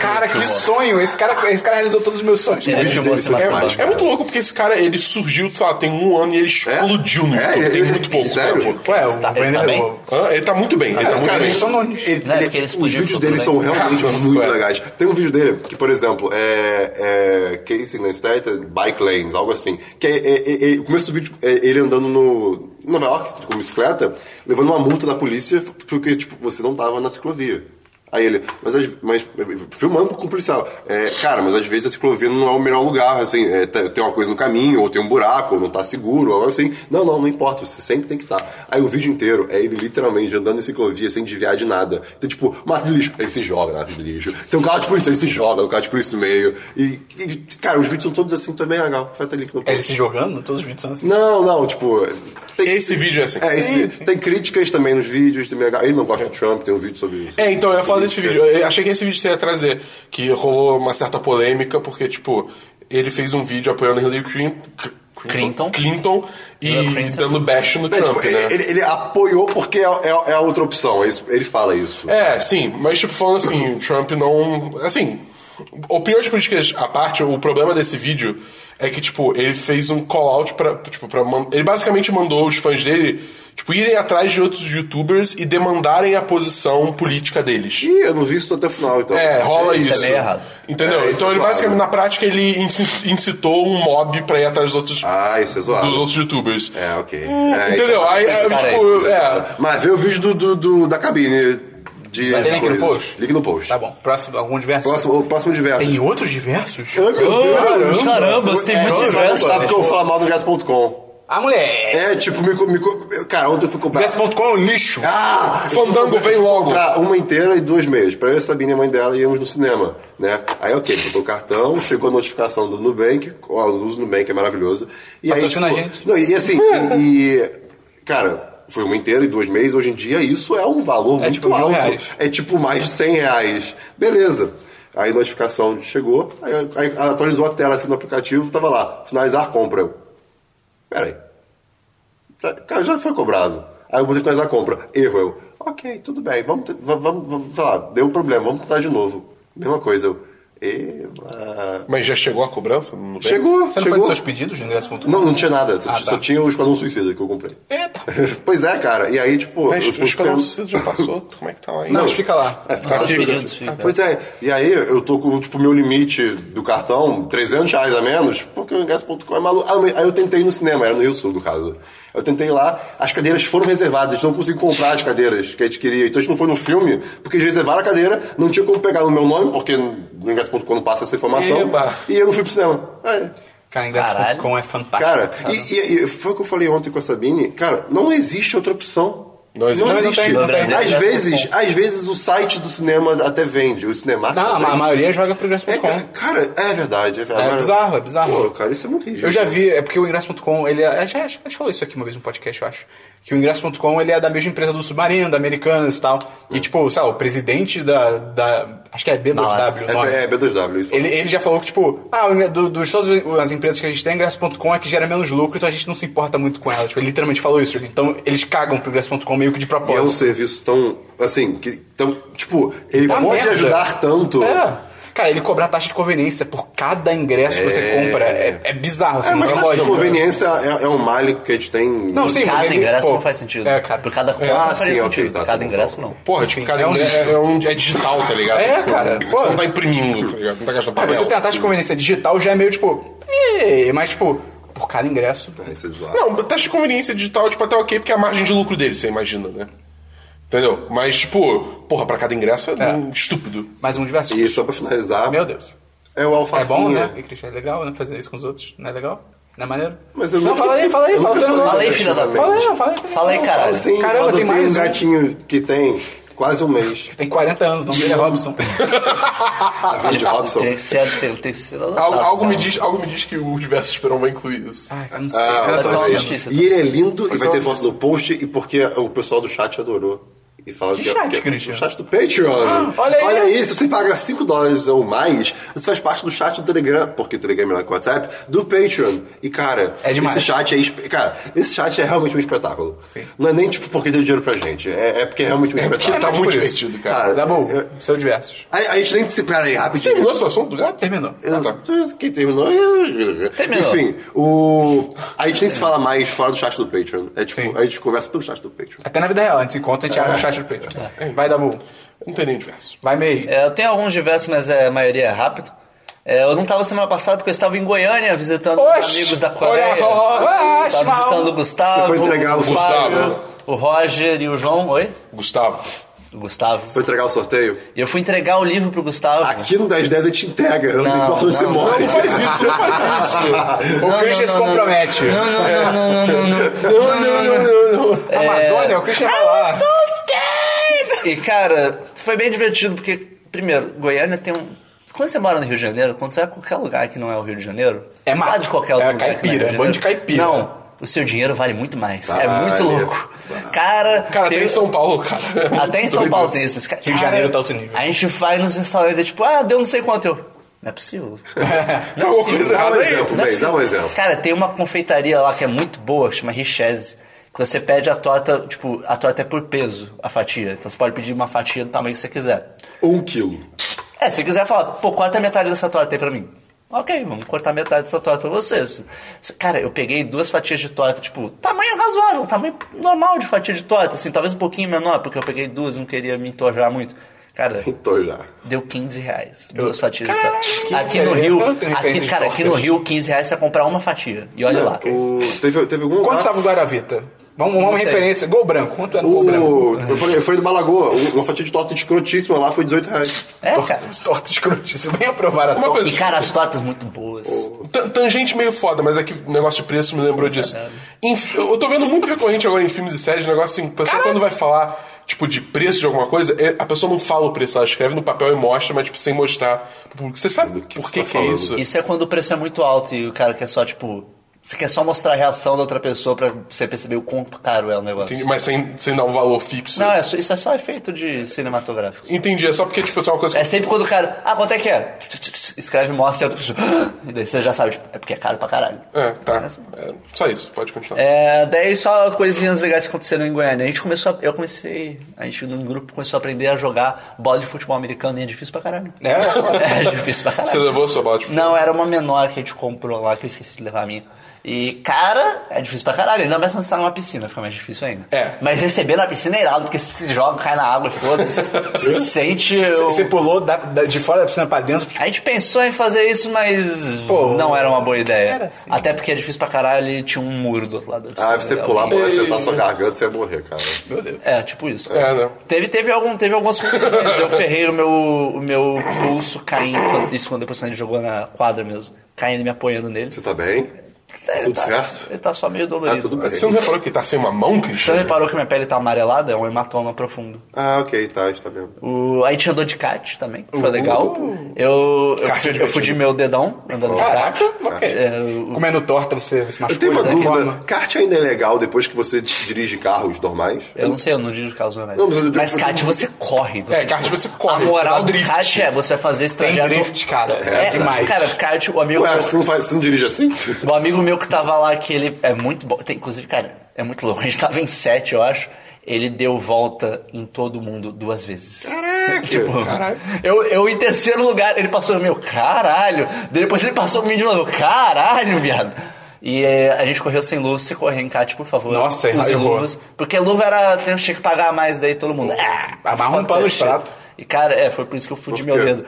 Speaker 1: Cara, que sonho! Esse cara, esse cara realizou todos os meus sonhos.
Speaker 3: Ele filmou se
Speaker 2: é-
Speaker 3: masturbando.
Speaker 4: É muito louco porque esse cara, ele surgiu, sei lá, tem um ano e ele explodiu no
Speaker 2: É,
Speaker 4: YouTube.
Speaker 2: ele-
Speaker 4: tem muito pouco
Speaker 2: sério? Ah,
Speaker 4: tempo.
Speaker 1: Ué, o
Speaker 3: Tá- ele tá
Speaker 1: Brenner
Speaker 3: bem?
Speaker 1: é bom.
Speaker 4: Hã? Ele tá muito bem, ele tá muito
Speaker 2: Cara,
Speaker 4: bem.
Speaker 1: eles são anônimos.
Speaker 2: ele-
Speaker 3: Não, é
Speaker 2: ele-
Speaker 3: porque eles
Speaker 2: os
Speaker 3: fugiram,
Speaker 2: vídeos
Speaker 3: tá
Speaker 2: dele
Speaker 3: tudo
Speaker 2: são
Speaker 3: bem.
Speaker 2: realmente
Speaker 4: Cara,
Speaker 2: muito
Speaker 4: é.
Speaker 2: legais. Tem um vídeo dele que, por exemplo, é, é Casey Neistat, é Bike Lanes, algo assim. Que é, é- é- é- o começo do vídeo é ele andando no em Nova York com bicicleta, levando uma multa da polícia porque tipo você não tava na ciclovia. Aí ele, mas, às- mas filmando com o policial. É, cara, mas às vezes a ciclovia não é o melhor lugar, assim, é, te- tem uma coisa no caminho, ou tem um buraco, ou não tá seguro, ou algo assim. Não, não, não importa, você sempre tem que estar. Aí o vídeo inteiro é ele literalmente andando em ciclovia sem desviar de nada. Então, tipo, mata de lixo, ele se joga na mata de lixo. Tem um carro de polícia, ele se joga, um carro de polícia no meio. E, e, cara, os vídeos são todos assim, também é legal. Feta link no
Speaker 1: É Ele se jogando? Todos os vídeos são assim.
Speaker 2: Não, não, tipo. Tem,
Speaker 4: Esse vídeo é assim.
Speaker 2: é, esse, tem críticas também nos vídeos, também é legal. Ele não gosta do Trump, tem um vídeo sobre isso.
Speaker 4: É, então, eu ia falar desse
Speaker 2: Crítica.
Speaker 4: vídeo. Eu achei que esse vídeo você ia trazer, que rolou uma certa polêmica, porque, tipo, ele fez um vídeo apoiando Hillary Clinton.
Speaker 3: Clinton.
Speaker 4: Clinton e
Speaker 3: Hillary Clinton.
Speaker 4: dando bash no
Speaker 2: É,
Speaker 4: Trump,
Speaker 2: tipo,
Speaker 4: né?
Speaker 2: ele, ele- ele apoiou porque é, é- é a outra opção. é isso- Ele fala isso.
Speaker 4: É, sim, mas tipo, falando assim, o Trump não. Assim, opiniões políticas à parte, o problema desse vídeo é que, tipo, ele fez um call-out pra. Tipo, pra man- Ele basicamente mandou os fãs dele, tipo, irem atrás de outros youtubers e demandarem a posição política deles.
Speaker 2: Ih, eu não vi isso até o final, então.
Speaker 4: É, rola
Speaker 3: Isso
Speaker 4: isso.
Speaker 3: é meio errado.
Speaker 4: Entendeu?
Speaker 2: É, isso
Speaker 4: então
Speaker 2: é
Speaker 4: ele
Speaker 2: zoado.
Speaker 4: basicamente, na prática, ele inci- incitou um mob pra ir atrás dos outros,
Speaker 2: Ah, isso é zoado.
Speaker 4: dos outros youtubers.
Speaker 2: É, tá, ok.
Speaker 4: Entendeu? Aí, é,
Speaker 3: cara aí,
Speaker 4: tipo,
Speaker 2: é,
Speaker 4: é,
Speaker 2: Mas vê o vídeo do, do- do- da cabine. de
Speaker 1: Vai ter link no
Speaker 2: coisas.
Speaker 1: post?
Speaker 2: Link no post.
Speaker 1: Tá bom. Próximo, algum diverso?
Speaker 2: Próximo, o próximo diverso.
Speaker 1: Tem outros diversos?
Speaker 2: Ah, meu Deus.
Speaker 3: Caramba, você tem
Speaker 2: É,
Speaker 3: muito
Speaker 2: você
Speaker 3: diverso.
Speaker 2: Sabe que eu vou falar mal do gato.com.
Speaker 1: Ah, moleque!
Speaker 2: É, tipo, me, co- me, co- cara, ontem eu fui comprar.
Speaker 1: Diverso.com é um lixo.
Speaker 2: Ah!
Speaker 4: Fandango vem logo.
Speaker 2: comprar uma inteira e duas meias. Pra eu, e Sabine e a mãe dela íamos no cinema, né? Aí, ok, botou o cartão, chegou a notificação do Nubank, ó, o uso do Nubank é maravilhoso. E aí,
Speaker 1: Patrocina
Speaker 2: tipo,
Speaker 1: a gente.
Speaker 2: Não, e assim, e, e, cara... Foi uma inteira e duas meias. Hoje em dia, isso é um valor muito
Speaker 1: tipo mil
Speaker 2: alto.
Speaker 1: reais.
Speaker 2: É tipo mais de 100 reais. Beleza. Aí a notificação chegou, aí, aí atualizou a tela assim no aplicativo, tava lá, finalizar compra. Eu, Peraí. Já- Cara, já foi cobrado. Aí eu botei finalizar a compra. Erro eu. Ok, tudo bem. Vamos, te- va- vamos, vamos sei lá, deu um problema, vamos tentar de novo. Mesma coisa. Eu. Eva.
Speaker 4: Mas já chegou a cobrança? Não tem?
Speaker 2: Chegou,
Speaker 1: Você não foi
Speaker 2: chegou.
Speaker 1: dos seus pedidos no ingresso.com?
Speaker 2: Não, não tinha nada. Só,
Speaker 1: Ah,
Speaker 2: ti- só
Speaker 1: tá.
Speaker 2: tinha o Esquadrão Suicida que eu comprei. [LAUGHS]
Speaker 1: Eita!
Speaker 2: pois é, cara. E aí, tipo.
Speaker 4: Mas
Speaker 2: eu
Speaker 4: o
Speaker 2: fui
Speaker 4: escalão
Speaker 2: esperando-
Speaker 4: suicida já passou? Como é que tá lá ainda?
Speaker 1: Não, mas fica lá.
Speaker 2: É, fica-
Speaker 3: Nossos
Speaker 2: fica-
Speaker 3: pedidos, Tá fica.
Speaker 2: Ah, Pois é, e aí eu tô com, tipo, meu limite do cartão, 300 reais a menos, porque o ingresso.com é maluco. Ah, mas- Aí eu tentei no cinema, era no Rio Sul, no caso. Eu tentei lá, as cadeiras foram reservadas, a gente não conseguiu comprar as cadeiras que a gente queria. Então a gente não foi no filme, porque eles reservaram a cadeira, não tinha como pegar no meu nome, porque no ingresso.com não passa essa informação.
Speaker 4: Eba.
Speaker 2: E eu não fui pro cinema. É.
Speaker 1: Cara, ingresso.com é fantástico.
Speaker 2: Cara, e, e- e foi o que eu falei ontem com a Sabine, cara, não existe outra opção.
Speaker 4: Não existe.
Speaker 2: Não
Speaker 4: Não,
Speaker 1: não tem,
Speaker 2: existe.
Speaker 1: não tem.
Speaker 2: Às vezes, às vezes o site do cinema até vende, o cinema.
Speaker 1: Não, a maioria joga pro
Speaker 2: É,
Speaker 1: ingresso.com.
Speaker 2: ca- cara, é verdade, é verdade.
Speaker 1: É bizarro, é bizarro.
Speaker 2: Pô, cara, isso é muito ridículo.
Speaker 1: Eu já vi, é porque o ingresso.com, ele é, a gente- a gente falou isso aqui uma vez no podcast, eu acho. Que o ingresso.com ele é da mesma empresa do Submarino, da Americanas e tal. E tipo, sei lá, o presidente da. da acho que é B2W o nome.
Speaker 2: É, é B2W, isso.
Speaker 1: Ele, ele já falou que, tipo, ah, o ingre- do, dos todas as empresas que a gente tem, ingresso.com é que gera menos lucro, então a gente não se importa muito com ela. Tipo, ele literalmente falou isso. Então eles cagam pro ingresso.com meio que de
Speaker 2: E é um
Speaker 1: propósito.
Speaker 2: serviço tão, assim, que tão, tipo, ele
Speaker 1: Dá
Speaker 2: pode
Speaker 1: merda.
Speaker 2: ajudar tanto.
Speaker 1: É. Cara, ele cobrar taxa de conveniência por cada ingresso que você compra é, é bizarro, assim,
Speaker 2: É,
Speaker 1: não
Speaker 2: mas
Speaker 1: é
Speaker 2: a
Speaker 1: lógico.
Speaker 2: conveniência é, é um malho que a gente tem.
Speaker 1: Não, sim, mas
Speaker 3: Cada
Speaker 1: ele-
Speaker 3: ingresso
Speaker 1: pô,
Speaker 3: não faz sentido.
Speaker 1: É, cara.
Speaker 3: Por cada compra
Speaker 2: Ah,
Speaker 3: não faria
Speaker 2: sim, ok,
Speaker 3: sentido.
Speaker 2: tá, tá
Speaker 3: cada
Speaker 2: bom,
Speaker 3: ingresso
Speaker 2: tá
Speaker 3: não.
Speaker 4: Porra, tipo, cada
Speaker 1: é um
Speaker 4: ingresso é, um- é digital, tá ligado?
Speaker 1: É,
Speaker 4: Tipo,
Speaker 1: cara, pô.
Speaker 4: Você não tá imprimindo, tá ligado? Não tá gastando
Speaker 1: Ah,
Speaker 4: papel.
Speaker 2: é
Speaker 1: você tem a taxa de conveniência digital já é meio tipo. "Ê", Mas, tipo, por cada ingresso.
Speaker 2: É, isso é de lá.
Speaker 4: Não, taxa de conveniência digital, tipo, até ok, porque é a margem de lucro dele, você imagina, né? Entendeu? Mas, tipo, porra, pra cada ingresso é,
Speaker 1: É.
Speaker 4: um estúpido.
Speaker 1: Mais um diverso.
Speaker 2: E só pra finalizar,
Speaker 1: Meu Deus.
Speaker 2: é o
Speaker 1: É
Speaker 2: alfafinha.
Speaker 1: bom, né? E Christian, é legal né? fazer isso com os outros. Não é legal? Não é maneiro?
Speaker 2: Mas eu
Speaker 1: não,
Speaker 2: nunca-
Speaker 1: fala aí, fala aí,
Speaker 2: eu
Speaker 1: fala
Speaker 2: nunca
Speaker 1: aí.
Speaker 2: falei
Speaker 3: Fala aí,
Speaker 2: isso,
Speaker 3: filha da-
Speaker 2: ultimamente.
Speaker 1: Fala aí, fala aí.
Speaker 3: Fala aí, caralho.
Speaker 2: Sim, eu
Speaker 1: Caramba,
Speaker 2: adotei
Speaker 1: tem mais
Speaker 2: um
Speaker 1: um.
Speaker 2: gatinho que tem quase um mês.
Speaker 1: Tem 40 anos, o nome dele é Robson. Ah,
Speaker 2: A
Speaker 1: tá.
Speaker 2: vida de Robson.
Speaker 3: Tem que ser, tem, tem que ser adotado,
Speaker 4: Algo, algo
Speaker 3: cara.
Speaker 4: me diz, algo me diz que o diverso esperão vai incluir isso.
Speaker 1: Ai, eu não sei. assim,
Speaker 2: Ah,
Speaker 1: eu
Speaker 3: Pode ser uma
Speaker 1: tô vendo.
Speaker 3: justiça.
Speaker 2: E ele é lindo e vai
Speaker 4: é
Speaker 2: ter
Speaker 4: uma
Speaker 2: foto no post e porque o pessoal do chat adorou. E fala
Speaker 1: Que
Speaker 2: é-
Speaker 1: chat,
Speaker 2: é-
Speaker 1: Christian? Ah,
Speaker 2: O chat do Patreon.
Speaker 1: olha aí.
Speaker 2: se você paga 5 dólares ou mais, você faz parte do chat do Telegram, porque o Telegram é melhor que o WhatsApp, do Patreon. E, cara,
Speaker 1: É demais.
Speaker 2: esse chat é. espe- Cara, esse chat é realmente um espetáculo.
Speaker 1: Sim.
Speaker 2: Não é nem tipo porque deu dinheiro pra gente. É, é porque é realmente um
Speaker 4: Porque
Speaker 2: espetáculo.
Speaker 4: tá
Speaker 1: mais
Speaker 4: muito
Speaker 1: por isso.
Speaker 4: divertido, cara.
Speaker 2: Cara,
Speaker 1: Tá bom,
Speaker 2: eu-
Speaker 1: seu diversos.
Speaker 2: A, a gente nem se. Pera aí,
Speaker 4: Você
Speaker 2: rapidinho.
Speaker 4: terminou esse assunto do gato?
Speaker 1: Terminou.
Speaker 2: Eu-
Speaker 4: tá.
Speaker 2: tu- Quem terminou? eu-
Speaker 3: Terminou.
Speaker 2: Enfim, o... a gente nem se fala mais fora do chat do Patreon. É tipo,
Speaker 1: Sim.
Speaker 2: a gente conversa pelo chat do Patreon.
Speaker 1: Até na vida real, a gente se encontra, a gente abre o chat do peito. Vai, Dabu.
Speaker 4: Não tem nem diverso.
Speaker 1: Vai, meio.
Speaker 3: É, eu tenho alguns diversos, mas é, a maioria é rápido. É, eu não estava semana passada porque eu estava em Goiânia visitando os
Speaker 1: Oxe,
Speaker 3: amigos da
Speaker 1: olha
Speaker 3: Coreia.
Speaker 1: só,
Speaker 3: Tava
Speaker 1: oxe, mal.
Speaker 3: visitando o Gustavo.
Speaker 2: Você foi entregar o
Speaker 3: Fábio,
Speaker 4: Gustavo.
Speaker 3: O Roger e o João. Oi?
Speaker 4: Gustavo.
Speaker 3: O Gustavo.
Speaker 2: Foi entregar o sorteio?
Speaker 3: E eu fui entregar o livro pro Gustavo.
Speaker 2: Aqui no 1010 a gente entrega, não,
Speaker 3: Não,
Speaker 2: importa onde
Speaker 3: não,
Speaker 2: você
Speaker 3: não.
Speaker 2: mora.
Speaker 4: Não faz isso, não faz isso.
Speaker 1: O Christian se compromete.
Speaker 3: Não, não, não, não, não, não, não.
Speaker 4: Não, não, não, não, não.
Speaker 1: É. Amazônia, o Christian
Speaker 3: Ah,
Speaker 1: vai lá.
Speaker 3: E, cara, foi bem divertido porque, primeiro, Goiânia tem um. Quando você mora no Rio de Janeiro, quando você vai a qualquer lugar que não é o Rio de Janeiro,
Speaker 1: É mato.
Speaker 3: quase qualquer outro
Speaker 1: É
Speaker 3: lugar. que não
Speaker 1: caipira,
Speaker 3: é Rio Janeiro,
Speaker 1: bando de caipira.
Speaker 3: Não, o seu dinheiro vale muito mais. É
Speaker 2: Vale.
Speaker 3: muito louco. Cara,
Speaker 4: Cara,
Speaker 3: tem-
Speaker 4: até em São Paulo, cara.
Speaker 1: [LAUGHS]
Speaker 3: Até em São
Speaker 4: Doido.
Speaker 3: Paulo tem isso. Mas, cara,
Speaker 1: Rio de Janeiro tá outro nível.
Speaker 3: A gente vai nos restaurantes e é tipo, ah, deu não sei quanto. Eu, não é possível.
Speaker 4: Tem alguma
Speaker 2: Dá
Speaker 4: coisa
Speaker 2: um
Speaker 4: errada aí.
Speaker 2: exemplo,
Speaker 3: Não é
Speaker 2: Bey, dá um
Speaker 3: possível.
Speaker 2: exemplo.
Speaker 3: Cara, tem uma confeitaria lá que é muito boa, chama Richese, que você pede a torta, tipo, a torta é por peso, a fatia. Então você pode pedir uma fatia do tamanho que você quiser.
Speaker 2: Um quilo.
Speaker 3: É, se quiser falar, pô, corta a metade dessa torta aí pra mim. Ok, vamos cortar metade dessa torta pra vocês. Cara, eu peguei duas fatias de torta, tipo, tamanho razoável, tamanho normal de fatia de torta, assim, talvez um pouquinho menor, porque eu peguei duas, não queria me entorjar muito. Cara,
Speaker 2: Tô já.
Speaker 3: deu 15 reais. Duas fatias de
Speaker 1: que
Speaker 3: torta. Aqui no
Speaker 1: referência.
Speaker 3: Rio,
Speaker 1: Eu tenho referência
Speaker 3: aqui,
Speaker 1: de
Speaker 3: cara,
Speaker 1: tortas.
Speaker 3: aqui no Rio, 15 reais você comprar uma fatia. E olha lá.
Speaker 2: O- Teve, teve algum
Speaker 1: Quanto
Speaker 2: lugar...
Speaker 1: tava o Guaravita? Vamos, uma
Speaker 3: Não sei.
Speaker 1: referência. Gol branco. Quanto era o gol branco?
Speaker 2: O, eu, falei, eu falei do Balagoa, uma fatia de torta escrotíssima lá foi 18 reais.
Speaker 3: É, cara.
Speaker 1: Torta escrotíssima. Bem aprovar a
Speaker 4: Uma
Speaker 1: torta.
Speaker 4: coisa,
Speaker 3: E, cara, as tortas muito boas.
Speaker 4: Tan- Tangente meio foda, mas é que o negócio de preço me lembrou disso. Em fi- eu tô vendo muito recorrente agora em filmes e séries, negócio assim, a pessoa quando vai falar, tipo, de preço de alguma coisa, é- a pessoa não fala o preço, ela escreve no papel e mostra, mas, tipo, sem mostrar pro público. Você sabe
Speaker 2: você
Speaker 4: por que,
Speaker 2: tá
Speaker 4: que é
Speaker 2: falando?
Speaker 4: isso?
Speaker 3: Isso é quando o preço é muito alto e o cara quer só, tipo... Você quer só mostrar a reação da outra pessoa pra você perceber o quão caro é o negócio.
Speaker 4: Entendi, Mas sem, sem dar um valor fixo.
Speaker 3: Não, é só- isso é só efeito de cinematográfico.
Speaker 4: Entendi, é só porque, tipo, isso é uma coisa
Speaker 3: É
Speaker 4: que...
Speaker 3: sempre quando o cara... Ah, quanto é que é? Escreve, mostra e a outra pessoa... E daí você já sabe, tipo, é porque é caro pra caralho.
Speaker 4: É, tá. É, só isso, pode continuar.
Speaker 3: assim. É, daí só coisinhas legais que aconteceram em Goiânia. A gente começou, a- eu comecei, a gente num grupo começou a aprender a jogar bola de futebol americano e é difícil pra caralho. [LAUGHS] É, difícil pra
Speaker 4: Você
Speaker 3: caralho.
Speaker 4: levou a sua bola tipo, de futebol?
Speaker 3: Não, era uma menor que a gente comprou lá, que eu esqueci de levar a minha. E, cara, é difícil pra caralho. Ainda mais quando você tá numa piscina, fica mais difícil ainda.
Speaker 4: É.
Speaker 3: Mas receber na piscina é irado, porque você se joga, cai na água e foda-se. Você se sente...
Speaker 1: Você-
Speaker 3: o-
Speaker 1: Você pulou da- da- de fora da piscina pra dentro. tipo,
Speaker 3: A gente pensou em fazer isso, mas
Speaker 1: Pô,
Speaker 3: não era uma boa ideia. Até porque é difícil pra caralho e tinha um muro do outro lado. da
Speaker 2: Ah,
Speaker 3: piscina.
Speaker 2: você pular,
Speaker 3: Alguém-
Speaker 2: você sentar sua garganta, você ia morrer, cara.
Speaker 3: É, tipo isso.
Speaker 4: É, né?
Speaker 3: Teve, teve, algum, teve algumas confusões. Eu ferrei o meu, o meu pulso caindo. quando- Isso quando depois a gente jogou na quadra mesmo. Caindo e me apoiando nele.
Speaker 2: Você tá bem?
Speaker 3: Ele
Speaker 2: tudo
Speaker 3: tá,
Speaker 2: certo?
Speaker 3: Ele tá só meio
Speaker 2: Ah, tudo
Speaker 3: dolorido.
Speaker 2: bem.
Speaker 4: Você não reparou que tá sem uma mão,
Speaker 3: Você
Speaker 4: Cristian?
Speaker 3: reparou que minha pele tá amarelada? É um hematoma profundo.
Speaker 2: Ah, ok, tá, está bem.
Speaker 3: O, aí tinha dor de cat também, que foi legal. Eu, eu,
Speaker 4: Cat
Speaker 3: fudi- eu fudi
Speaker 4: divertido.
Speaker 3: meu dedão andando de
Speaker 1: Caraca,
Speaker 3: cat.
Speaker 1: ok.
Speaker 3: É, o-
Speaker 1: Comendo torta, você se machucou.
Speaker 2: Eu tenho uma
Speaker 1: de alguma forma.
Speaker 2: dúvida. Kart ainda é legal depois que você dirige carros normais?
Speaker 3: Eu não sei, eu não dirijo carros normais.
Speaker 2: Não, mas eu digo-
Speaker 3: Mas kart você corre. Você,
Speaker 4: É, kart você corre,
Speaker 3: A
Speaker 4: você tá dá
Speaker 3: moral do
Speaker 4: drift.
Speaker 3: kart é você fazer esse
Speaker 1: Tem
Speaker 3: trajeto...
Speaker 1: drift, cara.
Speaker 3: É,
Speaker 1: É, demais.
Speaker 3: Cara, kart, o amigo,
Speaker 2: Ué, você não, faz, você não dirige assim?
Speaker 3: o Um amigo meu que tava lá, que ele é muito bom. Tem, inclusive, cara, é muito louco. A gente tava em sete, eu acho. Ele deu volta em todo mundo duas vezes.
Speaker 2: Tipo,
Speaker 3: Eu, eu em terceiro lugar, ele passou meu caralho. Depois ele passou por mim de novo, eu, caralho, viado. E eh, a gente correu sem luvas, se correr em cat, por favor.
Speaker 1: Nossa, errou,
Speaker 3: use
Speaker 1: errou.
Speaker 3: luvas. Porque luva era. tem- Tinha que pagar mais, daí todo mundo. Ah,
Speaker 1: Amarra um pano de
Speaker 3: foda-se.
Speaker 1: prato.
Speaker 3: E cara, é, foi por isso que eu fudi
Speaker 2: Por
Speaker 3: meu
Speaker 2: quê?
Speaker 3: dedo.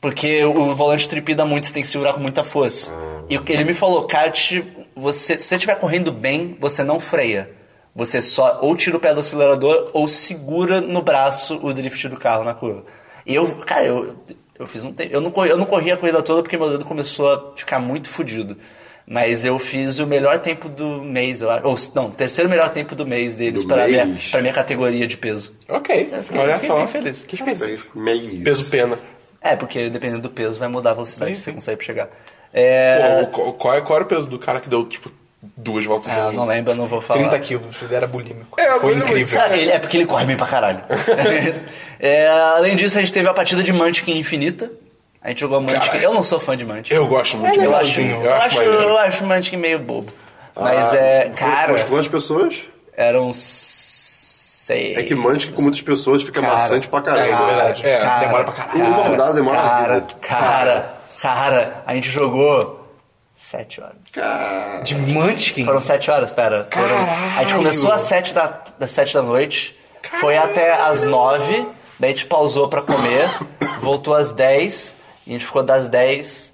Speaker 3: Porque o volante tripida muito, você tem que segurar com muita força. E o que ele me falou, kart, você, se você estiver correndo bem, você não freia. Você só ou tira o pé do acelerador ou segura no braço o drift do carro na curva. E eu, cara, eu, eu fiz um tempo. Eu não, corri, eu não corri a corrida toda porque meu dedo começou a ficar muito fudido. Mas eu fiz o melhor tempo do mês, eu acho. Ou não, o terceiro melhor tempo do mês deles
Speaker 2: Do
Speaker 3: para a minha,
Speaker 2: mês.
Speaker 3: pra minha categoria de peso.
Speaker 1: Ok.
Speaker 3: É,
Speaker 4: Olha só.
Speaker 3: bem feliz.
Speaker 1: Que específico.
Speaker 2: meio.
Speaker 4: Peso pena.
Speaker 3: É, porque dependendo do peso vai mudar a velocidade que você consegue chegar.
Speaker 4: Pô,
Speaker 3: É,
Speaker 4: o- qual, qual é- qual era o peso do cara que deu, tipo, duas voltas um
Speaker 3: é, eu não lembro, eu não vou falar.
Speaker 1: 30 quilos. Ele era bulímico.
Speaker 4: É,
Speaker 1: Foi
Speaker 4: mas é
Speaker 1: incrível.
Speaker 4: muito-
Speaker 3: Ah, ele- é porque ele corre bem pra caralho. É, além disso, a gente teve a partida de Mantic Infinita. A gente jogou Mantic. Eu não sou fã de Mantic.
Speaker 4: Eu gosto muito de
Speaker 3: É, eu
Speaker 4: bola,
Speaker 3: acho,
Speaker 4: sim,
Speaker 3: eu acho,
Speaker 4: maneiro.
Speaker 3: eu acho Mantic meio bobo.
Speaker 2: Ah,
Speaker 3: Mas é, cara,
Speaker 2: Mas quantas pessoas?
Speaker 3: eram seis.
Speaker 2: É que mante com muitas pessoas fica
Speaker 3: Cara.
Speaker 2: maçante pra caralho.
Speaker 1: É, isso é verdade.
Speaker 4: É,
Speaker 1: Cara,
Speaker 3: Cara,
Speaker 1: demora pra caralho.
Speaker 2: Uma rodada demora uma
Speaker 3: Cara,
Speaker 2: vida.
Speaker 3: cara, cara, a gente jogou sete horas.
Speaker 2: Cara.
Speaker 1: De Munchkin.
Speaker 3: Foram sete horas, pera. Foram- A gente começou às sete da, das sete da noite, foi até às nove, daí a gente pausou pra comer, voltou às dez, e a gente ficou das dez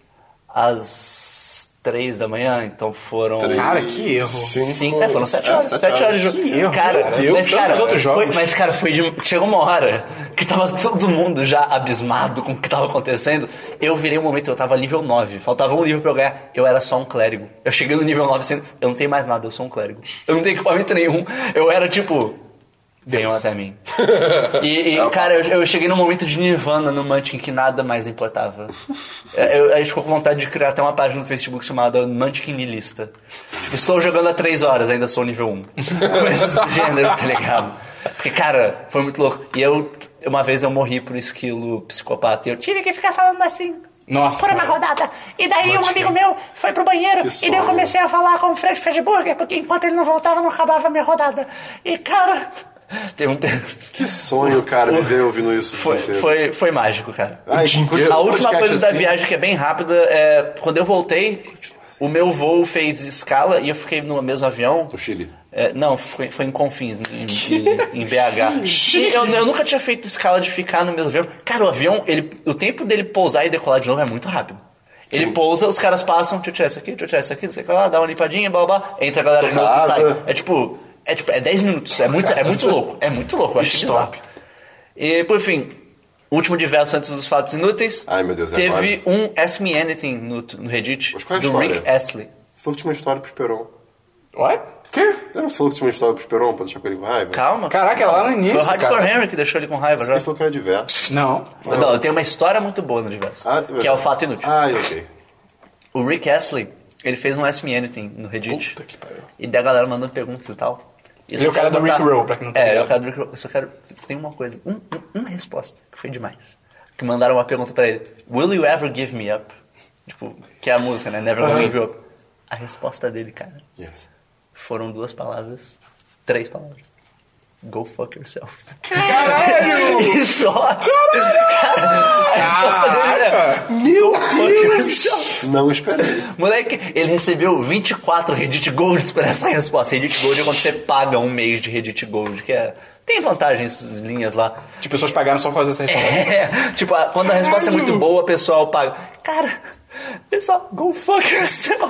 Speaker 3: às três da manhã, então foram...
Speaker 1: Cara, que erro.
Speaker 3: Cinco, é, foram sete horas.
Speaker 2: sete
Speaker 3: Sete horas de
Speaker 1: Que
Speaker 3: jogo.
Speaker 1: erro,
Speaker 3: Cara,
Speaker 1: meu Deus,
Speaker 3: mas, cara,
Speaker 1: tantos outros
Speaker 3: foi,
Speaker 1: jogos.
Speaker 3: mas, cara, foi de. Chegou uma hora que tava todo mundo já abismado com o que tava acontecendo. Eu virei um momento, eu tava nível 9. Faltava um nível pra eu ganhar. Eu era só um clérigo. Eu cheguei no nível 9 sendo. Eu não tenho mais nada, eu sou um clérigo. Eu não tenho equipamento nenhum. Eu era tipo. Venham até mim. E, e, cara, eu, eu cheguei num momento de nirvana no Munchkin que nada mais importava. É, Eu- eu- a gente ficou com vontade de criar até uma página no Facebook chamada Munchkin Nilista. Tipo, estou jogando há três horas, ainda sou nível 1. Coisas do gênero, tá ligado? Porque, cara, foi muito louco. E eu, uma vez eu morri por esquilo psicopata e eu tive que ficar falando assim.
Speaker 1: Nossa.
Speaker 6: Por uma rodada. E daí um amigo meu foi pro banheiro
Speaker 2: Que
Speaker 6: e daí eu
Speaker 2: sonho.
Speaker 6: comecei a falar com o Fred Fedburger, porque enquanto ele não voltava, não acabava a minha rodada. E cara,
Speaker 3: Teve um.
Speaker 2: Que sonho, cara, viver ouvindo isso. o
Speaker 3: Foi,
Speaker 2: dia inteiro.
Speaker 3: foi, foi mágico, cara.
Speaker 2: Ai, continua
Speaker 3: A
Speaker 2: o
Speaker 3: última
Speaker 2: podcast
Speaker 3: coisa da
Speaker 2: assim.
Speaker 3: viagem que é bem rápida é quando eu voltei, o meu voo fez escala e eu fiquei no mesmo avião.
Speaker 2: O Chile.
Speaker 3: É, não, foi, foi em Confins, em, em- em BH. E eu, eu nunca tinha feito escala de ficar no mesmo avião. Cara, o avião, ele, o tempo dele pousar e decolar de novo é muito rápido. Ele pousa, os caras passam, deixa eu tirar isso aqui, deixa eu tirar isso aqui, não sei o que lá, dá uma limpadinha, blá blá, blá, entra a galera de novo e
Speaker 2: Casa.
Speaker 3: sai. É tipo, É tipo, é 10 minutos. É muito, é muito louco. É muito louco, eu acho bizarro. E, por fim, último diverso antes dos fatos inúteis.
Speaker 2: Ai, meu Deus, é
Speaker 3: Teve um Ask Me Anything no, no Reddit
Speaker 2: Mas qual é a
Speaker 3: do
Speaker 2: história?
Speaker 3: Rick Astley.
Speaker 2: Você falou que tinha uma história pro Esperon.
Speaker 1: What?
Speaker 4: Quê?
Speaker 2: Lembra que você falou que tinha uma história pro Esperon pra deixar com ele com raiva?
Speaker 3: Calma.
Speaker 1: Caraca, é lá no
Speaker 3: Foi o
Speaker 1: início,
Speaker 3: Hardcore
Speaker 1: cara.
Speaker 3: Henry que deixou ele com raiva já.
Speaker 2: Ele falou que era diverso.
Speaker 1: Não.
Speaker 3: Mas não, tem uma história muito boa no diverso.
Speaker 2: Ah,
Speaker 3: que é o fato inútil.
Speaker 2: Ah, ok.
Speaker 3: O Rick Astley, ele fez um Ask Me Anything no Reddit.
Speaker 4: Puta que pariu.
Speaker 3: E da galera mandando perguntas e tal. E eu
Speaker 1: Ele é
Speaker 3: só
Speaker 1: o cara
Speaker 3: quero
Speaker 1: do Rick Roll, pra quem não tá ligado.
Speaker 3: É, ele é o cara do Rick Roll. Eu só quero... Tem uma coisa. Um, um- uma resposta, que foi demais. Que mandaram uma pergunta pra ele. Will you ever give me up? Tipo, que é a música, né? Never gonna give you up. A resposta dele, cara,
Speaker 2: Yes.
Speaker 3: foram duas palavras. Três palavras. Go fuck yourself.
Speaker 4: Caralho!
Speaker 3: E [LAUGHS] só... Cara, a resposta dele era... Meu Deus!
Speaker 2: Não esperei.
Speaker 3: [LAUGHS] Moleque, ele recebeu 24 Reddit Golds por essa resposta. Reddit Gold é quando você paga um mês de Reddit Gold, que é... Tem vantagem essas linhas lá.
Speaker 1: Tipo, pessoas pagaram só por causa dessa resposta.
Speaker 3: É, tipo, a- quando a resposta é muito boa, o pessoal paga. Cara, pessoal, go fuck yourself.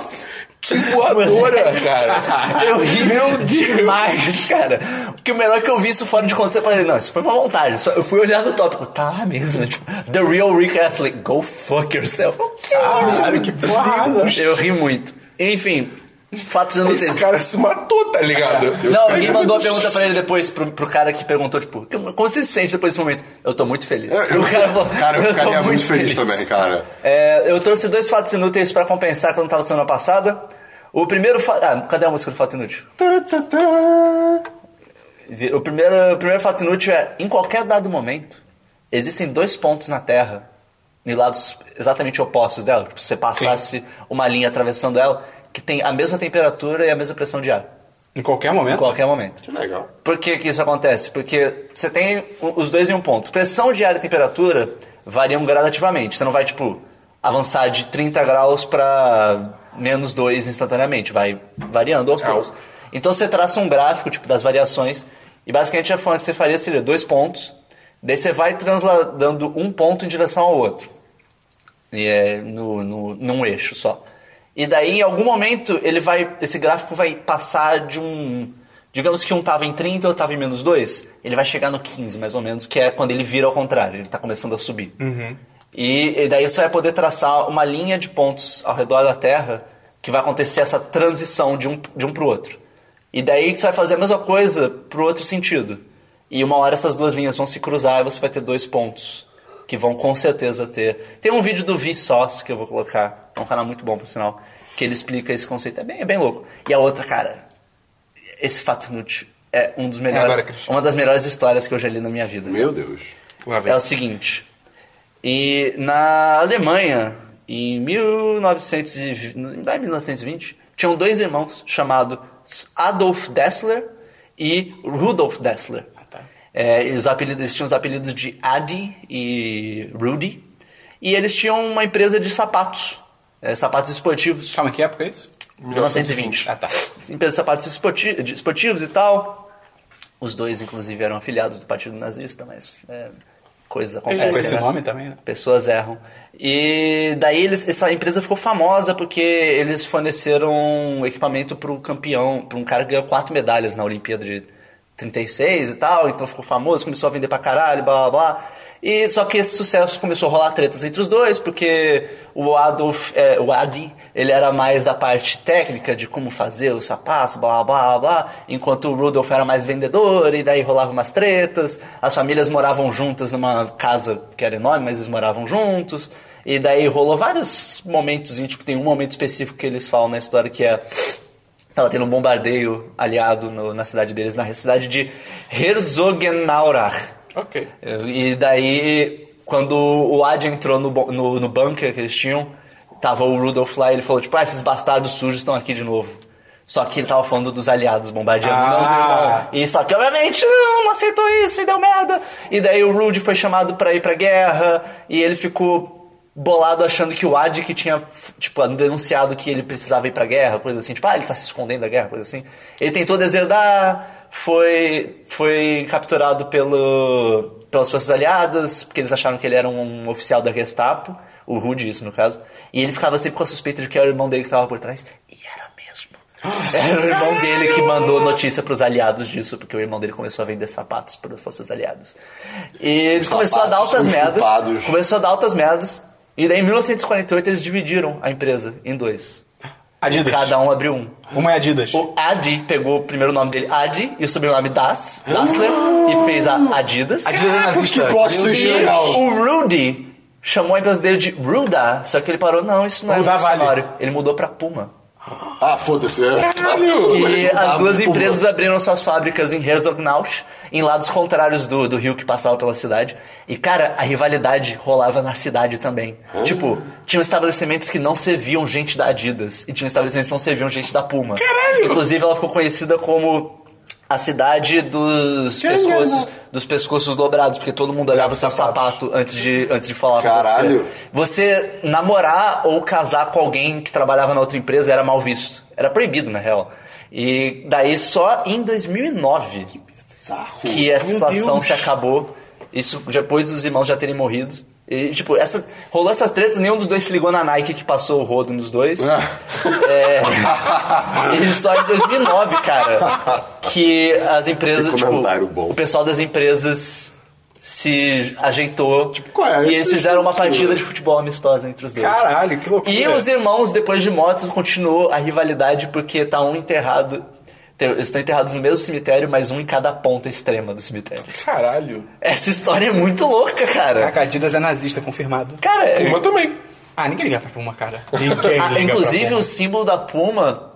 Speaker 3: Que [LAUGHS]
Speaker 4: Voadora, cara.
Speaker 3: Eu ri Meu demais, cara. Porque o melhor é que eu vi isso fora de contexto, eu falei, não, isso foi uma montagem. Só- Eu fui olhar no tópico, tá lá mesmo. Tipo, The Real Rick Astley, go fuck yourself.
Speaker 1: Caralho, que porrada.
Speaker 3: Eu ri muito. Enfim, fatos
Speaker 4: Esse
Speaker 3: inúteis.
Speaker 4: cara se matou, tá
Speaker 3: [LAUGHS]
Speaker 4: ligado? Eu-
Speaker 3: Não,
Speaker 4: eu-
Speaker 3: alguém mandou a pergunta pra ele depois, pro, pro cara que perguntou, tipo, como você se sente depois desse momento? Eu tô muito feliz.
Speaker 2: Eu-
Speaker 3: O [LAUGHS] cara, falou,
Speaker 2: Cara, eu,
Speaker 3: tô
Speaker 2: ficaria muito, feliz, também, cara.
Speaker 3: É, eu trouxe dois fatos inúteis pra compensar quando tava semana passada. O primeiro fato. Ah, cadê a música do fato inútil? Vi- O primeiro, o primeiro fato inútil é: em qualquer dado momento, existem dois pontos na Terra, em lados exatamente opostos dela. Tipo, se você passasse uma linha atravessando ela, que tem a mesma temperatura e a mesma pressão de ar.
Speaker 1: Em qualquer
Speaker 3: Em
Speaker 1: momento.
Speaker 3: qualquer momento.
Speaker 2: Que legal.
Speaker 3: Por que, que isso acontece? Porque você tem o- os dois em um ponto. Pressão de ar e temperatura variam gradativamente. Você não vai, tipo, avançar de 30 graus para menos 2 instantaneamente. Vai variando aos poucos. Então você traça um gráfico, tipo, das variações. E basicamente a forma que você faria seria dois pontos. Daí você vai transladando um ponto em direção ao outro. E é no, no, num eixo só. E daí, em algum momento, ele vai. Esse gráfico vai passar de um. Digamos que um tava em 30 e outro tava em menos 2. Ele vai chegar no 15, mais ou menos, que é quando ele vira ao contrário, ele tá começando a subir. E, e daí você vai poder traçar uma linha de pontos ao redor da Terra que vai acontecer essa transição de um, de um pro outro. E daí você vai fazer a mesma coisa pro outro sentido. E uma hora essas duas linhas vão se cruzar e você vai ter dois pontos que vão com certeza ter. Tem um vídeo do Vsauce que eu vou colocar, é um canal muito bom, por sinal, que ele explica esse conceito. É bem, é bem louco. E a outra, cara, esse fato inútil é um dos melhores,
Speaker 4: agora, Christian.
Speaker 3: uma das melhores histórias que eu já li na minha vida.
Speaker 2: Meu Deus.
Speaker 4: Lá vem.
Speaker 3: É o seguinte. E na Alemanha, em 1920, lá em 1920, tinham dois irmãos chamados Adolf Dessler e Rudolf Dessler. É, e os apelidos, eles tinham os apelidos de Adi e Rudy. E eles tinham uma empresa de sapatos, é, sapatos esportivos.
Speaker 1: Calma, que época é isso?
Speaker 3: 1920.
Speaker 1: Ah, tá.
Speaker 3: Empresa de sapatos esporti- de esportivos e tal. Os dois, inclusive, eram afiliados do Partido Nazista, mas é, coisas acontecem.
Speaker 1: Com esse
Speaker 3: né?
Speaker 1: nome também, né?
Speaker 3: Pessoas erram. E daí eles, essa empresa ficou famosa porque eles forneceram um equipamento para o campeão, para um cara que ganhou quatro medalhas na Olimpíada de 36 e tal, então ficou famoso, começou a vender pra caralho, blá blá blá. E só que esse sucesso começou a rolar tretas entre os dois, porque o Adolf, é, o Adi, ele era mais da parte técnica de como fazer os sapatos, blá blá blá, blá, enquanto o Rudolf era mais vendedor, e daí rolavam umas tretas, as famílias moravam juntas numa casa que era enorme, mas eles moravam juntos, e daí rolou vários momentos, e, tipo, tem um momento específico que eles falam na história que é Tava tendo um bombardeio aliado no- na cidade deles, na cidade de Herzogenaurach.
Speaker 4: Ok.
Speaker 3: E daí, quando o Ad entrou no, bo- no, no bunker que eles tinham, tava o Rudolf lá e ele falou, tipo, ah, esses bastardos sujos estão aqui de novo. Só que ele tava falando dos aliados bombardeando.
Speaker 1: Ah.
Speaker 3: Não, não, não. E só que, obviamente, não aceitou isso e deu merda. E daí o Rude foi chamado pra ir pra guerra e ele ficou bolado achando que o Ad que tinha, tipo, denunciado que ele precisava ir pra guerra, coisa assim. Tipo, ah, ele tá se escondendo da guerra, coisa assim. Ele tentou deserdar, foi, foi capturado pelo, pelas forças aliadas, porque eles acharam que ele era um oficial da Gestapo, o Rude, isso no caso. E ele ficava sempre com a suspeita de que era o irmão dele que tava por trás. E era mesmo. Era É o irmão dele que mandou notícia pros aliados disso, porque o irmão dele começou a vender sapatos para forças aliadas. E ele começou a dar altas
Speaker 2: os
Speaker 3: merdas.
Speaker 2: culpados.
Speaker 3: Começou a dar altas merdas. E daí em 1948 eles dividiram a empresa em dois.
Speaker 1: Adidas.
Speaker 3: Cada um abriu um.
Speaker 1: Uma é Adidas.
Speaker 3: O Adi pegou o primeiro nome dele, Adi, e o sobrenome Das, Dassler, e fez a Adidas.
Speaker 1: Adidas é nazista.
Speaker 2: plot twist
Speaker 3: E
Speaker 2: legal.
Speaker 3: o Rudy chamou a empresa dele de Ruda, só que ele parou, não, isso não é
Speaker 1: Ruda
Speaker 3: muito
Speaker 1: vale.
Speaker 3: sonoro. Ele mudou pra Puma.
Speaker 2: Ah, foda-se. é. [LAUGHS]
Speaker 3: E
Speaker 2: Ruda
Speaker 3: as duas
Speaker 2: Puma.
Speaker 3: empresas abriram suas fábricas em Herzogenaurach, em lados contrários do, do rio que passava pela cidade. E, cara, a rivalidade rolava na cidade também. Tipo, tinham estabelecimentos que não serviam gente da Adidas. E tinham estabelecimentos que não serviam gente da Puma. Caralho! Inclusive, ela ficou conhecida como... A cidade dos pescoços, dos pescoços dobrados, porque todo mundo olhava seu sapato antes de, antes de falar com
Speaker 2: Caralho.
Speaker 3: você. Você namorar ou casar com alguém que trabalhava na outra empresa era mal visto. Era proibido, na real. E daí só em 2009 que, a situação se acabou. Isso depois dos irmãos já terem morrido. E, tipo, essa, rolou essas tretas, nenhum dos dois se ligou na Nike que passou o rodo nos dois.
Speaker 2: Ah. [LAUGHS]
Speaker 3: É, e só em 2009, cara, que as empresas,
Speaker 2: Que
Speaker 3: tipo,
Speaker 2: comentário bom.
Speaker 3: o pessoal das empresas se ajeitou
Speaker 2: qual é?
Speaker 3: e eles
Speaker 2: Vocês
Speaker 3: fizeram
Speaker 2: não
Speaker 3: uma partida
Speaker 2: precisam.
Speaker 3: de futebol amistosa entre os dois.
Speaker 1: Caralho, que loucura.
Speaker 3: E os irmãos, depois de mortos, continuou a rivalidade porque tá um enterrado. tem- Eles estão enterrados no mesmo cemitério, mas um em cada ponta extrema do cemitério.
Speaker 4: Caralho.
Speaker 3: Essa história é muito louca, cara.
Speaker 1: Caraca, Adidas é nazista, confirmado.
Speaker 3: Cara, é-
Speaker 4: Puma também.
Speaker 1: Ah, ninguém liga pra Puma, cara.
Speaker 3: Ah,
Speaker 1: [LAUGHS] Ninguém
Speaker 3: inclusive o símbolo da Puma,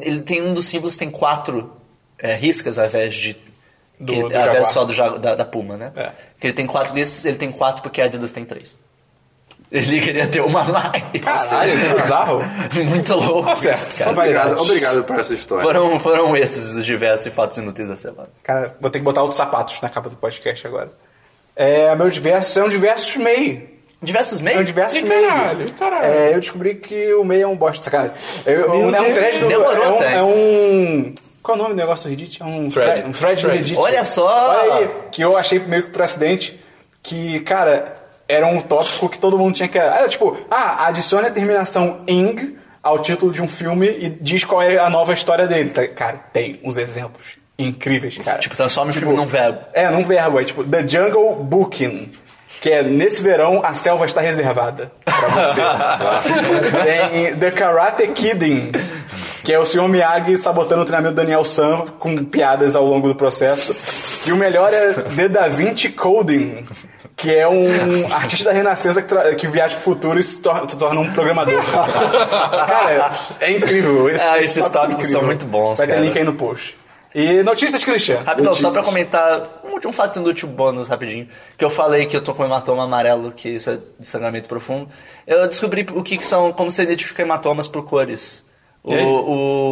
Speaker 3: ele tem um dos símbolos tem quatro é, riscas ao invés de
Speaker 1: Do-
Speaker 3: que-
Speaker 1: do
Speaker 3: ao
Speaker 1: jaguar.
Speaker 3: invés só do jagu- da, da Puma, né?
Speaker 1: É.
Speaker 3: Que ele tem quatro desses, ele tem quatro porque a Adidas tem três. Ele queria ter uma a mais.
Speaker 1: Caralho, que bizarro.
Speaker 3: [LAUGHS] Muito louco. Tá certo. Cara.
Speaker 2: Obrigado, obrigado por essa história.
Speaker 3: Foram, foram esses os diversos fatos inúteis da semana.
Speaker 1: Cara, vou ter que botar outros sapatos na capa do podcast agora. É, meu diverso é um diversos MEI.
Speaker 3: Diversos
Speaker 1: É um
Speaker 3: meios?
Speaker 1: diversos
Speaker 4: Ih,
Speaker 1: MEI.
Speaker 4: caralho, caralho.
Speaker 1: É, eu descobri que o MEI é um bosta, cara. É, é um, é um thread do...
Speaker 3: Demorou
Speaker 1: é, um,
Speaker 3: até.
Speaker 1: é um- Qual é o nome do negócio do Reddit? É um thread, um thread, do Reddit.
Speaker 3: Olha só!
Speaker 1: Olha aí, que eu achei meio que por acidente, que, cara, era um tópico que todo mundo tinha que... Era tipo, ah, adicione a terminação ing ao título de um filme e diz qual é a nova história dele. Tá- Cara, tem uns exemplos incríveis, cara.
Speaker 3: Tipo, transforma o filme num verbo.
Speaker 1: É, num verbo, é tipo The Jungle Booking. Que é nesse verão a selva está reservada pra
Speaker 3: [LAUGHS]
Speaker 1: você. Tem The Karate Kidding, que é o Sr. Miyagi sabotando o treinamento do Daniel Sam com piadas ao longo do processo. E o melhor é The Da Vinci Coding, que é um artista da renascença que, tra- que viaja pro futuro e se tor- se torna um
Speaker 3: [LAUGHS]
Speaker 1: programador. Cara, é incrível. Esse,
Speaker 3: Ah,
Speaker 1: esse
Speaker 3: esses
Speaker 1: tópico é
Speaker 3: tópicos são muito bons,
Speaker 1: Vai ter
Speaker 3: cara.
Speaker 1: link aí no post. E notícias, Christian.
Speaker 3: Rapidão, só pra comentar um, um fato inútil bônus rapidinho. Que eu falei que eu tô com hematoma amarelo, que isso é de sangramento profundo. Eu descobri o que, que são, como você identifica hematomas por cores. O,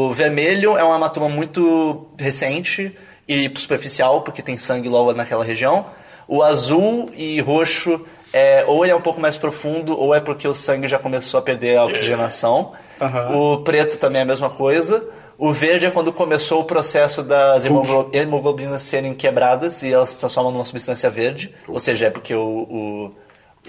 Speaker 3: o vermelho é um hematoma muito recente e superficial, porque tem sangue logo naquela região. O azul e roxo, é, ou ele é um pouco mais profundo, ou é porque o sangue já começou a perder a oxigenação. O preto também é a mesma coisa. O verde é quando começou o processo das hemoglo- hemoglobinas serem quebradas e elas se transformam numa substância verde. Ou seja, é porque o,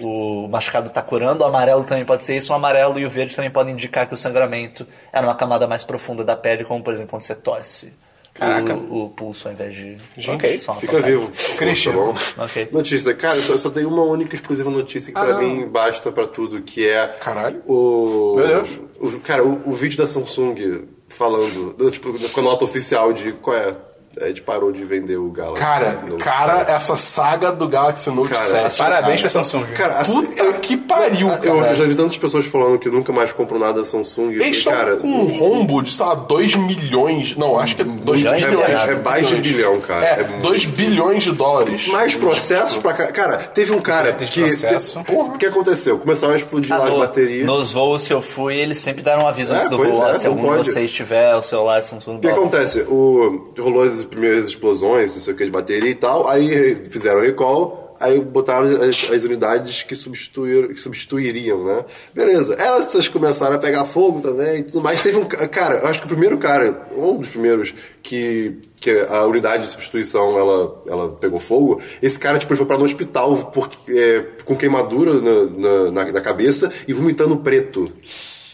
Speaker 3: o, o machucado está curando. O amarelo também pode ser isso. O amarelo e o verde também podem indicar que o sangramento é numa camada mais profunda da pele, como por exemplo quando você torce
Speaker 1: Caraca.
Speaker 3: O, o pulso ao invés de.
Speaker 1: Ok,
Speaker 3: só uma
Speaker 2: Fica
Speaker 3: pancada.
Speaker 2: vivo.
Speaker 1: Christian.
Speaker 2: Tá bom?
Speaker 3: Ok.
Speaker 2: Notícia. Cara, eu só, eu só tenho uma única exclusiva notícia que pra mim basta pra tudo, que é...
Speaker 4: Ah. Caralho.
Speaker 2: O...
Speaker 1: Meu Deus.
Speaker 2: o- cara, o, o vídeo da Samsung falando, do- tipo, com a nota oficial de qual é... A gente parou de vender o Galaxy.
Speaker 4: Cara,
Speaker 2: Note,
Speaker 4: cara, essa saga do Galaxy Note
Speaker 2: Cara,
Speaker 4: 7.
Speaker 1: Parabéns pra Samsung.
Speaker 2: Cara, assim,
Speaker 4: é Puta que pariu,
Speaker 2: eu,
Speaker 4: cara.
Speaker 2: eu já vi tantas pessoas falando que nunca mais compram nada da Samsung. Eu
Speaker 4: Eles
Speaker 2: falei, cara,
Speaker 4: estão com um rombo de, sei lá, 2 milhões. Não, acho que é 2
Speaker 3: Milhões?
Speaker 4: bilhões.
Speaker 2: É, é mais de
Speaker 4: Bilhões.
Speaker 2: bilhão, cara.
Speaker 4: É,
Speaker 2: É muito.
Speaker 4: 2 bilhões de dólares.
Speaker 2: Mais processos pra cá. Cara, teve um cara
Speaker 1: Deve ter
Speaker 2: que.
Speaker 1: processo.
Speaker 2: te- O que aconteceu? Começaram a explodir lá as
Speaker 3: no-
Speaker 2: baterias.
Speaker 3: Nos voos que eu fui, eles sempre deram um aviso
Speaker 2: É,
Speaker 3: antes do
Speaker 2: pois
Speaker 3: voo.
Speaker 2: é,
Speaker 3: ó, se
Speaker 2: não
Speaker 3: algum
Speaker 2: pode.
Speaker 3: de vocês tiver o celular Samsung
Speaker 2: O que acontece? O, rolou as primeiras explosões, não sei o que, de bateria e tal. Aí fizeram recall, aí botaram as, as unidades que, substituíram, que substituiriam, né? Beleza. Elas começaram a pegar fogo também e tudo mais. Teve um ca- cara, eu acho que o primeiro cara, um dos primeiros que, que a unidade de substituição ela, ela pegou fogo. Esse cara tipo, ele foi para um hospital por- é, com queimadura na, na, na- na cabeça e vomitando preto.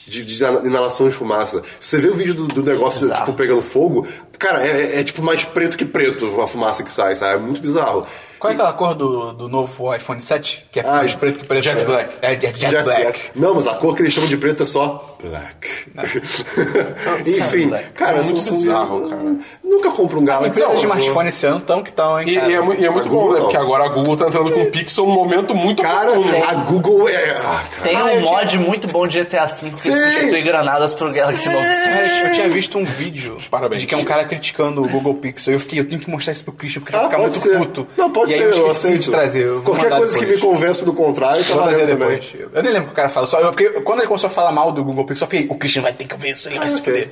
Speaker 2: de, de ina- inalação de fumaça. Se você vê o vídeo do, do negócio,
Speaker 3: Bizarro.
Speaker 2: tipo, pegando fogo, cara, é, é- é, tipo mais preto que preto a fumaça que sai, sabe? É muito bizarro.
Speaker 1: Qual é aquela cor do, do novo iPhone 7? Que é
Speaker 2: Ah,
Speaker 1: mais preto que preto. Jet Black. É, Jet, Jet
Speaker 2: Jet
Speaker 1: Black.
Speaker 2: Não, mas a cor que eles chamam de preto é só black. [LAUGHS] Enfim, cara,
Speaker 4: É muito
Speaker 2: Samsung,
Speaker 4: bizarro, cara.
Speaker 2: Nunca compra um Galaxy.
Speaker 1: Empresas
Speaker 2: por
Speaker 1: de
Speaker 2: favor.
Speaker 1: é smartphone esse ano tão que tão, hein,
Speaker 4: E,
Speaker 1: cara?
Speaker 4: e é, mu- e é muito
Speaker 2: a
Speaker 4: bom,
Speaker 2: Google
Speaker 4: né?
Speaker 2: não.
Speaker 4: Porque agora a Google tá entrando com o Pixel num momento muito
Speaker 2: Cara,
Speaker 4: oportuno.
Speaker 1: né?
Speaker 2: a Google é. ah, cara.
Speaker 3: Tem um mod muito bom de GTA V que
Speaker 2: Sim.
Speaker 3: substitui granadas pro Galaxy Note.
Speaker 1: Cara, eu tinha visto um vídeo
Speaker 4: Parabéns.
Speaker 1: de que é um cara criticando o Google Pixel. Eu fiquei, eu tenho que mostrar isso pro Christian porque ele
Speaker 2: Ah,
Speaker 1: vai ficar
Speaker 2: pode
Speaker 1: muito
Speaker 2: ser.
Speaker 1: puto.
Speaker 2: Não, pode
Speaker 1: e
Speaker 2: ser,
Speaker 1: aí eu
Speaker 2: eu
Speaker 1: esqueci
Speaker 2: aceito.
Speaker 1: de trazer. eu vou
Speaker 2: Qualquer
Speaker 1: mandar
Speaker 2: coisa
Speaker 1: depois.
Speaker 2: que me convença do contrário, tá
Speaker 1: Eu vou
Speaker 2: valendo
Speaker 1: trazer
Speaker 2: também.
Speaker 1: depois. Eu nem lembro o que o cara fala. Só, eu, porque quando ele começou a falar mal do Google Pixel, eu fiquei, o Christian vai ter que ver isso, ele vai se
Speaker 2: Ah, É, ok.
Speaker 1: fuder.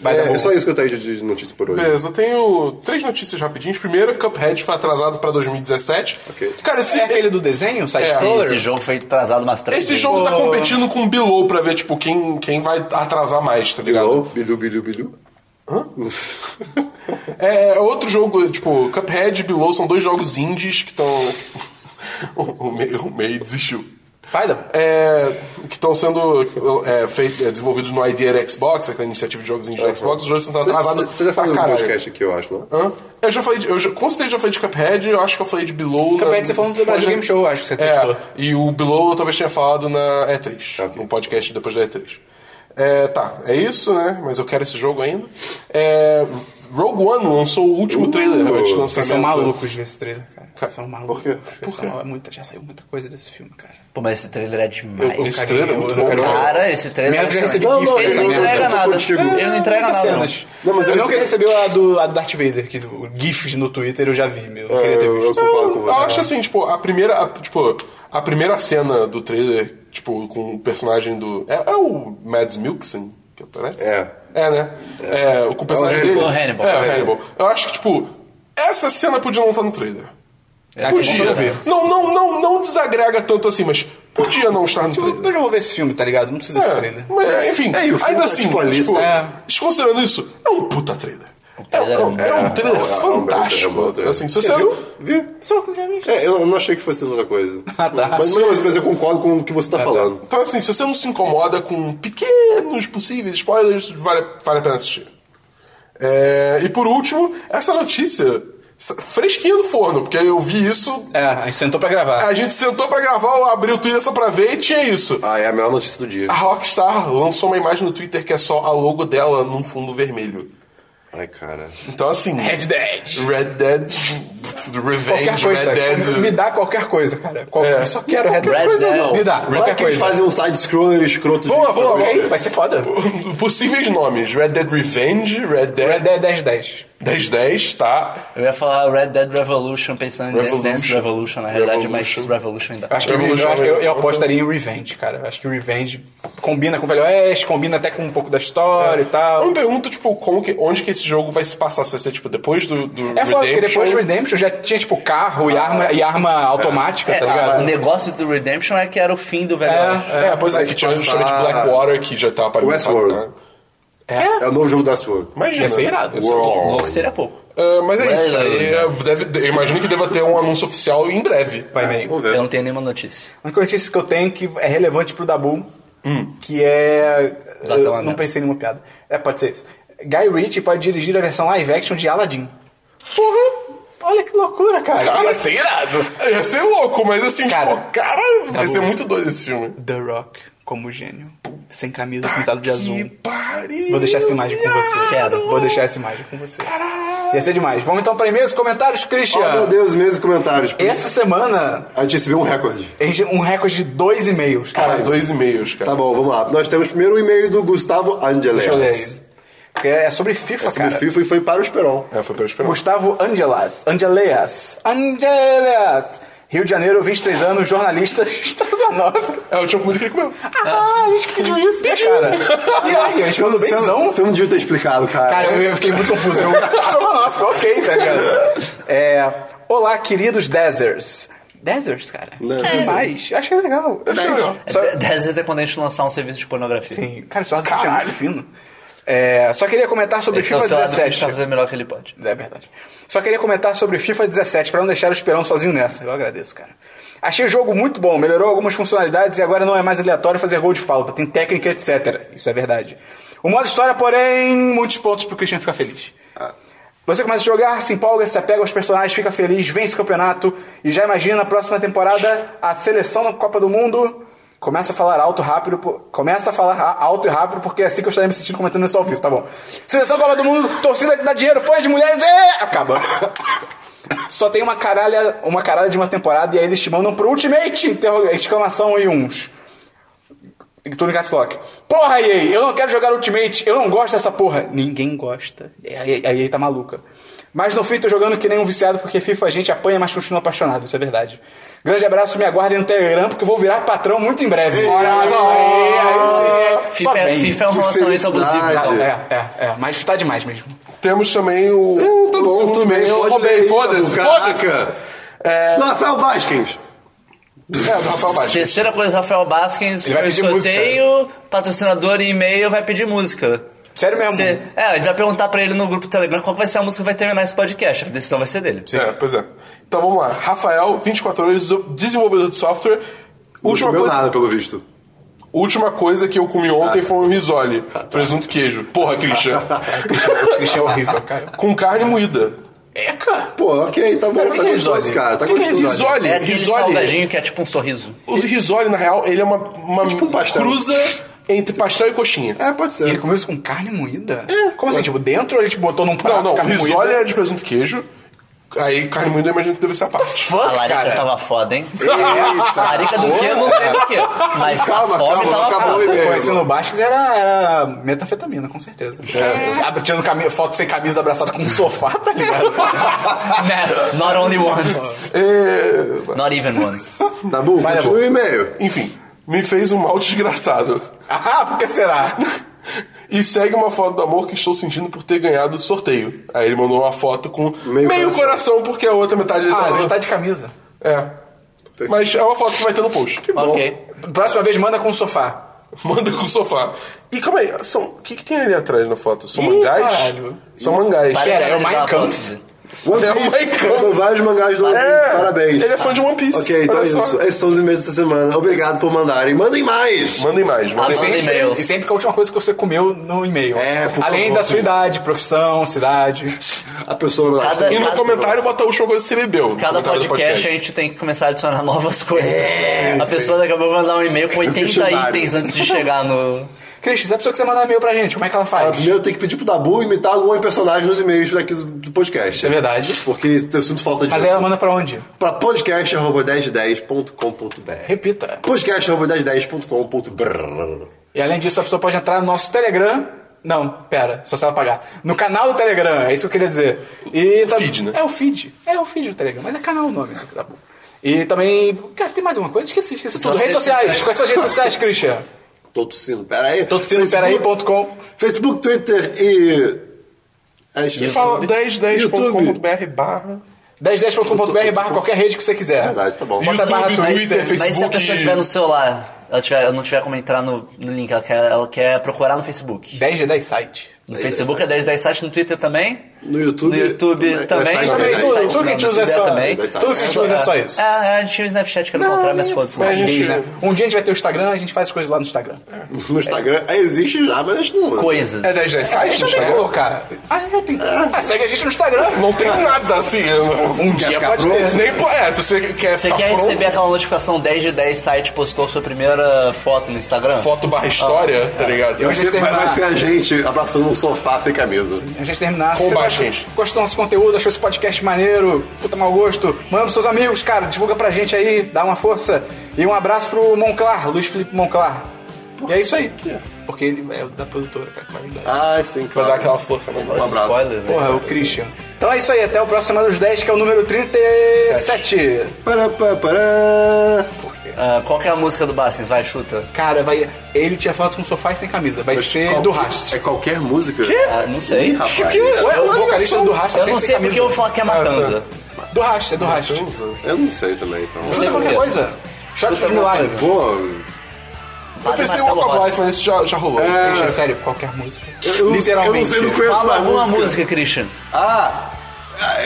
Speaker 1: Vai dar
Speaker 2: É,
Speaker 1: bom.
Speaker 2: é só isso que eu tenho de, de notícia por hoje.
Speaker 4: Beleza, eu tenho três notícias rapidinhas. Primeiro, Cuphead foi atrasado pra 2017.
Speaker 2: Ok.
Speaker 4: Cara, esse,
Speaker 1: É aquele do desenho, o side
Speaker 4: É.
Speaker 1: scroller?
Speaker 3: Esse jogo foi atrasado umas três
Speaker 4: esse
Speaker 3: vezes.
Speaker 4: jogo tá competindo com o Below pra ver, tipo, quem, quem vai atrasar mais, tá ligado?
Speaker 2: Alô? Bilu, bilu, bilu.
Speaker 4: É, é outro jogo, tipo, Cuphead e Below são dois jogos indies que estão. [LAUGHS] o meio, o meio desistiu.
Speaker 1: Vai dar bom.
Speaker 4: É, que estão sendo é, feito- é, desenvolvidos no Idea Xbox, aquela iniciativa de jogos indies da Xbox, os jogos estão
Speaker 1: Tá
Speaker 2: Você-
Speaker 4: atrasados.
Speaker 2: Você você já
Speaker 4: pra
Speaker 2: falou do
Speaker 4: caralho.
Speaker 2: podcast aqui, eu acho, não?
Speaker 4: Hã? Eu já falei de, eu já, com certeza já falei de Cuphead, eu acho que eu falei de Below.
Speaker 1: Cuphead você falou do Brasil Game Show, acho que você testou.
Speaker 4: É, e o Below eu talvez tenha falado na E3,
Speaker 2: Ok.
Speaker 4: no podcast depois da E3. É, tá, é isso, né? Mas eu quero esse jogo ainda. É, Rogue One lançou o
Speaker 1: Uh,
Speaker 4: último trailer antes do lançamento.
Speaker 1: Vocês são malucos nesse trailer, cara. Vocês são malucos.
Speaker 2: quê?
Speaker 1: Vocês são malucos. Muita, já saiu muita coisa desse filme, cara.
Speaker 3: Pô, mas esse trailer é demais.
Speaker 4: Eu- Esse trailer é muito
Speaker 1: Eu não
Speaker 4: bom.
Speaker 1: quero falar.
Speaker 3: Cara, esse trailer
Speaker 1: Merda, já
Speaker 3: é
Speaker 1: recebi
Speaker 3: excelente.
Speaker 1: gif
Speaker 3: Ele
Speaker 1: dessa
Speaker 3: não
Speaker 1: merda.
Speaker 3: entrega
Speaker 2: eu tô
Speaker 3: nada.
Speaker 2: contigo.
Speaker 3: Ele não entrega
Speaker 1: Muitas
Speaker 3: nada. não.
Speaker 1: cenas.
Speaker 2: Não, mas
Speaker 1: eu,
Speaker 2: eu
Speaker 1: não queria
Speaker 2: entendo.
Speaker 1: receber a do, a do Darth Vader, que do- GIFs no Twitter eu já vi, meu. Não queria ter
Speaker 2: eu, eu
Speaker 1: visto.
Speaker 2: concordo com
Speaker 4: Eu
Speaker 2: você. né?
Speaker 4: acho assim, tipo, a primeira. a- tipo, a primeira cena do trailer, tipo, com o personagem do. É, é o Mads Mikkelsen que aparece?
Speaker 2: É.
Speaker 4: É, né? É, o com o personagem
Speaker 2: Hannibal.
Speaker 4: dele.
Speaker 3: O Hannibal.
Speaker 4: É, o Hannibal. Eu acho que, tipo, essa cena podia não estar no trailer.
Speaker 1: Ah, que bom que
Speaker 4: Podia.
Speaker 1: eu ver.
Speaker 4: Não, não, não, não desagrega tanto assim, mas podia não estar no
Speaker 1: Eu
Speaker 4: trailer.
Speaker 1: já vou ver esse filme, tá ligado? Não precisa desse trailer.
Speaker 4: É, mas, enfim,
Speaker 2: Tipo, É, e o filme
Speaker 4: ainda
Speaker 2: tá,
Speaker 4: assim,
Speaker 2: tipo, ali,
Speaker 4: tipo,
Speaker 1: é.
Speaker 4: desconsiderando isso, é um puta trailer. É,
Speaker 3: trailer
Speaker 4: um- é
Speaker 1: Ah,
Speaker 4: um trailer
Speaker 2: é um- é um
Speaker 4: fantástico.
Speaker 2: bom trailer.
Speaker 4: assim, se
Speaker 2: Você
Speaker 4: você
Speaker 2: viu? Vi.
Speaker 1: Só que eu já vi.
Speaker 2: É, eu não achei que fosse outra coisa.
Speaker 1: [LAUGHS] Ah, tá. Ah,
Speaker 2: mas, mas, mas eu concordo com o que você tá falando.
Speaker 4: Então, assim, se você não se incomoda com pequenos possíveis spoilers, vale, vale a pena assistir. É, e por último, essa notícia sa- fresquinha do forno, porque eu vi isso,
Speaker 1: É, a gente sentou pra gravar.
Speaker 4: a gente sentou pra gravar, eu abri o Twitter só pra ver e tinha isso.
Speaker 2: Ah, é a melhor notícia do dia.
Speaker 4: A Rockstar lançou uma imagem no Twitter que é só a logo dela num fundo vermelho.
Speaker 2: Ai, cara.
Speaker 4: Então, assim,
Speaker 1: Red Dead.
Speaker 4: Red Dead
Speaker 1: Qualquer
Speaker 4: Revenge,
Speaker 1: coisa.
Speaker 4: Red Dead...
Speaker 1: Me dá qualquer coisa, cara. Qual-
Speaker 4: É.
Speaker 1: Eu só quero Red
Speaker 3: Red
Speaker 1: Dead.
Speaker 3: Dead.
Speaker 1: Me dá,
Speaker 2: Vai
Speaker 1: qualquer
Speaker 2: que eles
Speaker 1: coisa.
Speaker 2: fazem um side-scroller escroto.
Speaker 4: Vamos lá,
Speaker 2: de...
Speaker 4: vamos lá, vamos
Speaker 1: é. Ok,
Speaker 4: lá.
Speaker 1: vai ser foda.
Speaker 4: Possíveis nomes, Red Dead Revenge, Red
Speaker 1: Red
Speaker 4: Dead
Speaker 1: Dead 10 10.
Speaker 4: 1010, tá?
Speaker 3: Eu ia falar Red Dead Revolution pensando em Dance Dance
Speaker 4: Revolution.
Speaker 3: Revolution, na realidade, mas
Speaker 4: Revolution.
Speaker 3: Revolution ainda.
Speaker 1: Acho que eu,
Speaker 4: Revolution,
Speaker 1: acho que eu, eu
Speaker 4: Revolution.
Speaker 1: apostaria em Revenge, cara. Eu Acho que Revenge combina com o Velho Oeste, combina até com um pouco da história e
Speaker 4: Eu
Speaker 1: tal.
Speaker 4: me pergunto, tipo, como que, onde que esse jogo vai se passar? Se vai ser, tipo, depois do, do
Speaker 1: É foda, porque
Speaker 4: Redemption?
Speaker 1: depois do Redemption já tinha, tipo, carro e arma, e arma automática,
Speaker 3: É,
Speaker 1: tá
Speaker 3: o
Speaker 1: ligado?
Speaker 3: negócio do Redemption é que era o fim do Velho Oeste.
Speaker 4: É, pois é, que tinha justamente Blackwater que já tava né? para
Speaker 2: Westworld. É o novo jogo da é Westworld.
Speaker 4: Imagina.
Speaker 1: Ia ser irado.
Speaker 4: Ia ser
Speaker 2: Uau.
Speaker 4: muito bom.
Speaker 3: Louco seria pouco.
Speaker 4: Ah, mas é isso.
Speaker 3: Westworld.
Speaker 4: aí, é, deve- eu imagino que deva ter um anúncio oficial em breve.
Speaker 1: Vai bem.
Speaker 2: Vamos ver.
Speaker 3: Eu não tenho nenhuma notícia.
Speaker 1: A única notícia que eu tenho que é relevante pro Dabu, que é.
Speaker 3: Dá
Speaker 1: eu
Speaker 3: tela,
Speaker 1: não
Speaker 3: né?
Speaker 1: pensei em nenhuma piada. É, pode ser isso. Guy Ritchie pode dirigir a versão live action de Aladdin.
Speaker 4: Porra!
Speaker 1: Olha que loucura, cara.
Speaker 4: Cara,
Speaker 1: Ia ser irado.
Speaker 4: Ia ser louco, mas assim,
Speaker 1: Cara, tá
Speaker 4: tipo, cara, vai
Speaker 1: bom.
Speaker 4: ser muito doido esse filme.
Speaker 1: The Rock como gênio. Sem camisa, pintado de azul.
Speaker 4: Tá Que pariu!
Speaker 1: Vou deixar essa imagem com você.
Speaker 3: Quero.
Speaker 1: Vou deixar essa imagem com você. Ia ser demais. Vamos então para e-mails, comentários,
Speaker 2: Oh, meu
Speaker 1: Christian.
Speaker 2: Deus, mesmos comentários.
Speaker 1: Essa semana,
Speaker 2: A gente recebeu um recorde.
Speaker 1: a gente- um recorde de dois e-mails,
Speaker 4: Cara,
Speaker 1: cara.
Speaker 4: Tá, dois e-mails, cara.
Speaker 2: Tá bom, vamos lá. Nós temos primeiro o e-mail do Gustavo Angeles.
Speaker 1: Deixa eu ler aí. Que É sobre FIFA,
Speaker 2: É sobre
Speaker 1: cara.
Speaker 2: FIFA e foi para o Esperon.
Speaker 4: É, foi pra esperar.
Speaker 1: Gustavo Angelas. Angeleas. Angeleas. Rio de Janeiro, 23 anos, jornalista, [LAUGHS] estrogonofe.
Speaker 4: É, eu tinha comido que ele comeu.
Speaker 1: Ah, a gente que pediu isso, né, cara? Que irado, a gente mandou
Speaker 2: Você
Speaker 1: é um
Speaker 2: é
Speaker 1: benzão.
Speaker 2: não, você não devia ter explicado, cara.
Speaker 1: Cara, eu, eu fiquei muito confuso. Eu, estrogonofe, ok, tá ligado? É, olá, queridos Deserts. Deserts, cara?
Speaker 2: Não.
Speaker 1: Que demais. Eu achei legal. Eu achei legal. Só-
Speaker 3: É, Dez vezes é quando a gente lançar um serviço de pornografia. Então,
Speaker 1: sim, cara, só é muito fino. É, só queria comentar sobre
Speaker 3: Então,
Speaker 1: FIFA É
Speaker 3: sei lá, o que
Speaker 1: 17.
Speaker 3: está fazendo melhor que ele pode.
Speaker 1: É verdade. Só queria comentar sobre FIFA 17 pra não deixar o Esperão sozinho nessa. Eu agradeço, cara. Achei o jogo muito bom, melhorou algumas funcionalidades e agora não é mais aleatório fazer gol de falta, tem técnica, etc. Isso é verdade. O modo história, porém, muitos pontos pro Christian ficar feliz. Você começa a jogar, se empolga, se apega aos personagens, fica feliz, vence o campeonato e já imagina na próxima temporada a seleção na Copa do Mundo. Começa a falar alto rápido, po- começa a falar ra- alto e rápido, porque é assim que eu estarei me sentindo comentando isso ao vivo, tá bom. Seleção Copa do Mundo, torcida que dá dinheiro, fãs de mulheres, é! acaba. [LAUGHS] Só tem uma caralha, uma caralha de uma temporada e aí eles te mandam pro Ultimate! interroga- Exclamação e uns. Tudo em caps lock. Porra, EA, eu não quero jogar Ultimate, eu não gosto dessa porra. Ninguém gosta. É, A EA a EA tá maluca. Mas no fim tô jogando que nem um viciado, porque FIFA a gente apanha, mas continua apaixonado, isso é verdade. Grande abraço, me aguardem no Telegram, porque eu vou virar patrão muito em breve. Olha só, aí, aí sim, é. Só
Speaker 3: FIFA, é-
Speaker 1: bem.
Speaker 3: FIFA é um
Speaker 2: que
Speaker 3: relacionamento abusivo. então.
Speaker 2: felicidade.
Speaker 3: cara.
Speaker 1: É, é, é, mas tá demais mesmo.
Speaker 4: Temos também o. Não,
Speaker 2: tá bom, tudo bem,
Speaker 4: Eu
Speaker 2: pode ler
Speaker 4: roubei,
Speaker 2: aí,
Speaker 4: foda-se,
Speaker 2: Dabu,
Speaker 4: foda-se.
Speaker 2: caraca. Rafael Vasquez.
Speaker 4: É, do Rafael Baixo.
Speaker 3: Terceira coisa, Rafael Basquens,
Speaker 1: vai
Speaker 3: foi
Speaker 1: pedir
Speaker 3: sorteio, patrocinador e e-mail, vai pedir música.
Speaker 1: Sério mesmo?
Speaker 3: Cê- é, a gente vai perguntar pra ele no grupo do Telegram qual vai ser a música que vai terminar esse podcast. A decisão vai ser dele.
Speaker 4: É, pois é. Então vamos lá. Rafael, 24 horas, desenvolvedor de software. Última
Speaker 2: Não comeu
Speaker 4: coisa,
Speaker 2: nada, pelo visto.
Speaker 4: última coisa que eu comi ontem foi um risole. Presunto e queijo.
Speaker 2: [LAUGHS]
Speaker 4: Porra, Christian.
Speaker 1: Christian é horrível, cara.
Speaker 4: Com carne moída.
Speaker 3: É,
Speaker 2: Pô, ok, tá bom,
Speaker 1: o que
Speaker 2: tá
Speaker 1: que é
Speaker 2: gostoso,
Speaker 1: risole?
Speaker 2: cara. Tá
Speaker 4: O que que é
Speaker 2: gostoso.
Speaker 4: risole?
Speaker 3: É aquele
Speaker 4: Risole.
Speaker 3: salgadinho que é tipo um sorriso.
Speaker 4: O risole, na real, ele é uma, uma
Speaker 2: tipo um pastel.
Speaker 4: cruza entre pastel e coxinha.
Speaker 2: É, pode
Speaker 1: E ele
Speaker 2: ser.
Speaker 1: comeu isso com carne moída? Como assim? Tipo, dentro ele te botou num prato
Speaker 4: Não, não, o
Speaker 1: carne
Speaker 4: risole
Speaker 1: moída?
Speaker 4: é de presunto e queijo. Aí carne moída eu imagino que deve ser a parte.
Speaker 3: a larica
Speaker 1: cara.
Speaker 3: tava foda, hein?
Speaker 2: Eita.
Speaker 3: A larica do quê? Não sei do quê. Mas
Speaker 2: Ah, Calma,
Speaker 3: a fome
Speaker 2: calma, não
Speaker 3: tava
Speaker 2: acabou o
Speaker 3: foda.
Speaker 2: e-mail.
Speaker 1: Conhecendo o Basques era, era metanfetamina, com certeza. Abre- Tirando cami- foto sem camisa abraçado com um sofá, tá ligado?
Speaker 3: Né? Not only once.
Speaker 4: É,
Speaker 3: Not even once.
Speaker 2: Tá bom,
Speaker 1: Mas é
Speaker 2: continua o e-mail.
Speaker 4: Enfim, me fez um mal [LAUGHS] desgraçado.
Speaker 1: ah, por que será?
Speaker 4: E segue uma foto do amor que estou sentindo por ter ganhado o sorteio. Aí ele mandou uma foto com meio,
Speaker 2: Meio
Speaker 4: coração. porque a outra metade ele
Speaker 1: Ah,
Speaker 4: tava-
Speaker 1: ele tá de camisa.
Speaker 4: É. Mas é uma foto que vai ter no post.
Speaker 3: ok.
Speaker 1: Próxima vez manda com um sofá.
Speaker 4: Manda com o sofá. E calma aí, são... o que, que tem ali atrás na foto? São
Speaker 1: Ih,
Speaker 4: mangás?
Speaker 1: caralho.
Speaker 4: São mangás.
Speaker 3: Para de
Speaker 1: Pera, é o
Speaker 3: analisar
Speaker 1: Mein
Speaker 3: a foto.
Speaker 2: One
Speaker 4: É,
Speaker 2: Piece.
Speaker 4: One Piece.
Speaker 2: São vários mangás do One Piece, parabéns.
Speaker 4: Ele é fã de One Piece.
Speaker 2: Ok, então é
Speaker 4: olha só.
Speaker 2: isso. Esses são os e-mails dessa semana. Obrigado por mandarem. Mandem mais!
Speaker 4: Mandem mais, mandem
Speaker 3: Ah,
Speaker 4: mais.
Speaker 3: sim. e-mails.
Speaker 1: E sempre com a última coisa que você comeu no e-mail.
Speaker 2: É, por
Speaker 1: Além
Speaker 2: favor,
Speaker 1: da sua
Speaker 2: sim.
Speaker 1: idade, profissão, cidade.
Speaker 2: A pessoa vai lá.
Speaker 3: Cada-
Speaker 4: E no
Speaker 3: cada-
Speaker 4: comentário bota a última coisa que você bebeu. no
Speaker 3: Cada
Speaker 4: comentário do
Speaker 3: podcast, é a gente tem que começar a adicionar [LAUGHS] novas coisas. a pessoa daqui a pouco vai mandar um e-mail com 80
Speaker 2: questionário.
Speaker 3: itens antes de chegar no.
Speaker 1: Christian, se a pessoa quiser mandar e-mail pra gente, como é que ela
Speaker 2: Ah,
Speaker 1: faz?
Speaker 2: Primeiro tem que pedir pro Dabu imitar algum personagem nos e-mails daqui do- do podcast.
Speaker 1: Isso é verdade.
Speaker 2: Porque eu sinto falta disso.
Speaker 1: Mas é aí ela manda pra onde?
Speaker 2: Pra podcast.1010.com.br
Speaker 1: Repita.
Speaker 2: podcast.1010.com.br
Speaker 1: E além disso, a pessoa pode entrar no nosso Telegram. Não, pera, só se ela pagar. No canal do Telegram, é isso que eu queria dizer. E tam-
Speaker 4: feed, né?
Speaker 1: É o feed. É o feed do Telegram, mas é canal o nome, né? Tá bom. E também. Cara, tem mais alguma coisa? Esqueci, esqueci tudo. Redes
Speaker 3: redes
Speaker 1: sociais.
Speaker 3: sociais.
Speaker 1: Quais são as redes sociais, Christian?
Speaker 2: Tô tossindo, peraí.
Speaker 1: Tô tossindo,
Speaker 2: Facebook-
Speaker 1: peraí.com.
Speaker 2: Facebook, Twitter e... É isso.
Speaker 4: Fala
Speaker 2: YouTube.
Speaker 4: 1010.com.br barra...
Speaker 1: 1010.com.br barra qualquer rede que você quiser.
Speaker 2: Verdade, tá bom.
Speaker 1: Bota a
Speaker 4: YouTube,
Speaker 1: barra
Speaker 4: Twitter, Facebook.
Speaker 3: Mas se a pessoa tiver no celular, ela, tiver, ela não tiver como entrar no, no link, ela quer, ela quer procurar no Facebook.
Speaker 1: 10 de 10 site.
Speaker 3: No Facebook é 1010 site, no Twitter também.
Speaker 2: No YouTube-
Speaker 3: No YouTube
Speaker 2: É,
Speaker 3: também.
Speaker 2: é site
Speaker 1: Também,
Speaker 2: Verdade,
Speaker 1: tudo,
Speaker 2: site
Speaker 1: tudo que a gente
Speaker 3: No
Speaker 1: usa é
Speaker 3: Twitter
Speaker 1: só.
Speaker 3: também.
Speaker 1: Tudo que a gente usa é só isso.
Speaker 3: É, é, a gente tinha o Snapchat que era o contrário, mas foda-se.
Speaker 4: mas a gente-
Speaker 1: Diz, né? Um dia a gente vai ter o Instagram, a gente faz as coisas lá no Instagram.
Speaker 2: No Instagram é, existe já, mas a gente não usa.
Speaker 3: Coisas.
Speaker 4: É 1010
Speaker 1: Ah, deixa
Speaker 4: site?
Speaker 1: eu ver, colocar. Ah, é, tem. Ah, segue a gente no Instagram.
Speaker 4: Não tem nada assim. eu não-
Speaker 1: Um dia
Speaker 2: ficar
Speaker 1: pode
Speaker 2: pronto?
Speaker 1: ter.
Speaker 4: Nem po- é, se você quer
Speaker 3: Você
Speaker 4: ficar
Speaker 3: quer
Speaker 4: pronto,
Speaker 3: receber aquela notificação 10 de 10 site postou sua primeira foto no Instagram?
Speaker 4: foto barra história,
Speaker 3: Ah.
Speaker 4: tá ligado?
Speaker 1: Eu
Speaker 2: Vai ser, vai, vai ser a gente abraçando um sofá sem camisa.
Speaker 1: A gente terminar.
Speaker 4: Com
Speaker 1: Se você
Speaker 4: baixas.
Speaker 1: gostou do nosso conteúdo, achou esse podcast maneiro, puta mau gosto, manda pros seus amigos, cara, divulga pra gente aí, dá uma força. E um abraço pro Monclar, Luiz Felipe Monclar. E é isso aí. Porque ele é o da produtora, cara, que vai ajudar.
Speaker 2: Ah, sim,
Speaker 4: Pra
Speaker 2: claro.
Speaker 4: dar aquela força mais
Speaker 2: Um abraço.
Speaker 3: Spoilers, né?
Speaker 1: Porra, o Christian. Então é isso aí, até o próximo Semana dos 10, que é o número 37.
Speaker 2: Pará, pará, pará.
Speaker 3: Ah, qual que é a música do Bassins? Vai, chuta.
Speaker 1: Cara, vai. Ele tira foto com um sofá e sem camisa. Vai ser
Speaker 2: Qualquer-
Speaker 1: do Rast.
Speaker 2: É qualquer música.
Speaker 3: Ah, não sei.
Speaker 2: Ih, rapaz.
Speaker 1: Ué, o vocalista do Rast
Speaker 3: Eu
Speaker 1: sempre
Speaker 3: não
Speaker 1: sem
Speaker 3: sei
Speaker 1: camisa.
Speaker 3: porque eu vou falar que é Matanza.
Speaker 1: Do Rast, é do Rast.
Speaker 2: Eu não sei também, então. É
Speaker 3: sei
Speaker 1: Chuta
Speaker 3: por
Speaker 1: qualquer
Speaker 3: quê.
Speaker 1: coisa. Shot dos milagres.
Speaker 2: Pô,
Speaker 4: Eu
Speaker 3: Padre
Speaker 4: pensei em
Speaker 3: Marcelo
Speaker 4: Walk of
Speaker 3: Rossi.
Speaker 4: Life, mas isso já, já rolou.
Speaker 1: Christian, sério, qualquer música.
Speaker 2: É. eu, não- eu não
Speaker 1: Literalmente.
Speaker 2: sei, não conheço
Speaker 3: Fala
Speaker 2: mais
Speaker 3: alguma
Speaker 2: música.
Speaker 3: música, Christian.
Speaker 2: Ah,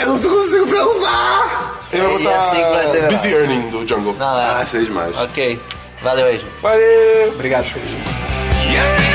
Speaker 2: eu não consigo pensar.
Speaker 4: Eu vou
Speaker 3: E assim que vai
Speaker 4: botar
Speaker 3: terminar.
Speaker 4: Busy Earning do Jungle.
Speaker 3: Não, é.
Speaker 2: Ah, isso é demais.
Speaker 3: Ok. Valeu, Edmo.
Speaker 4: Valeu!
Speaker 1: Obrigado, Xuxa.
Speaker 4: Yeah!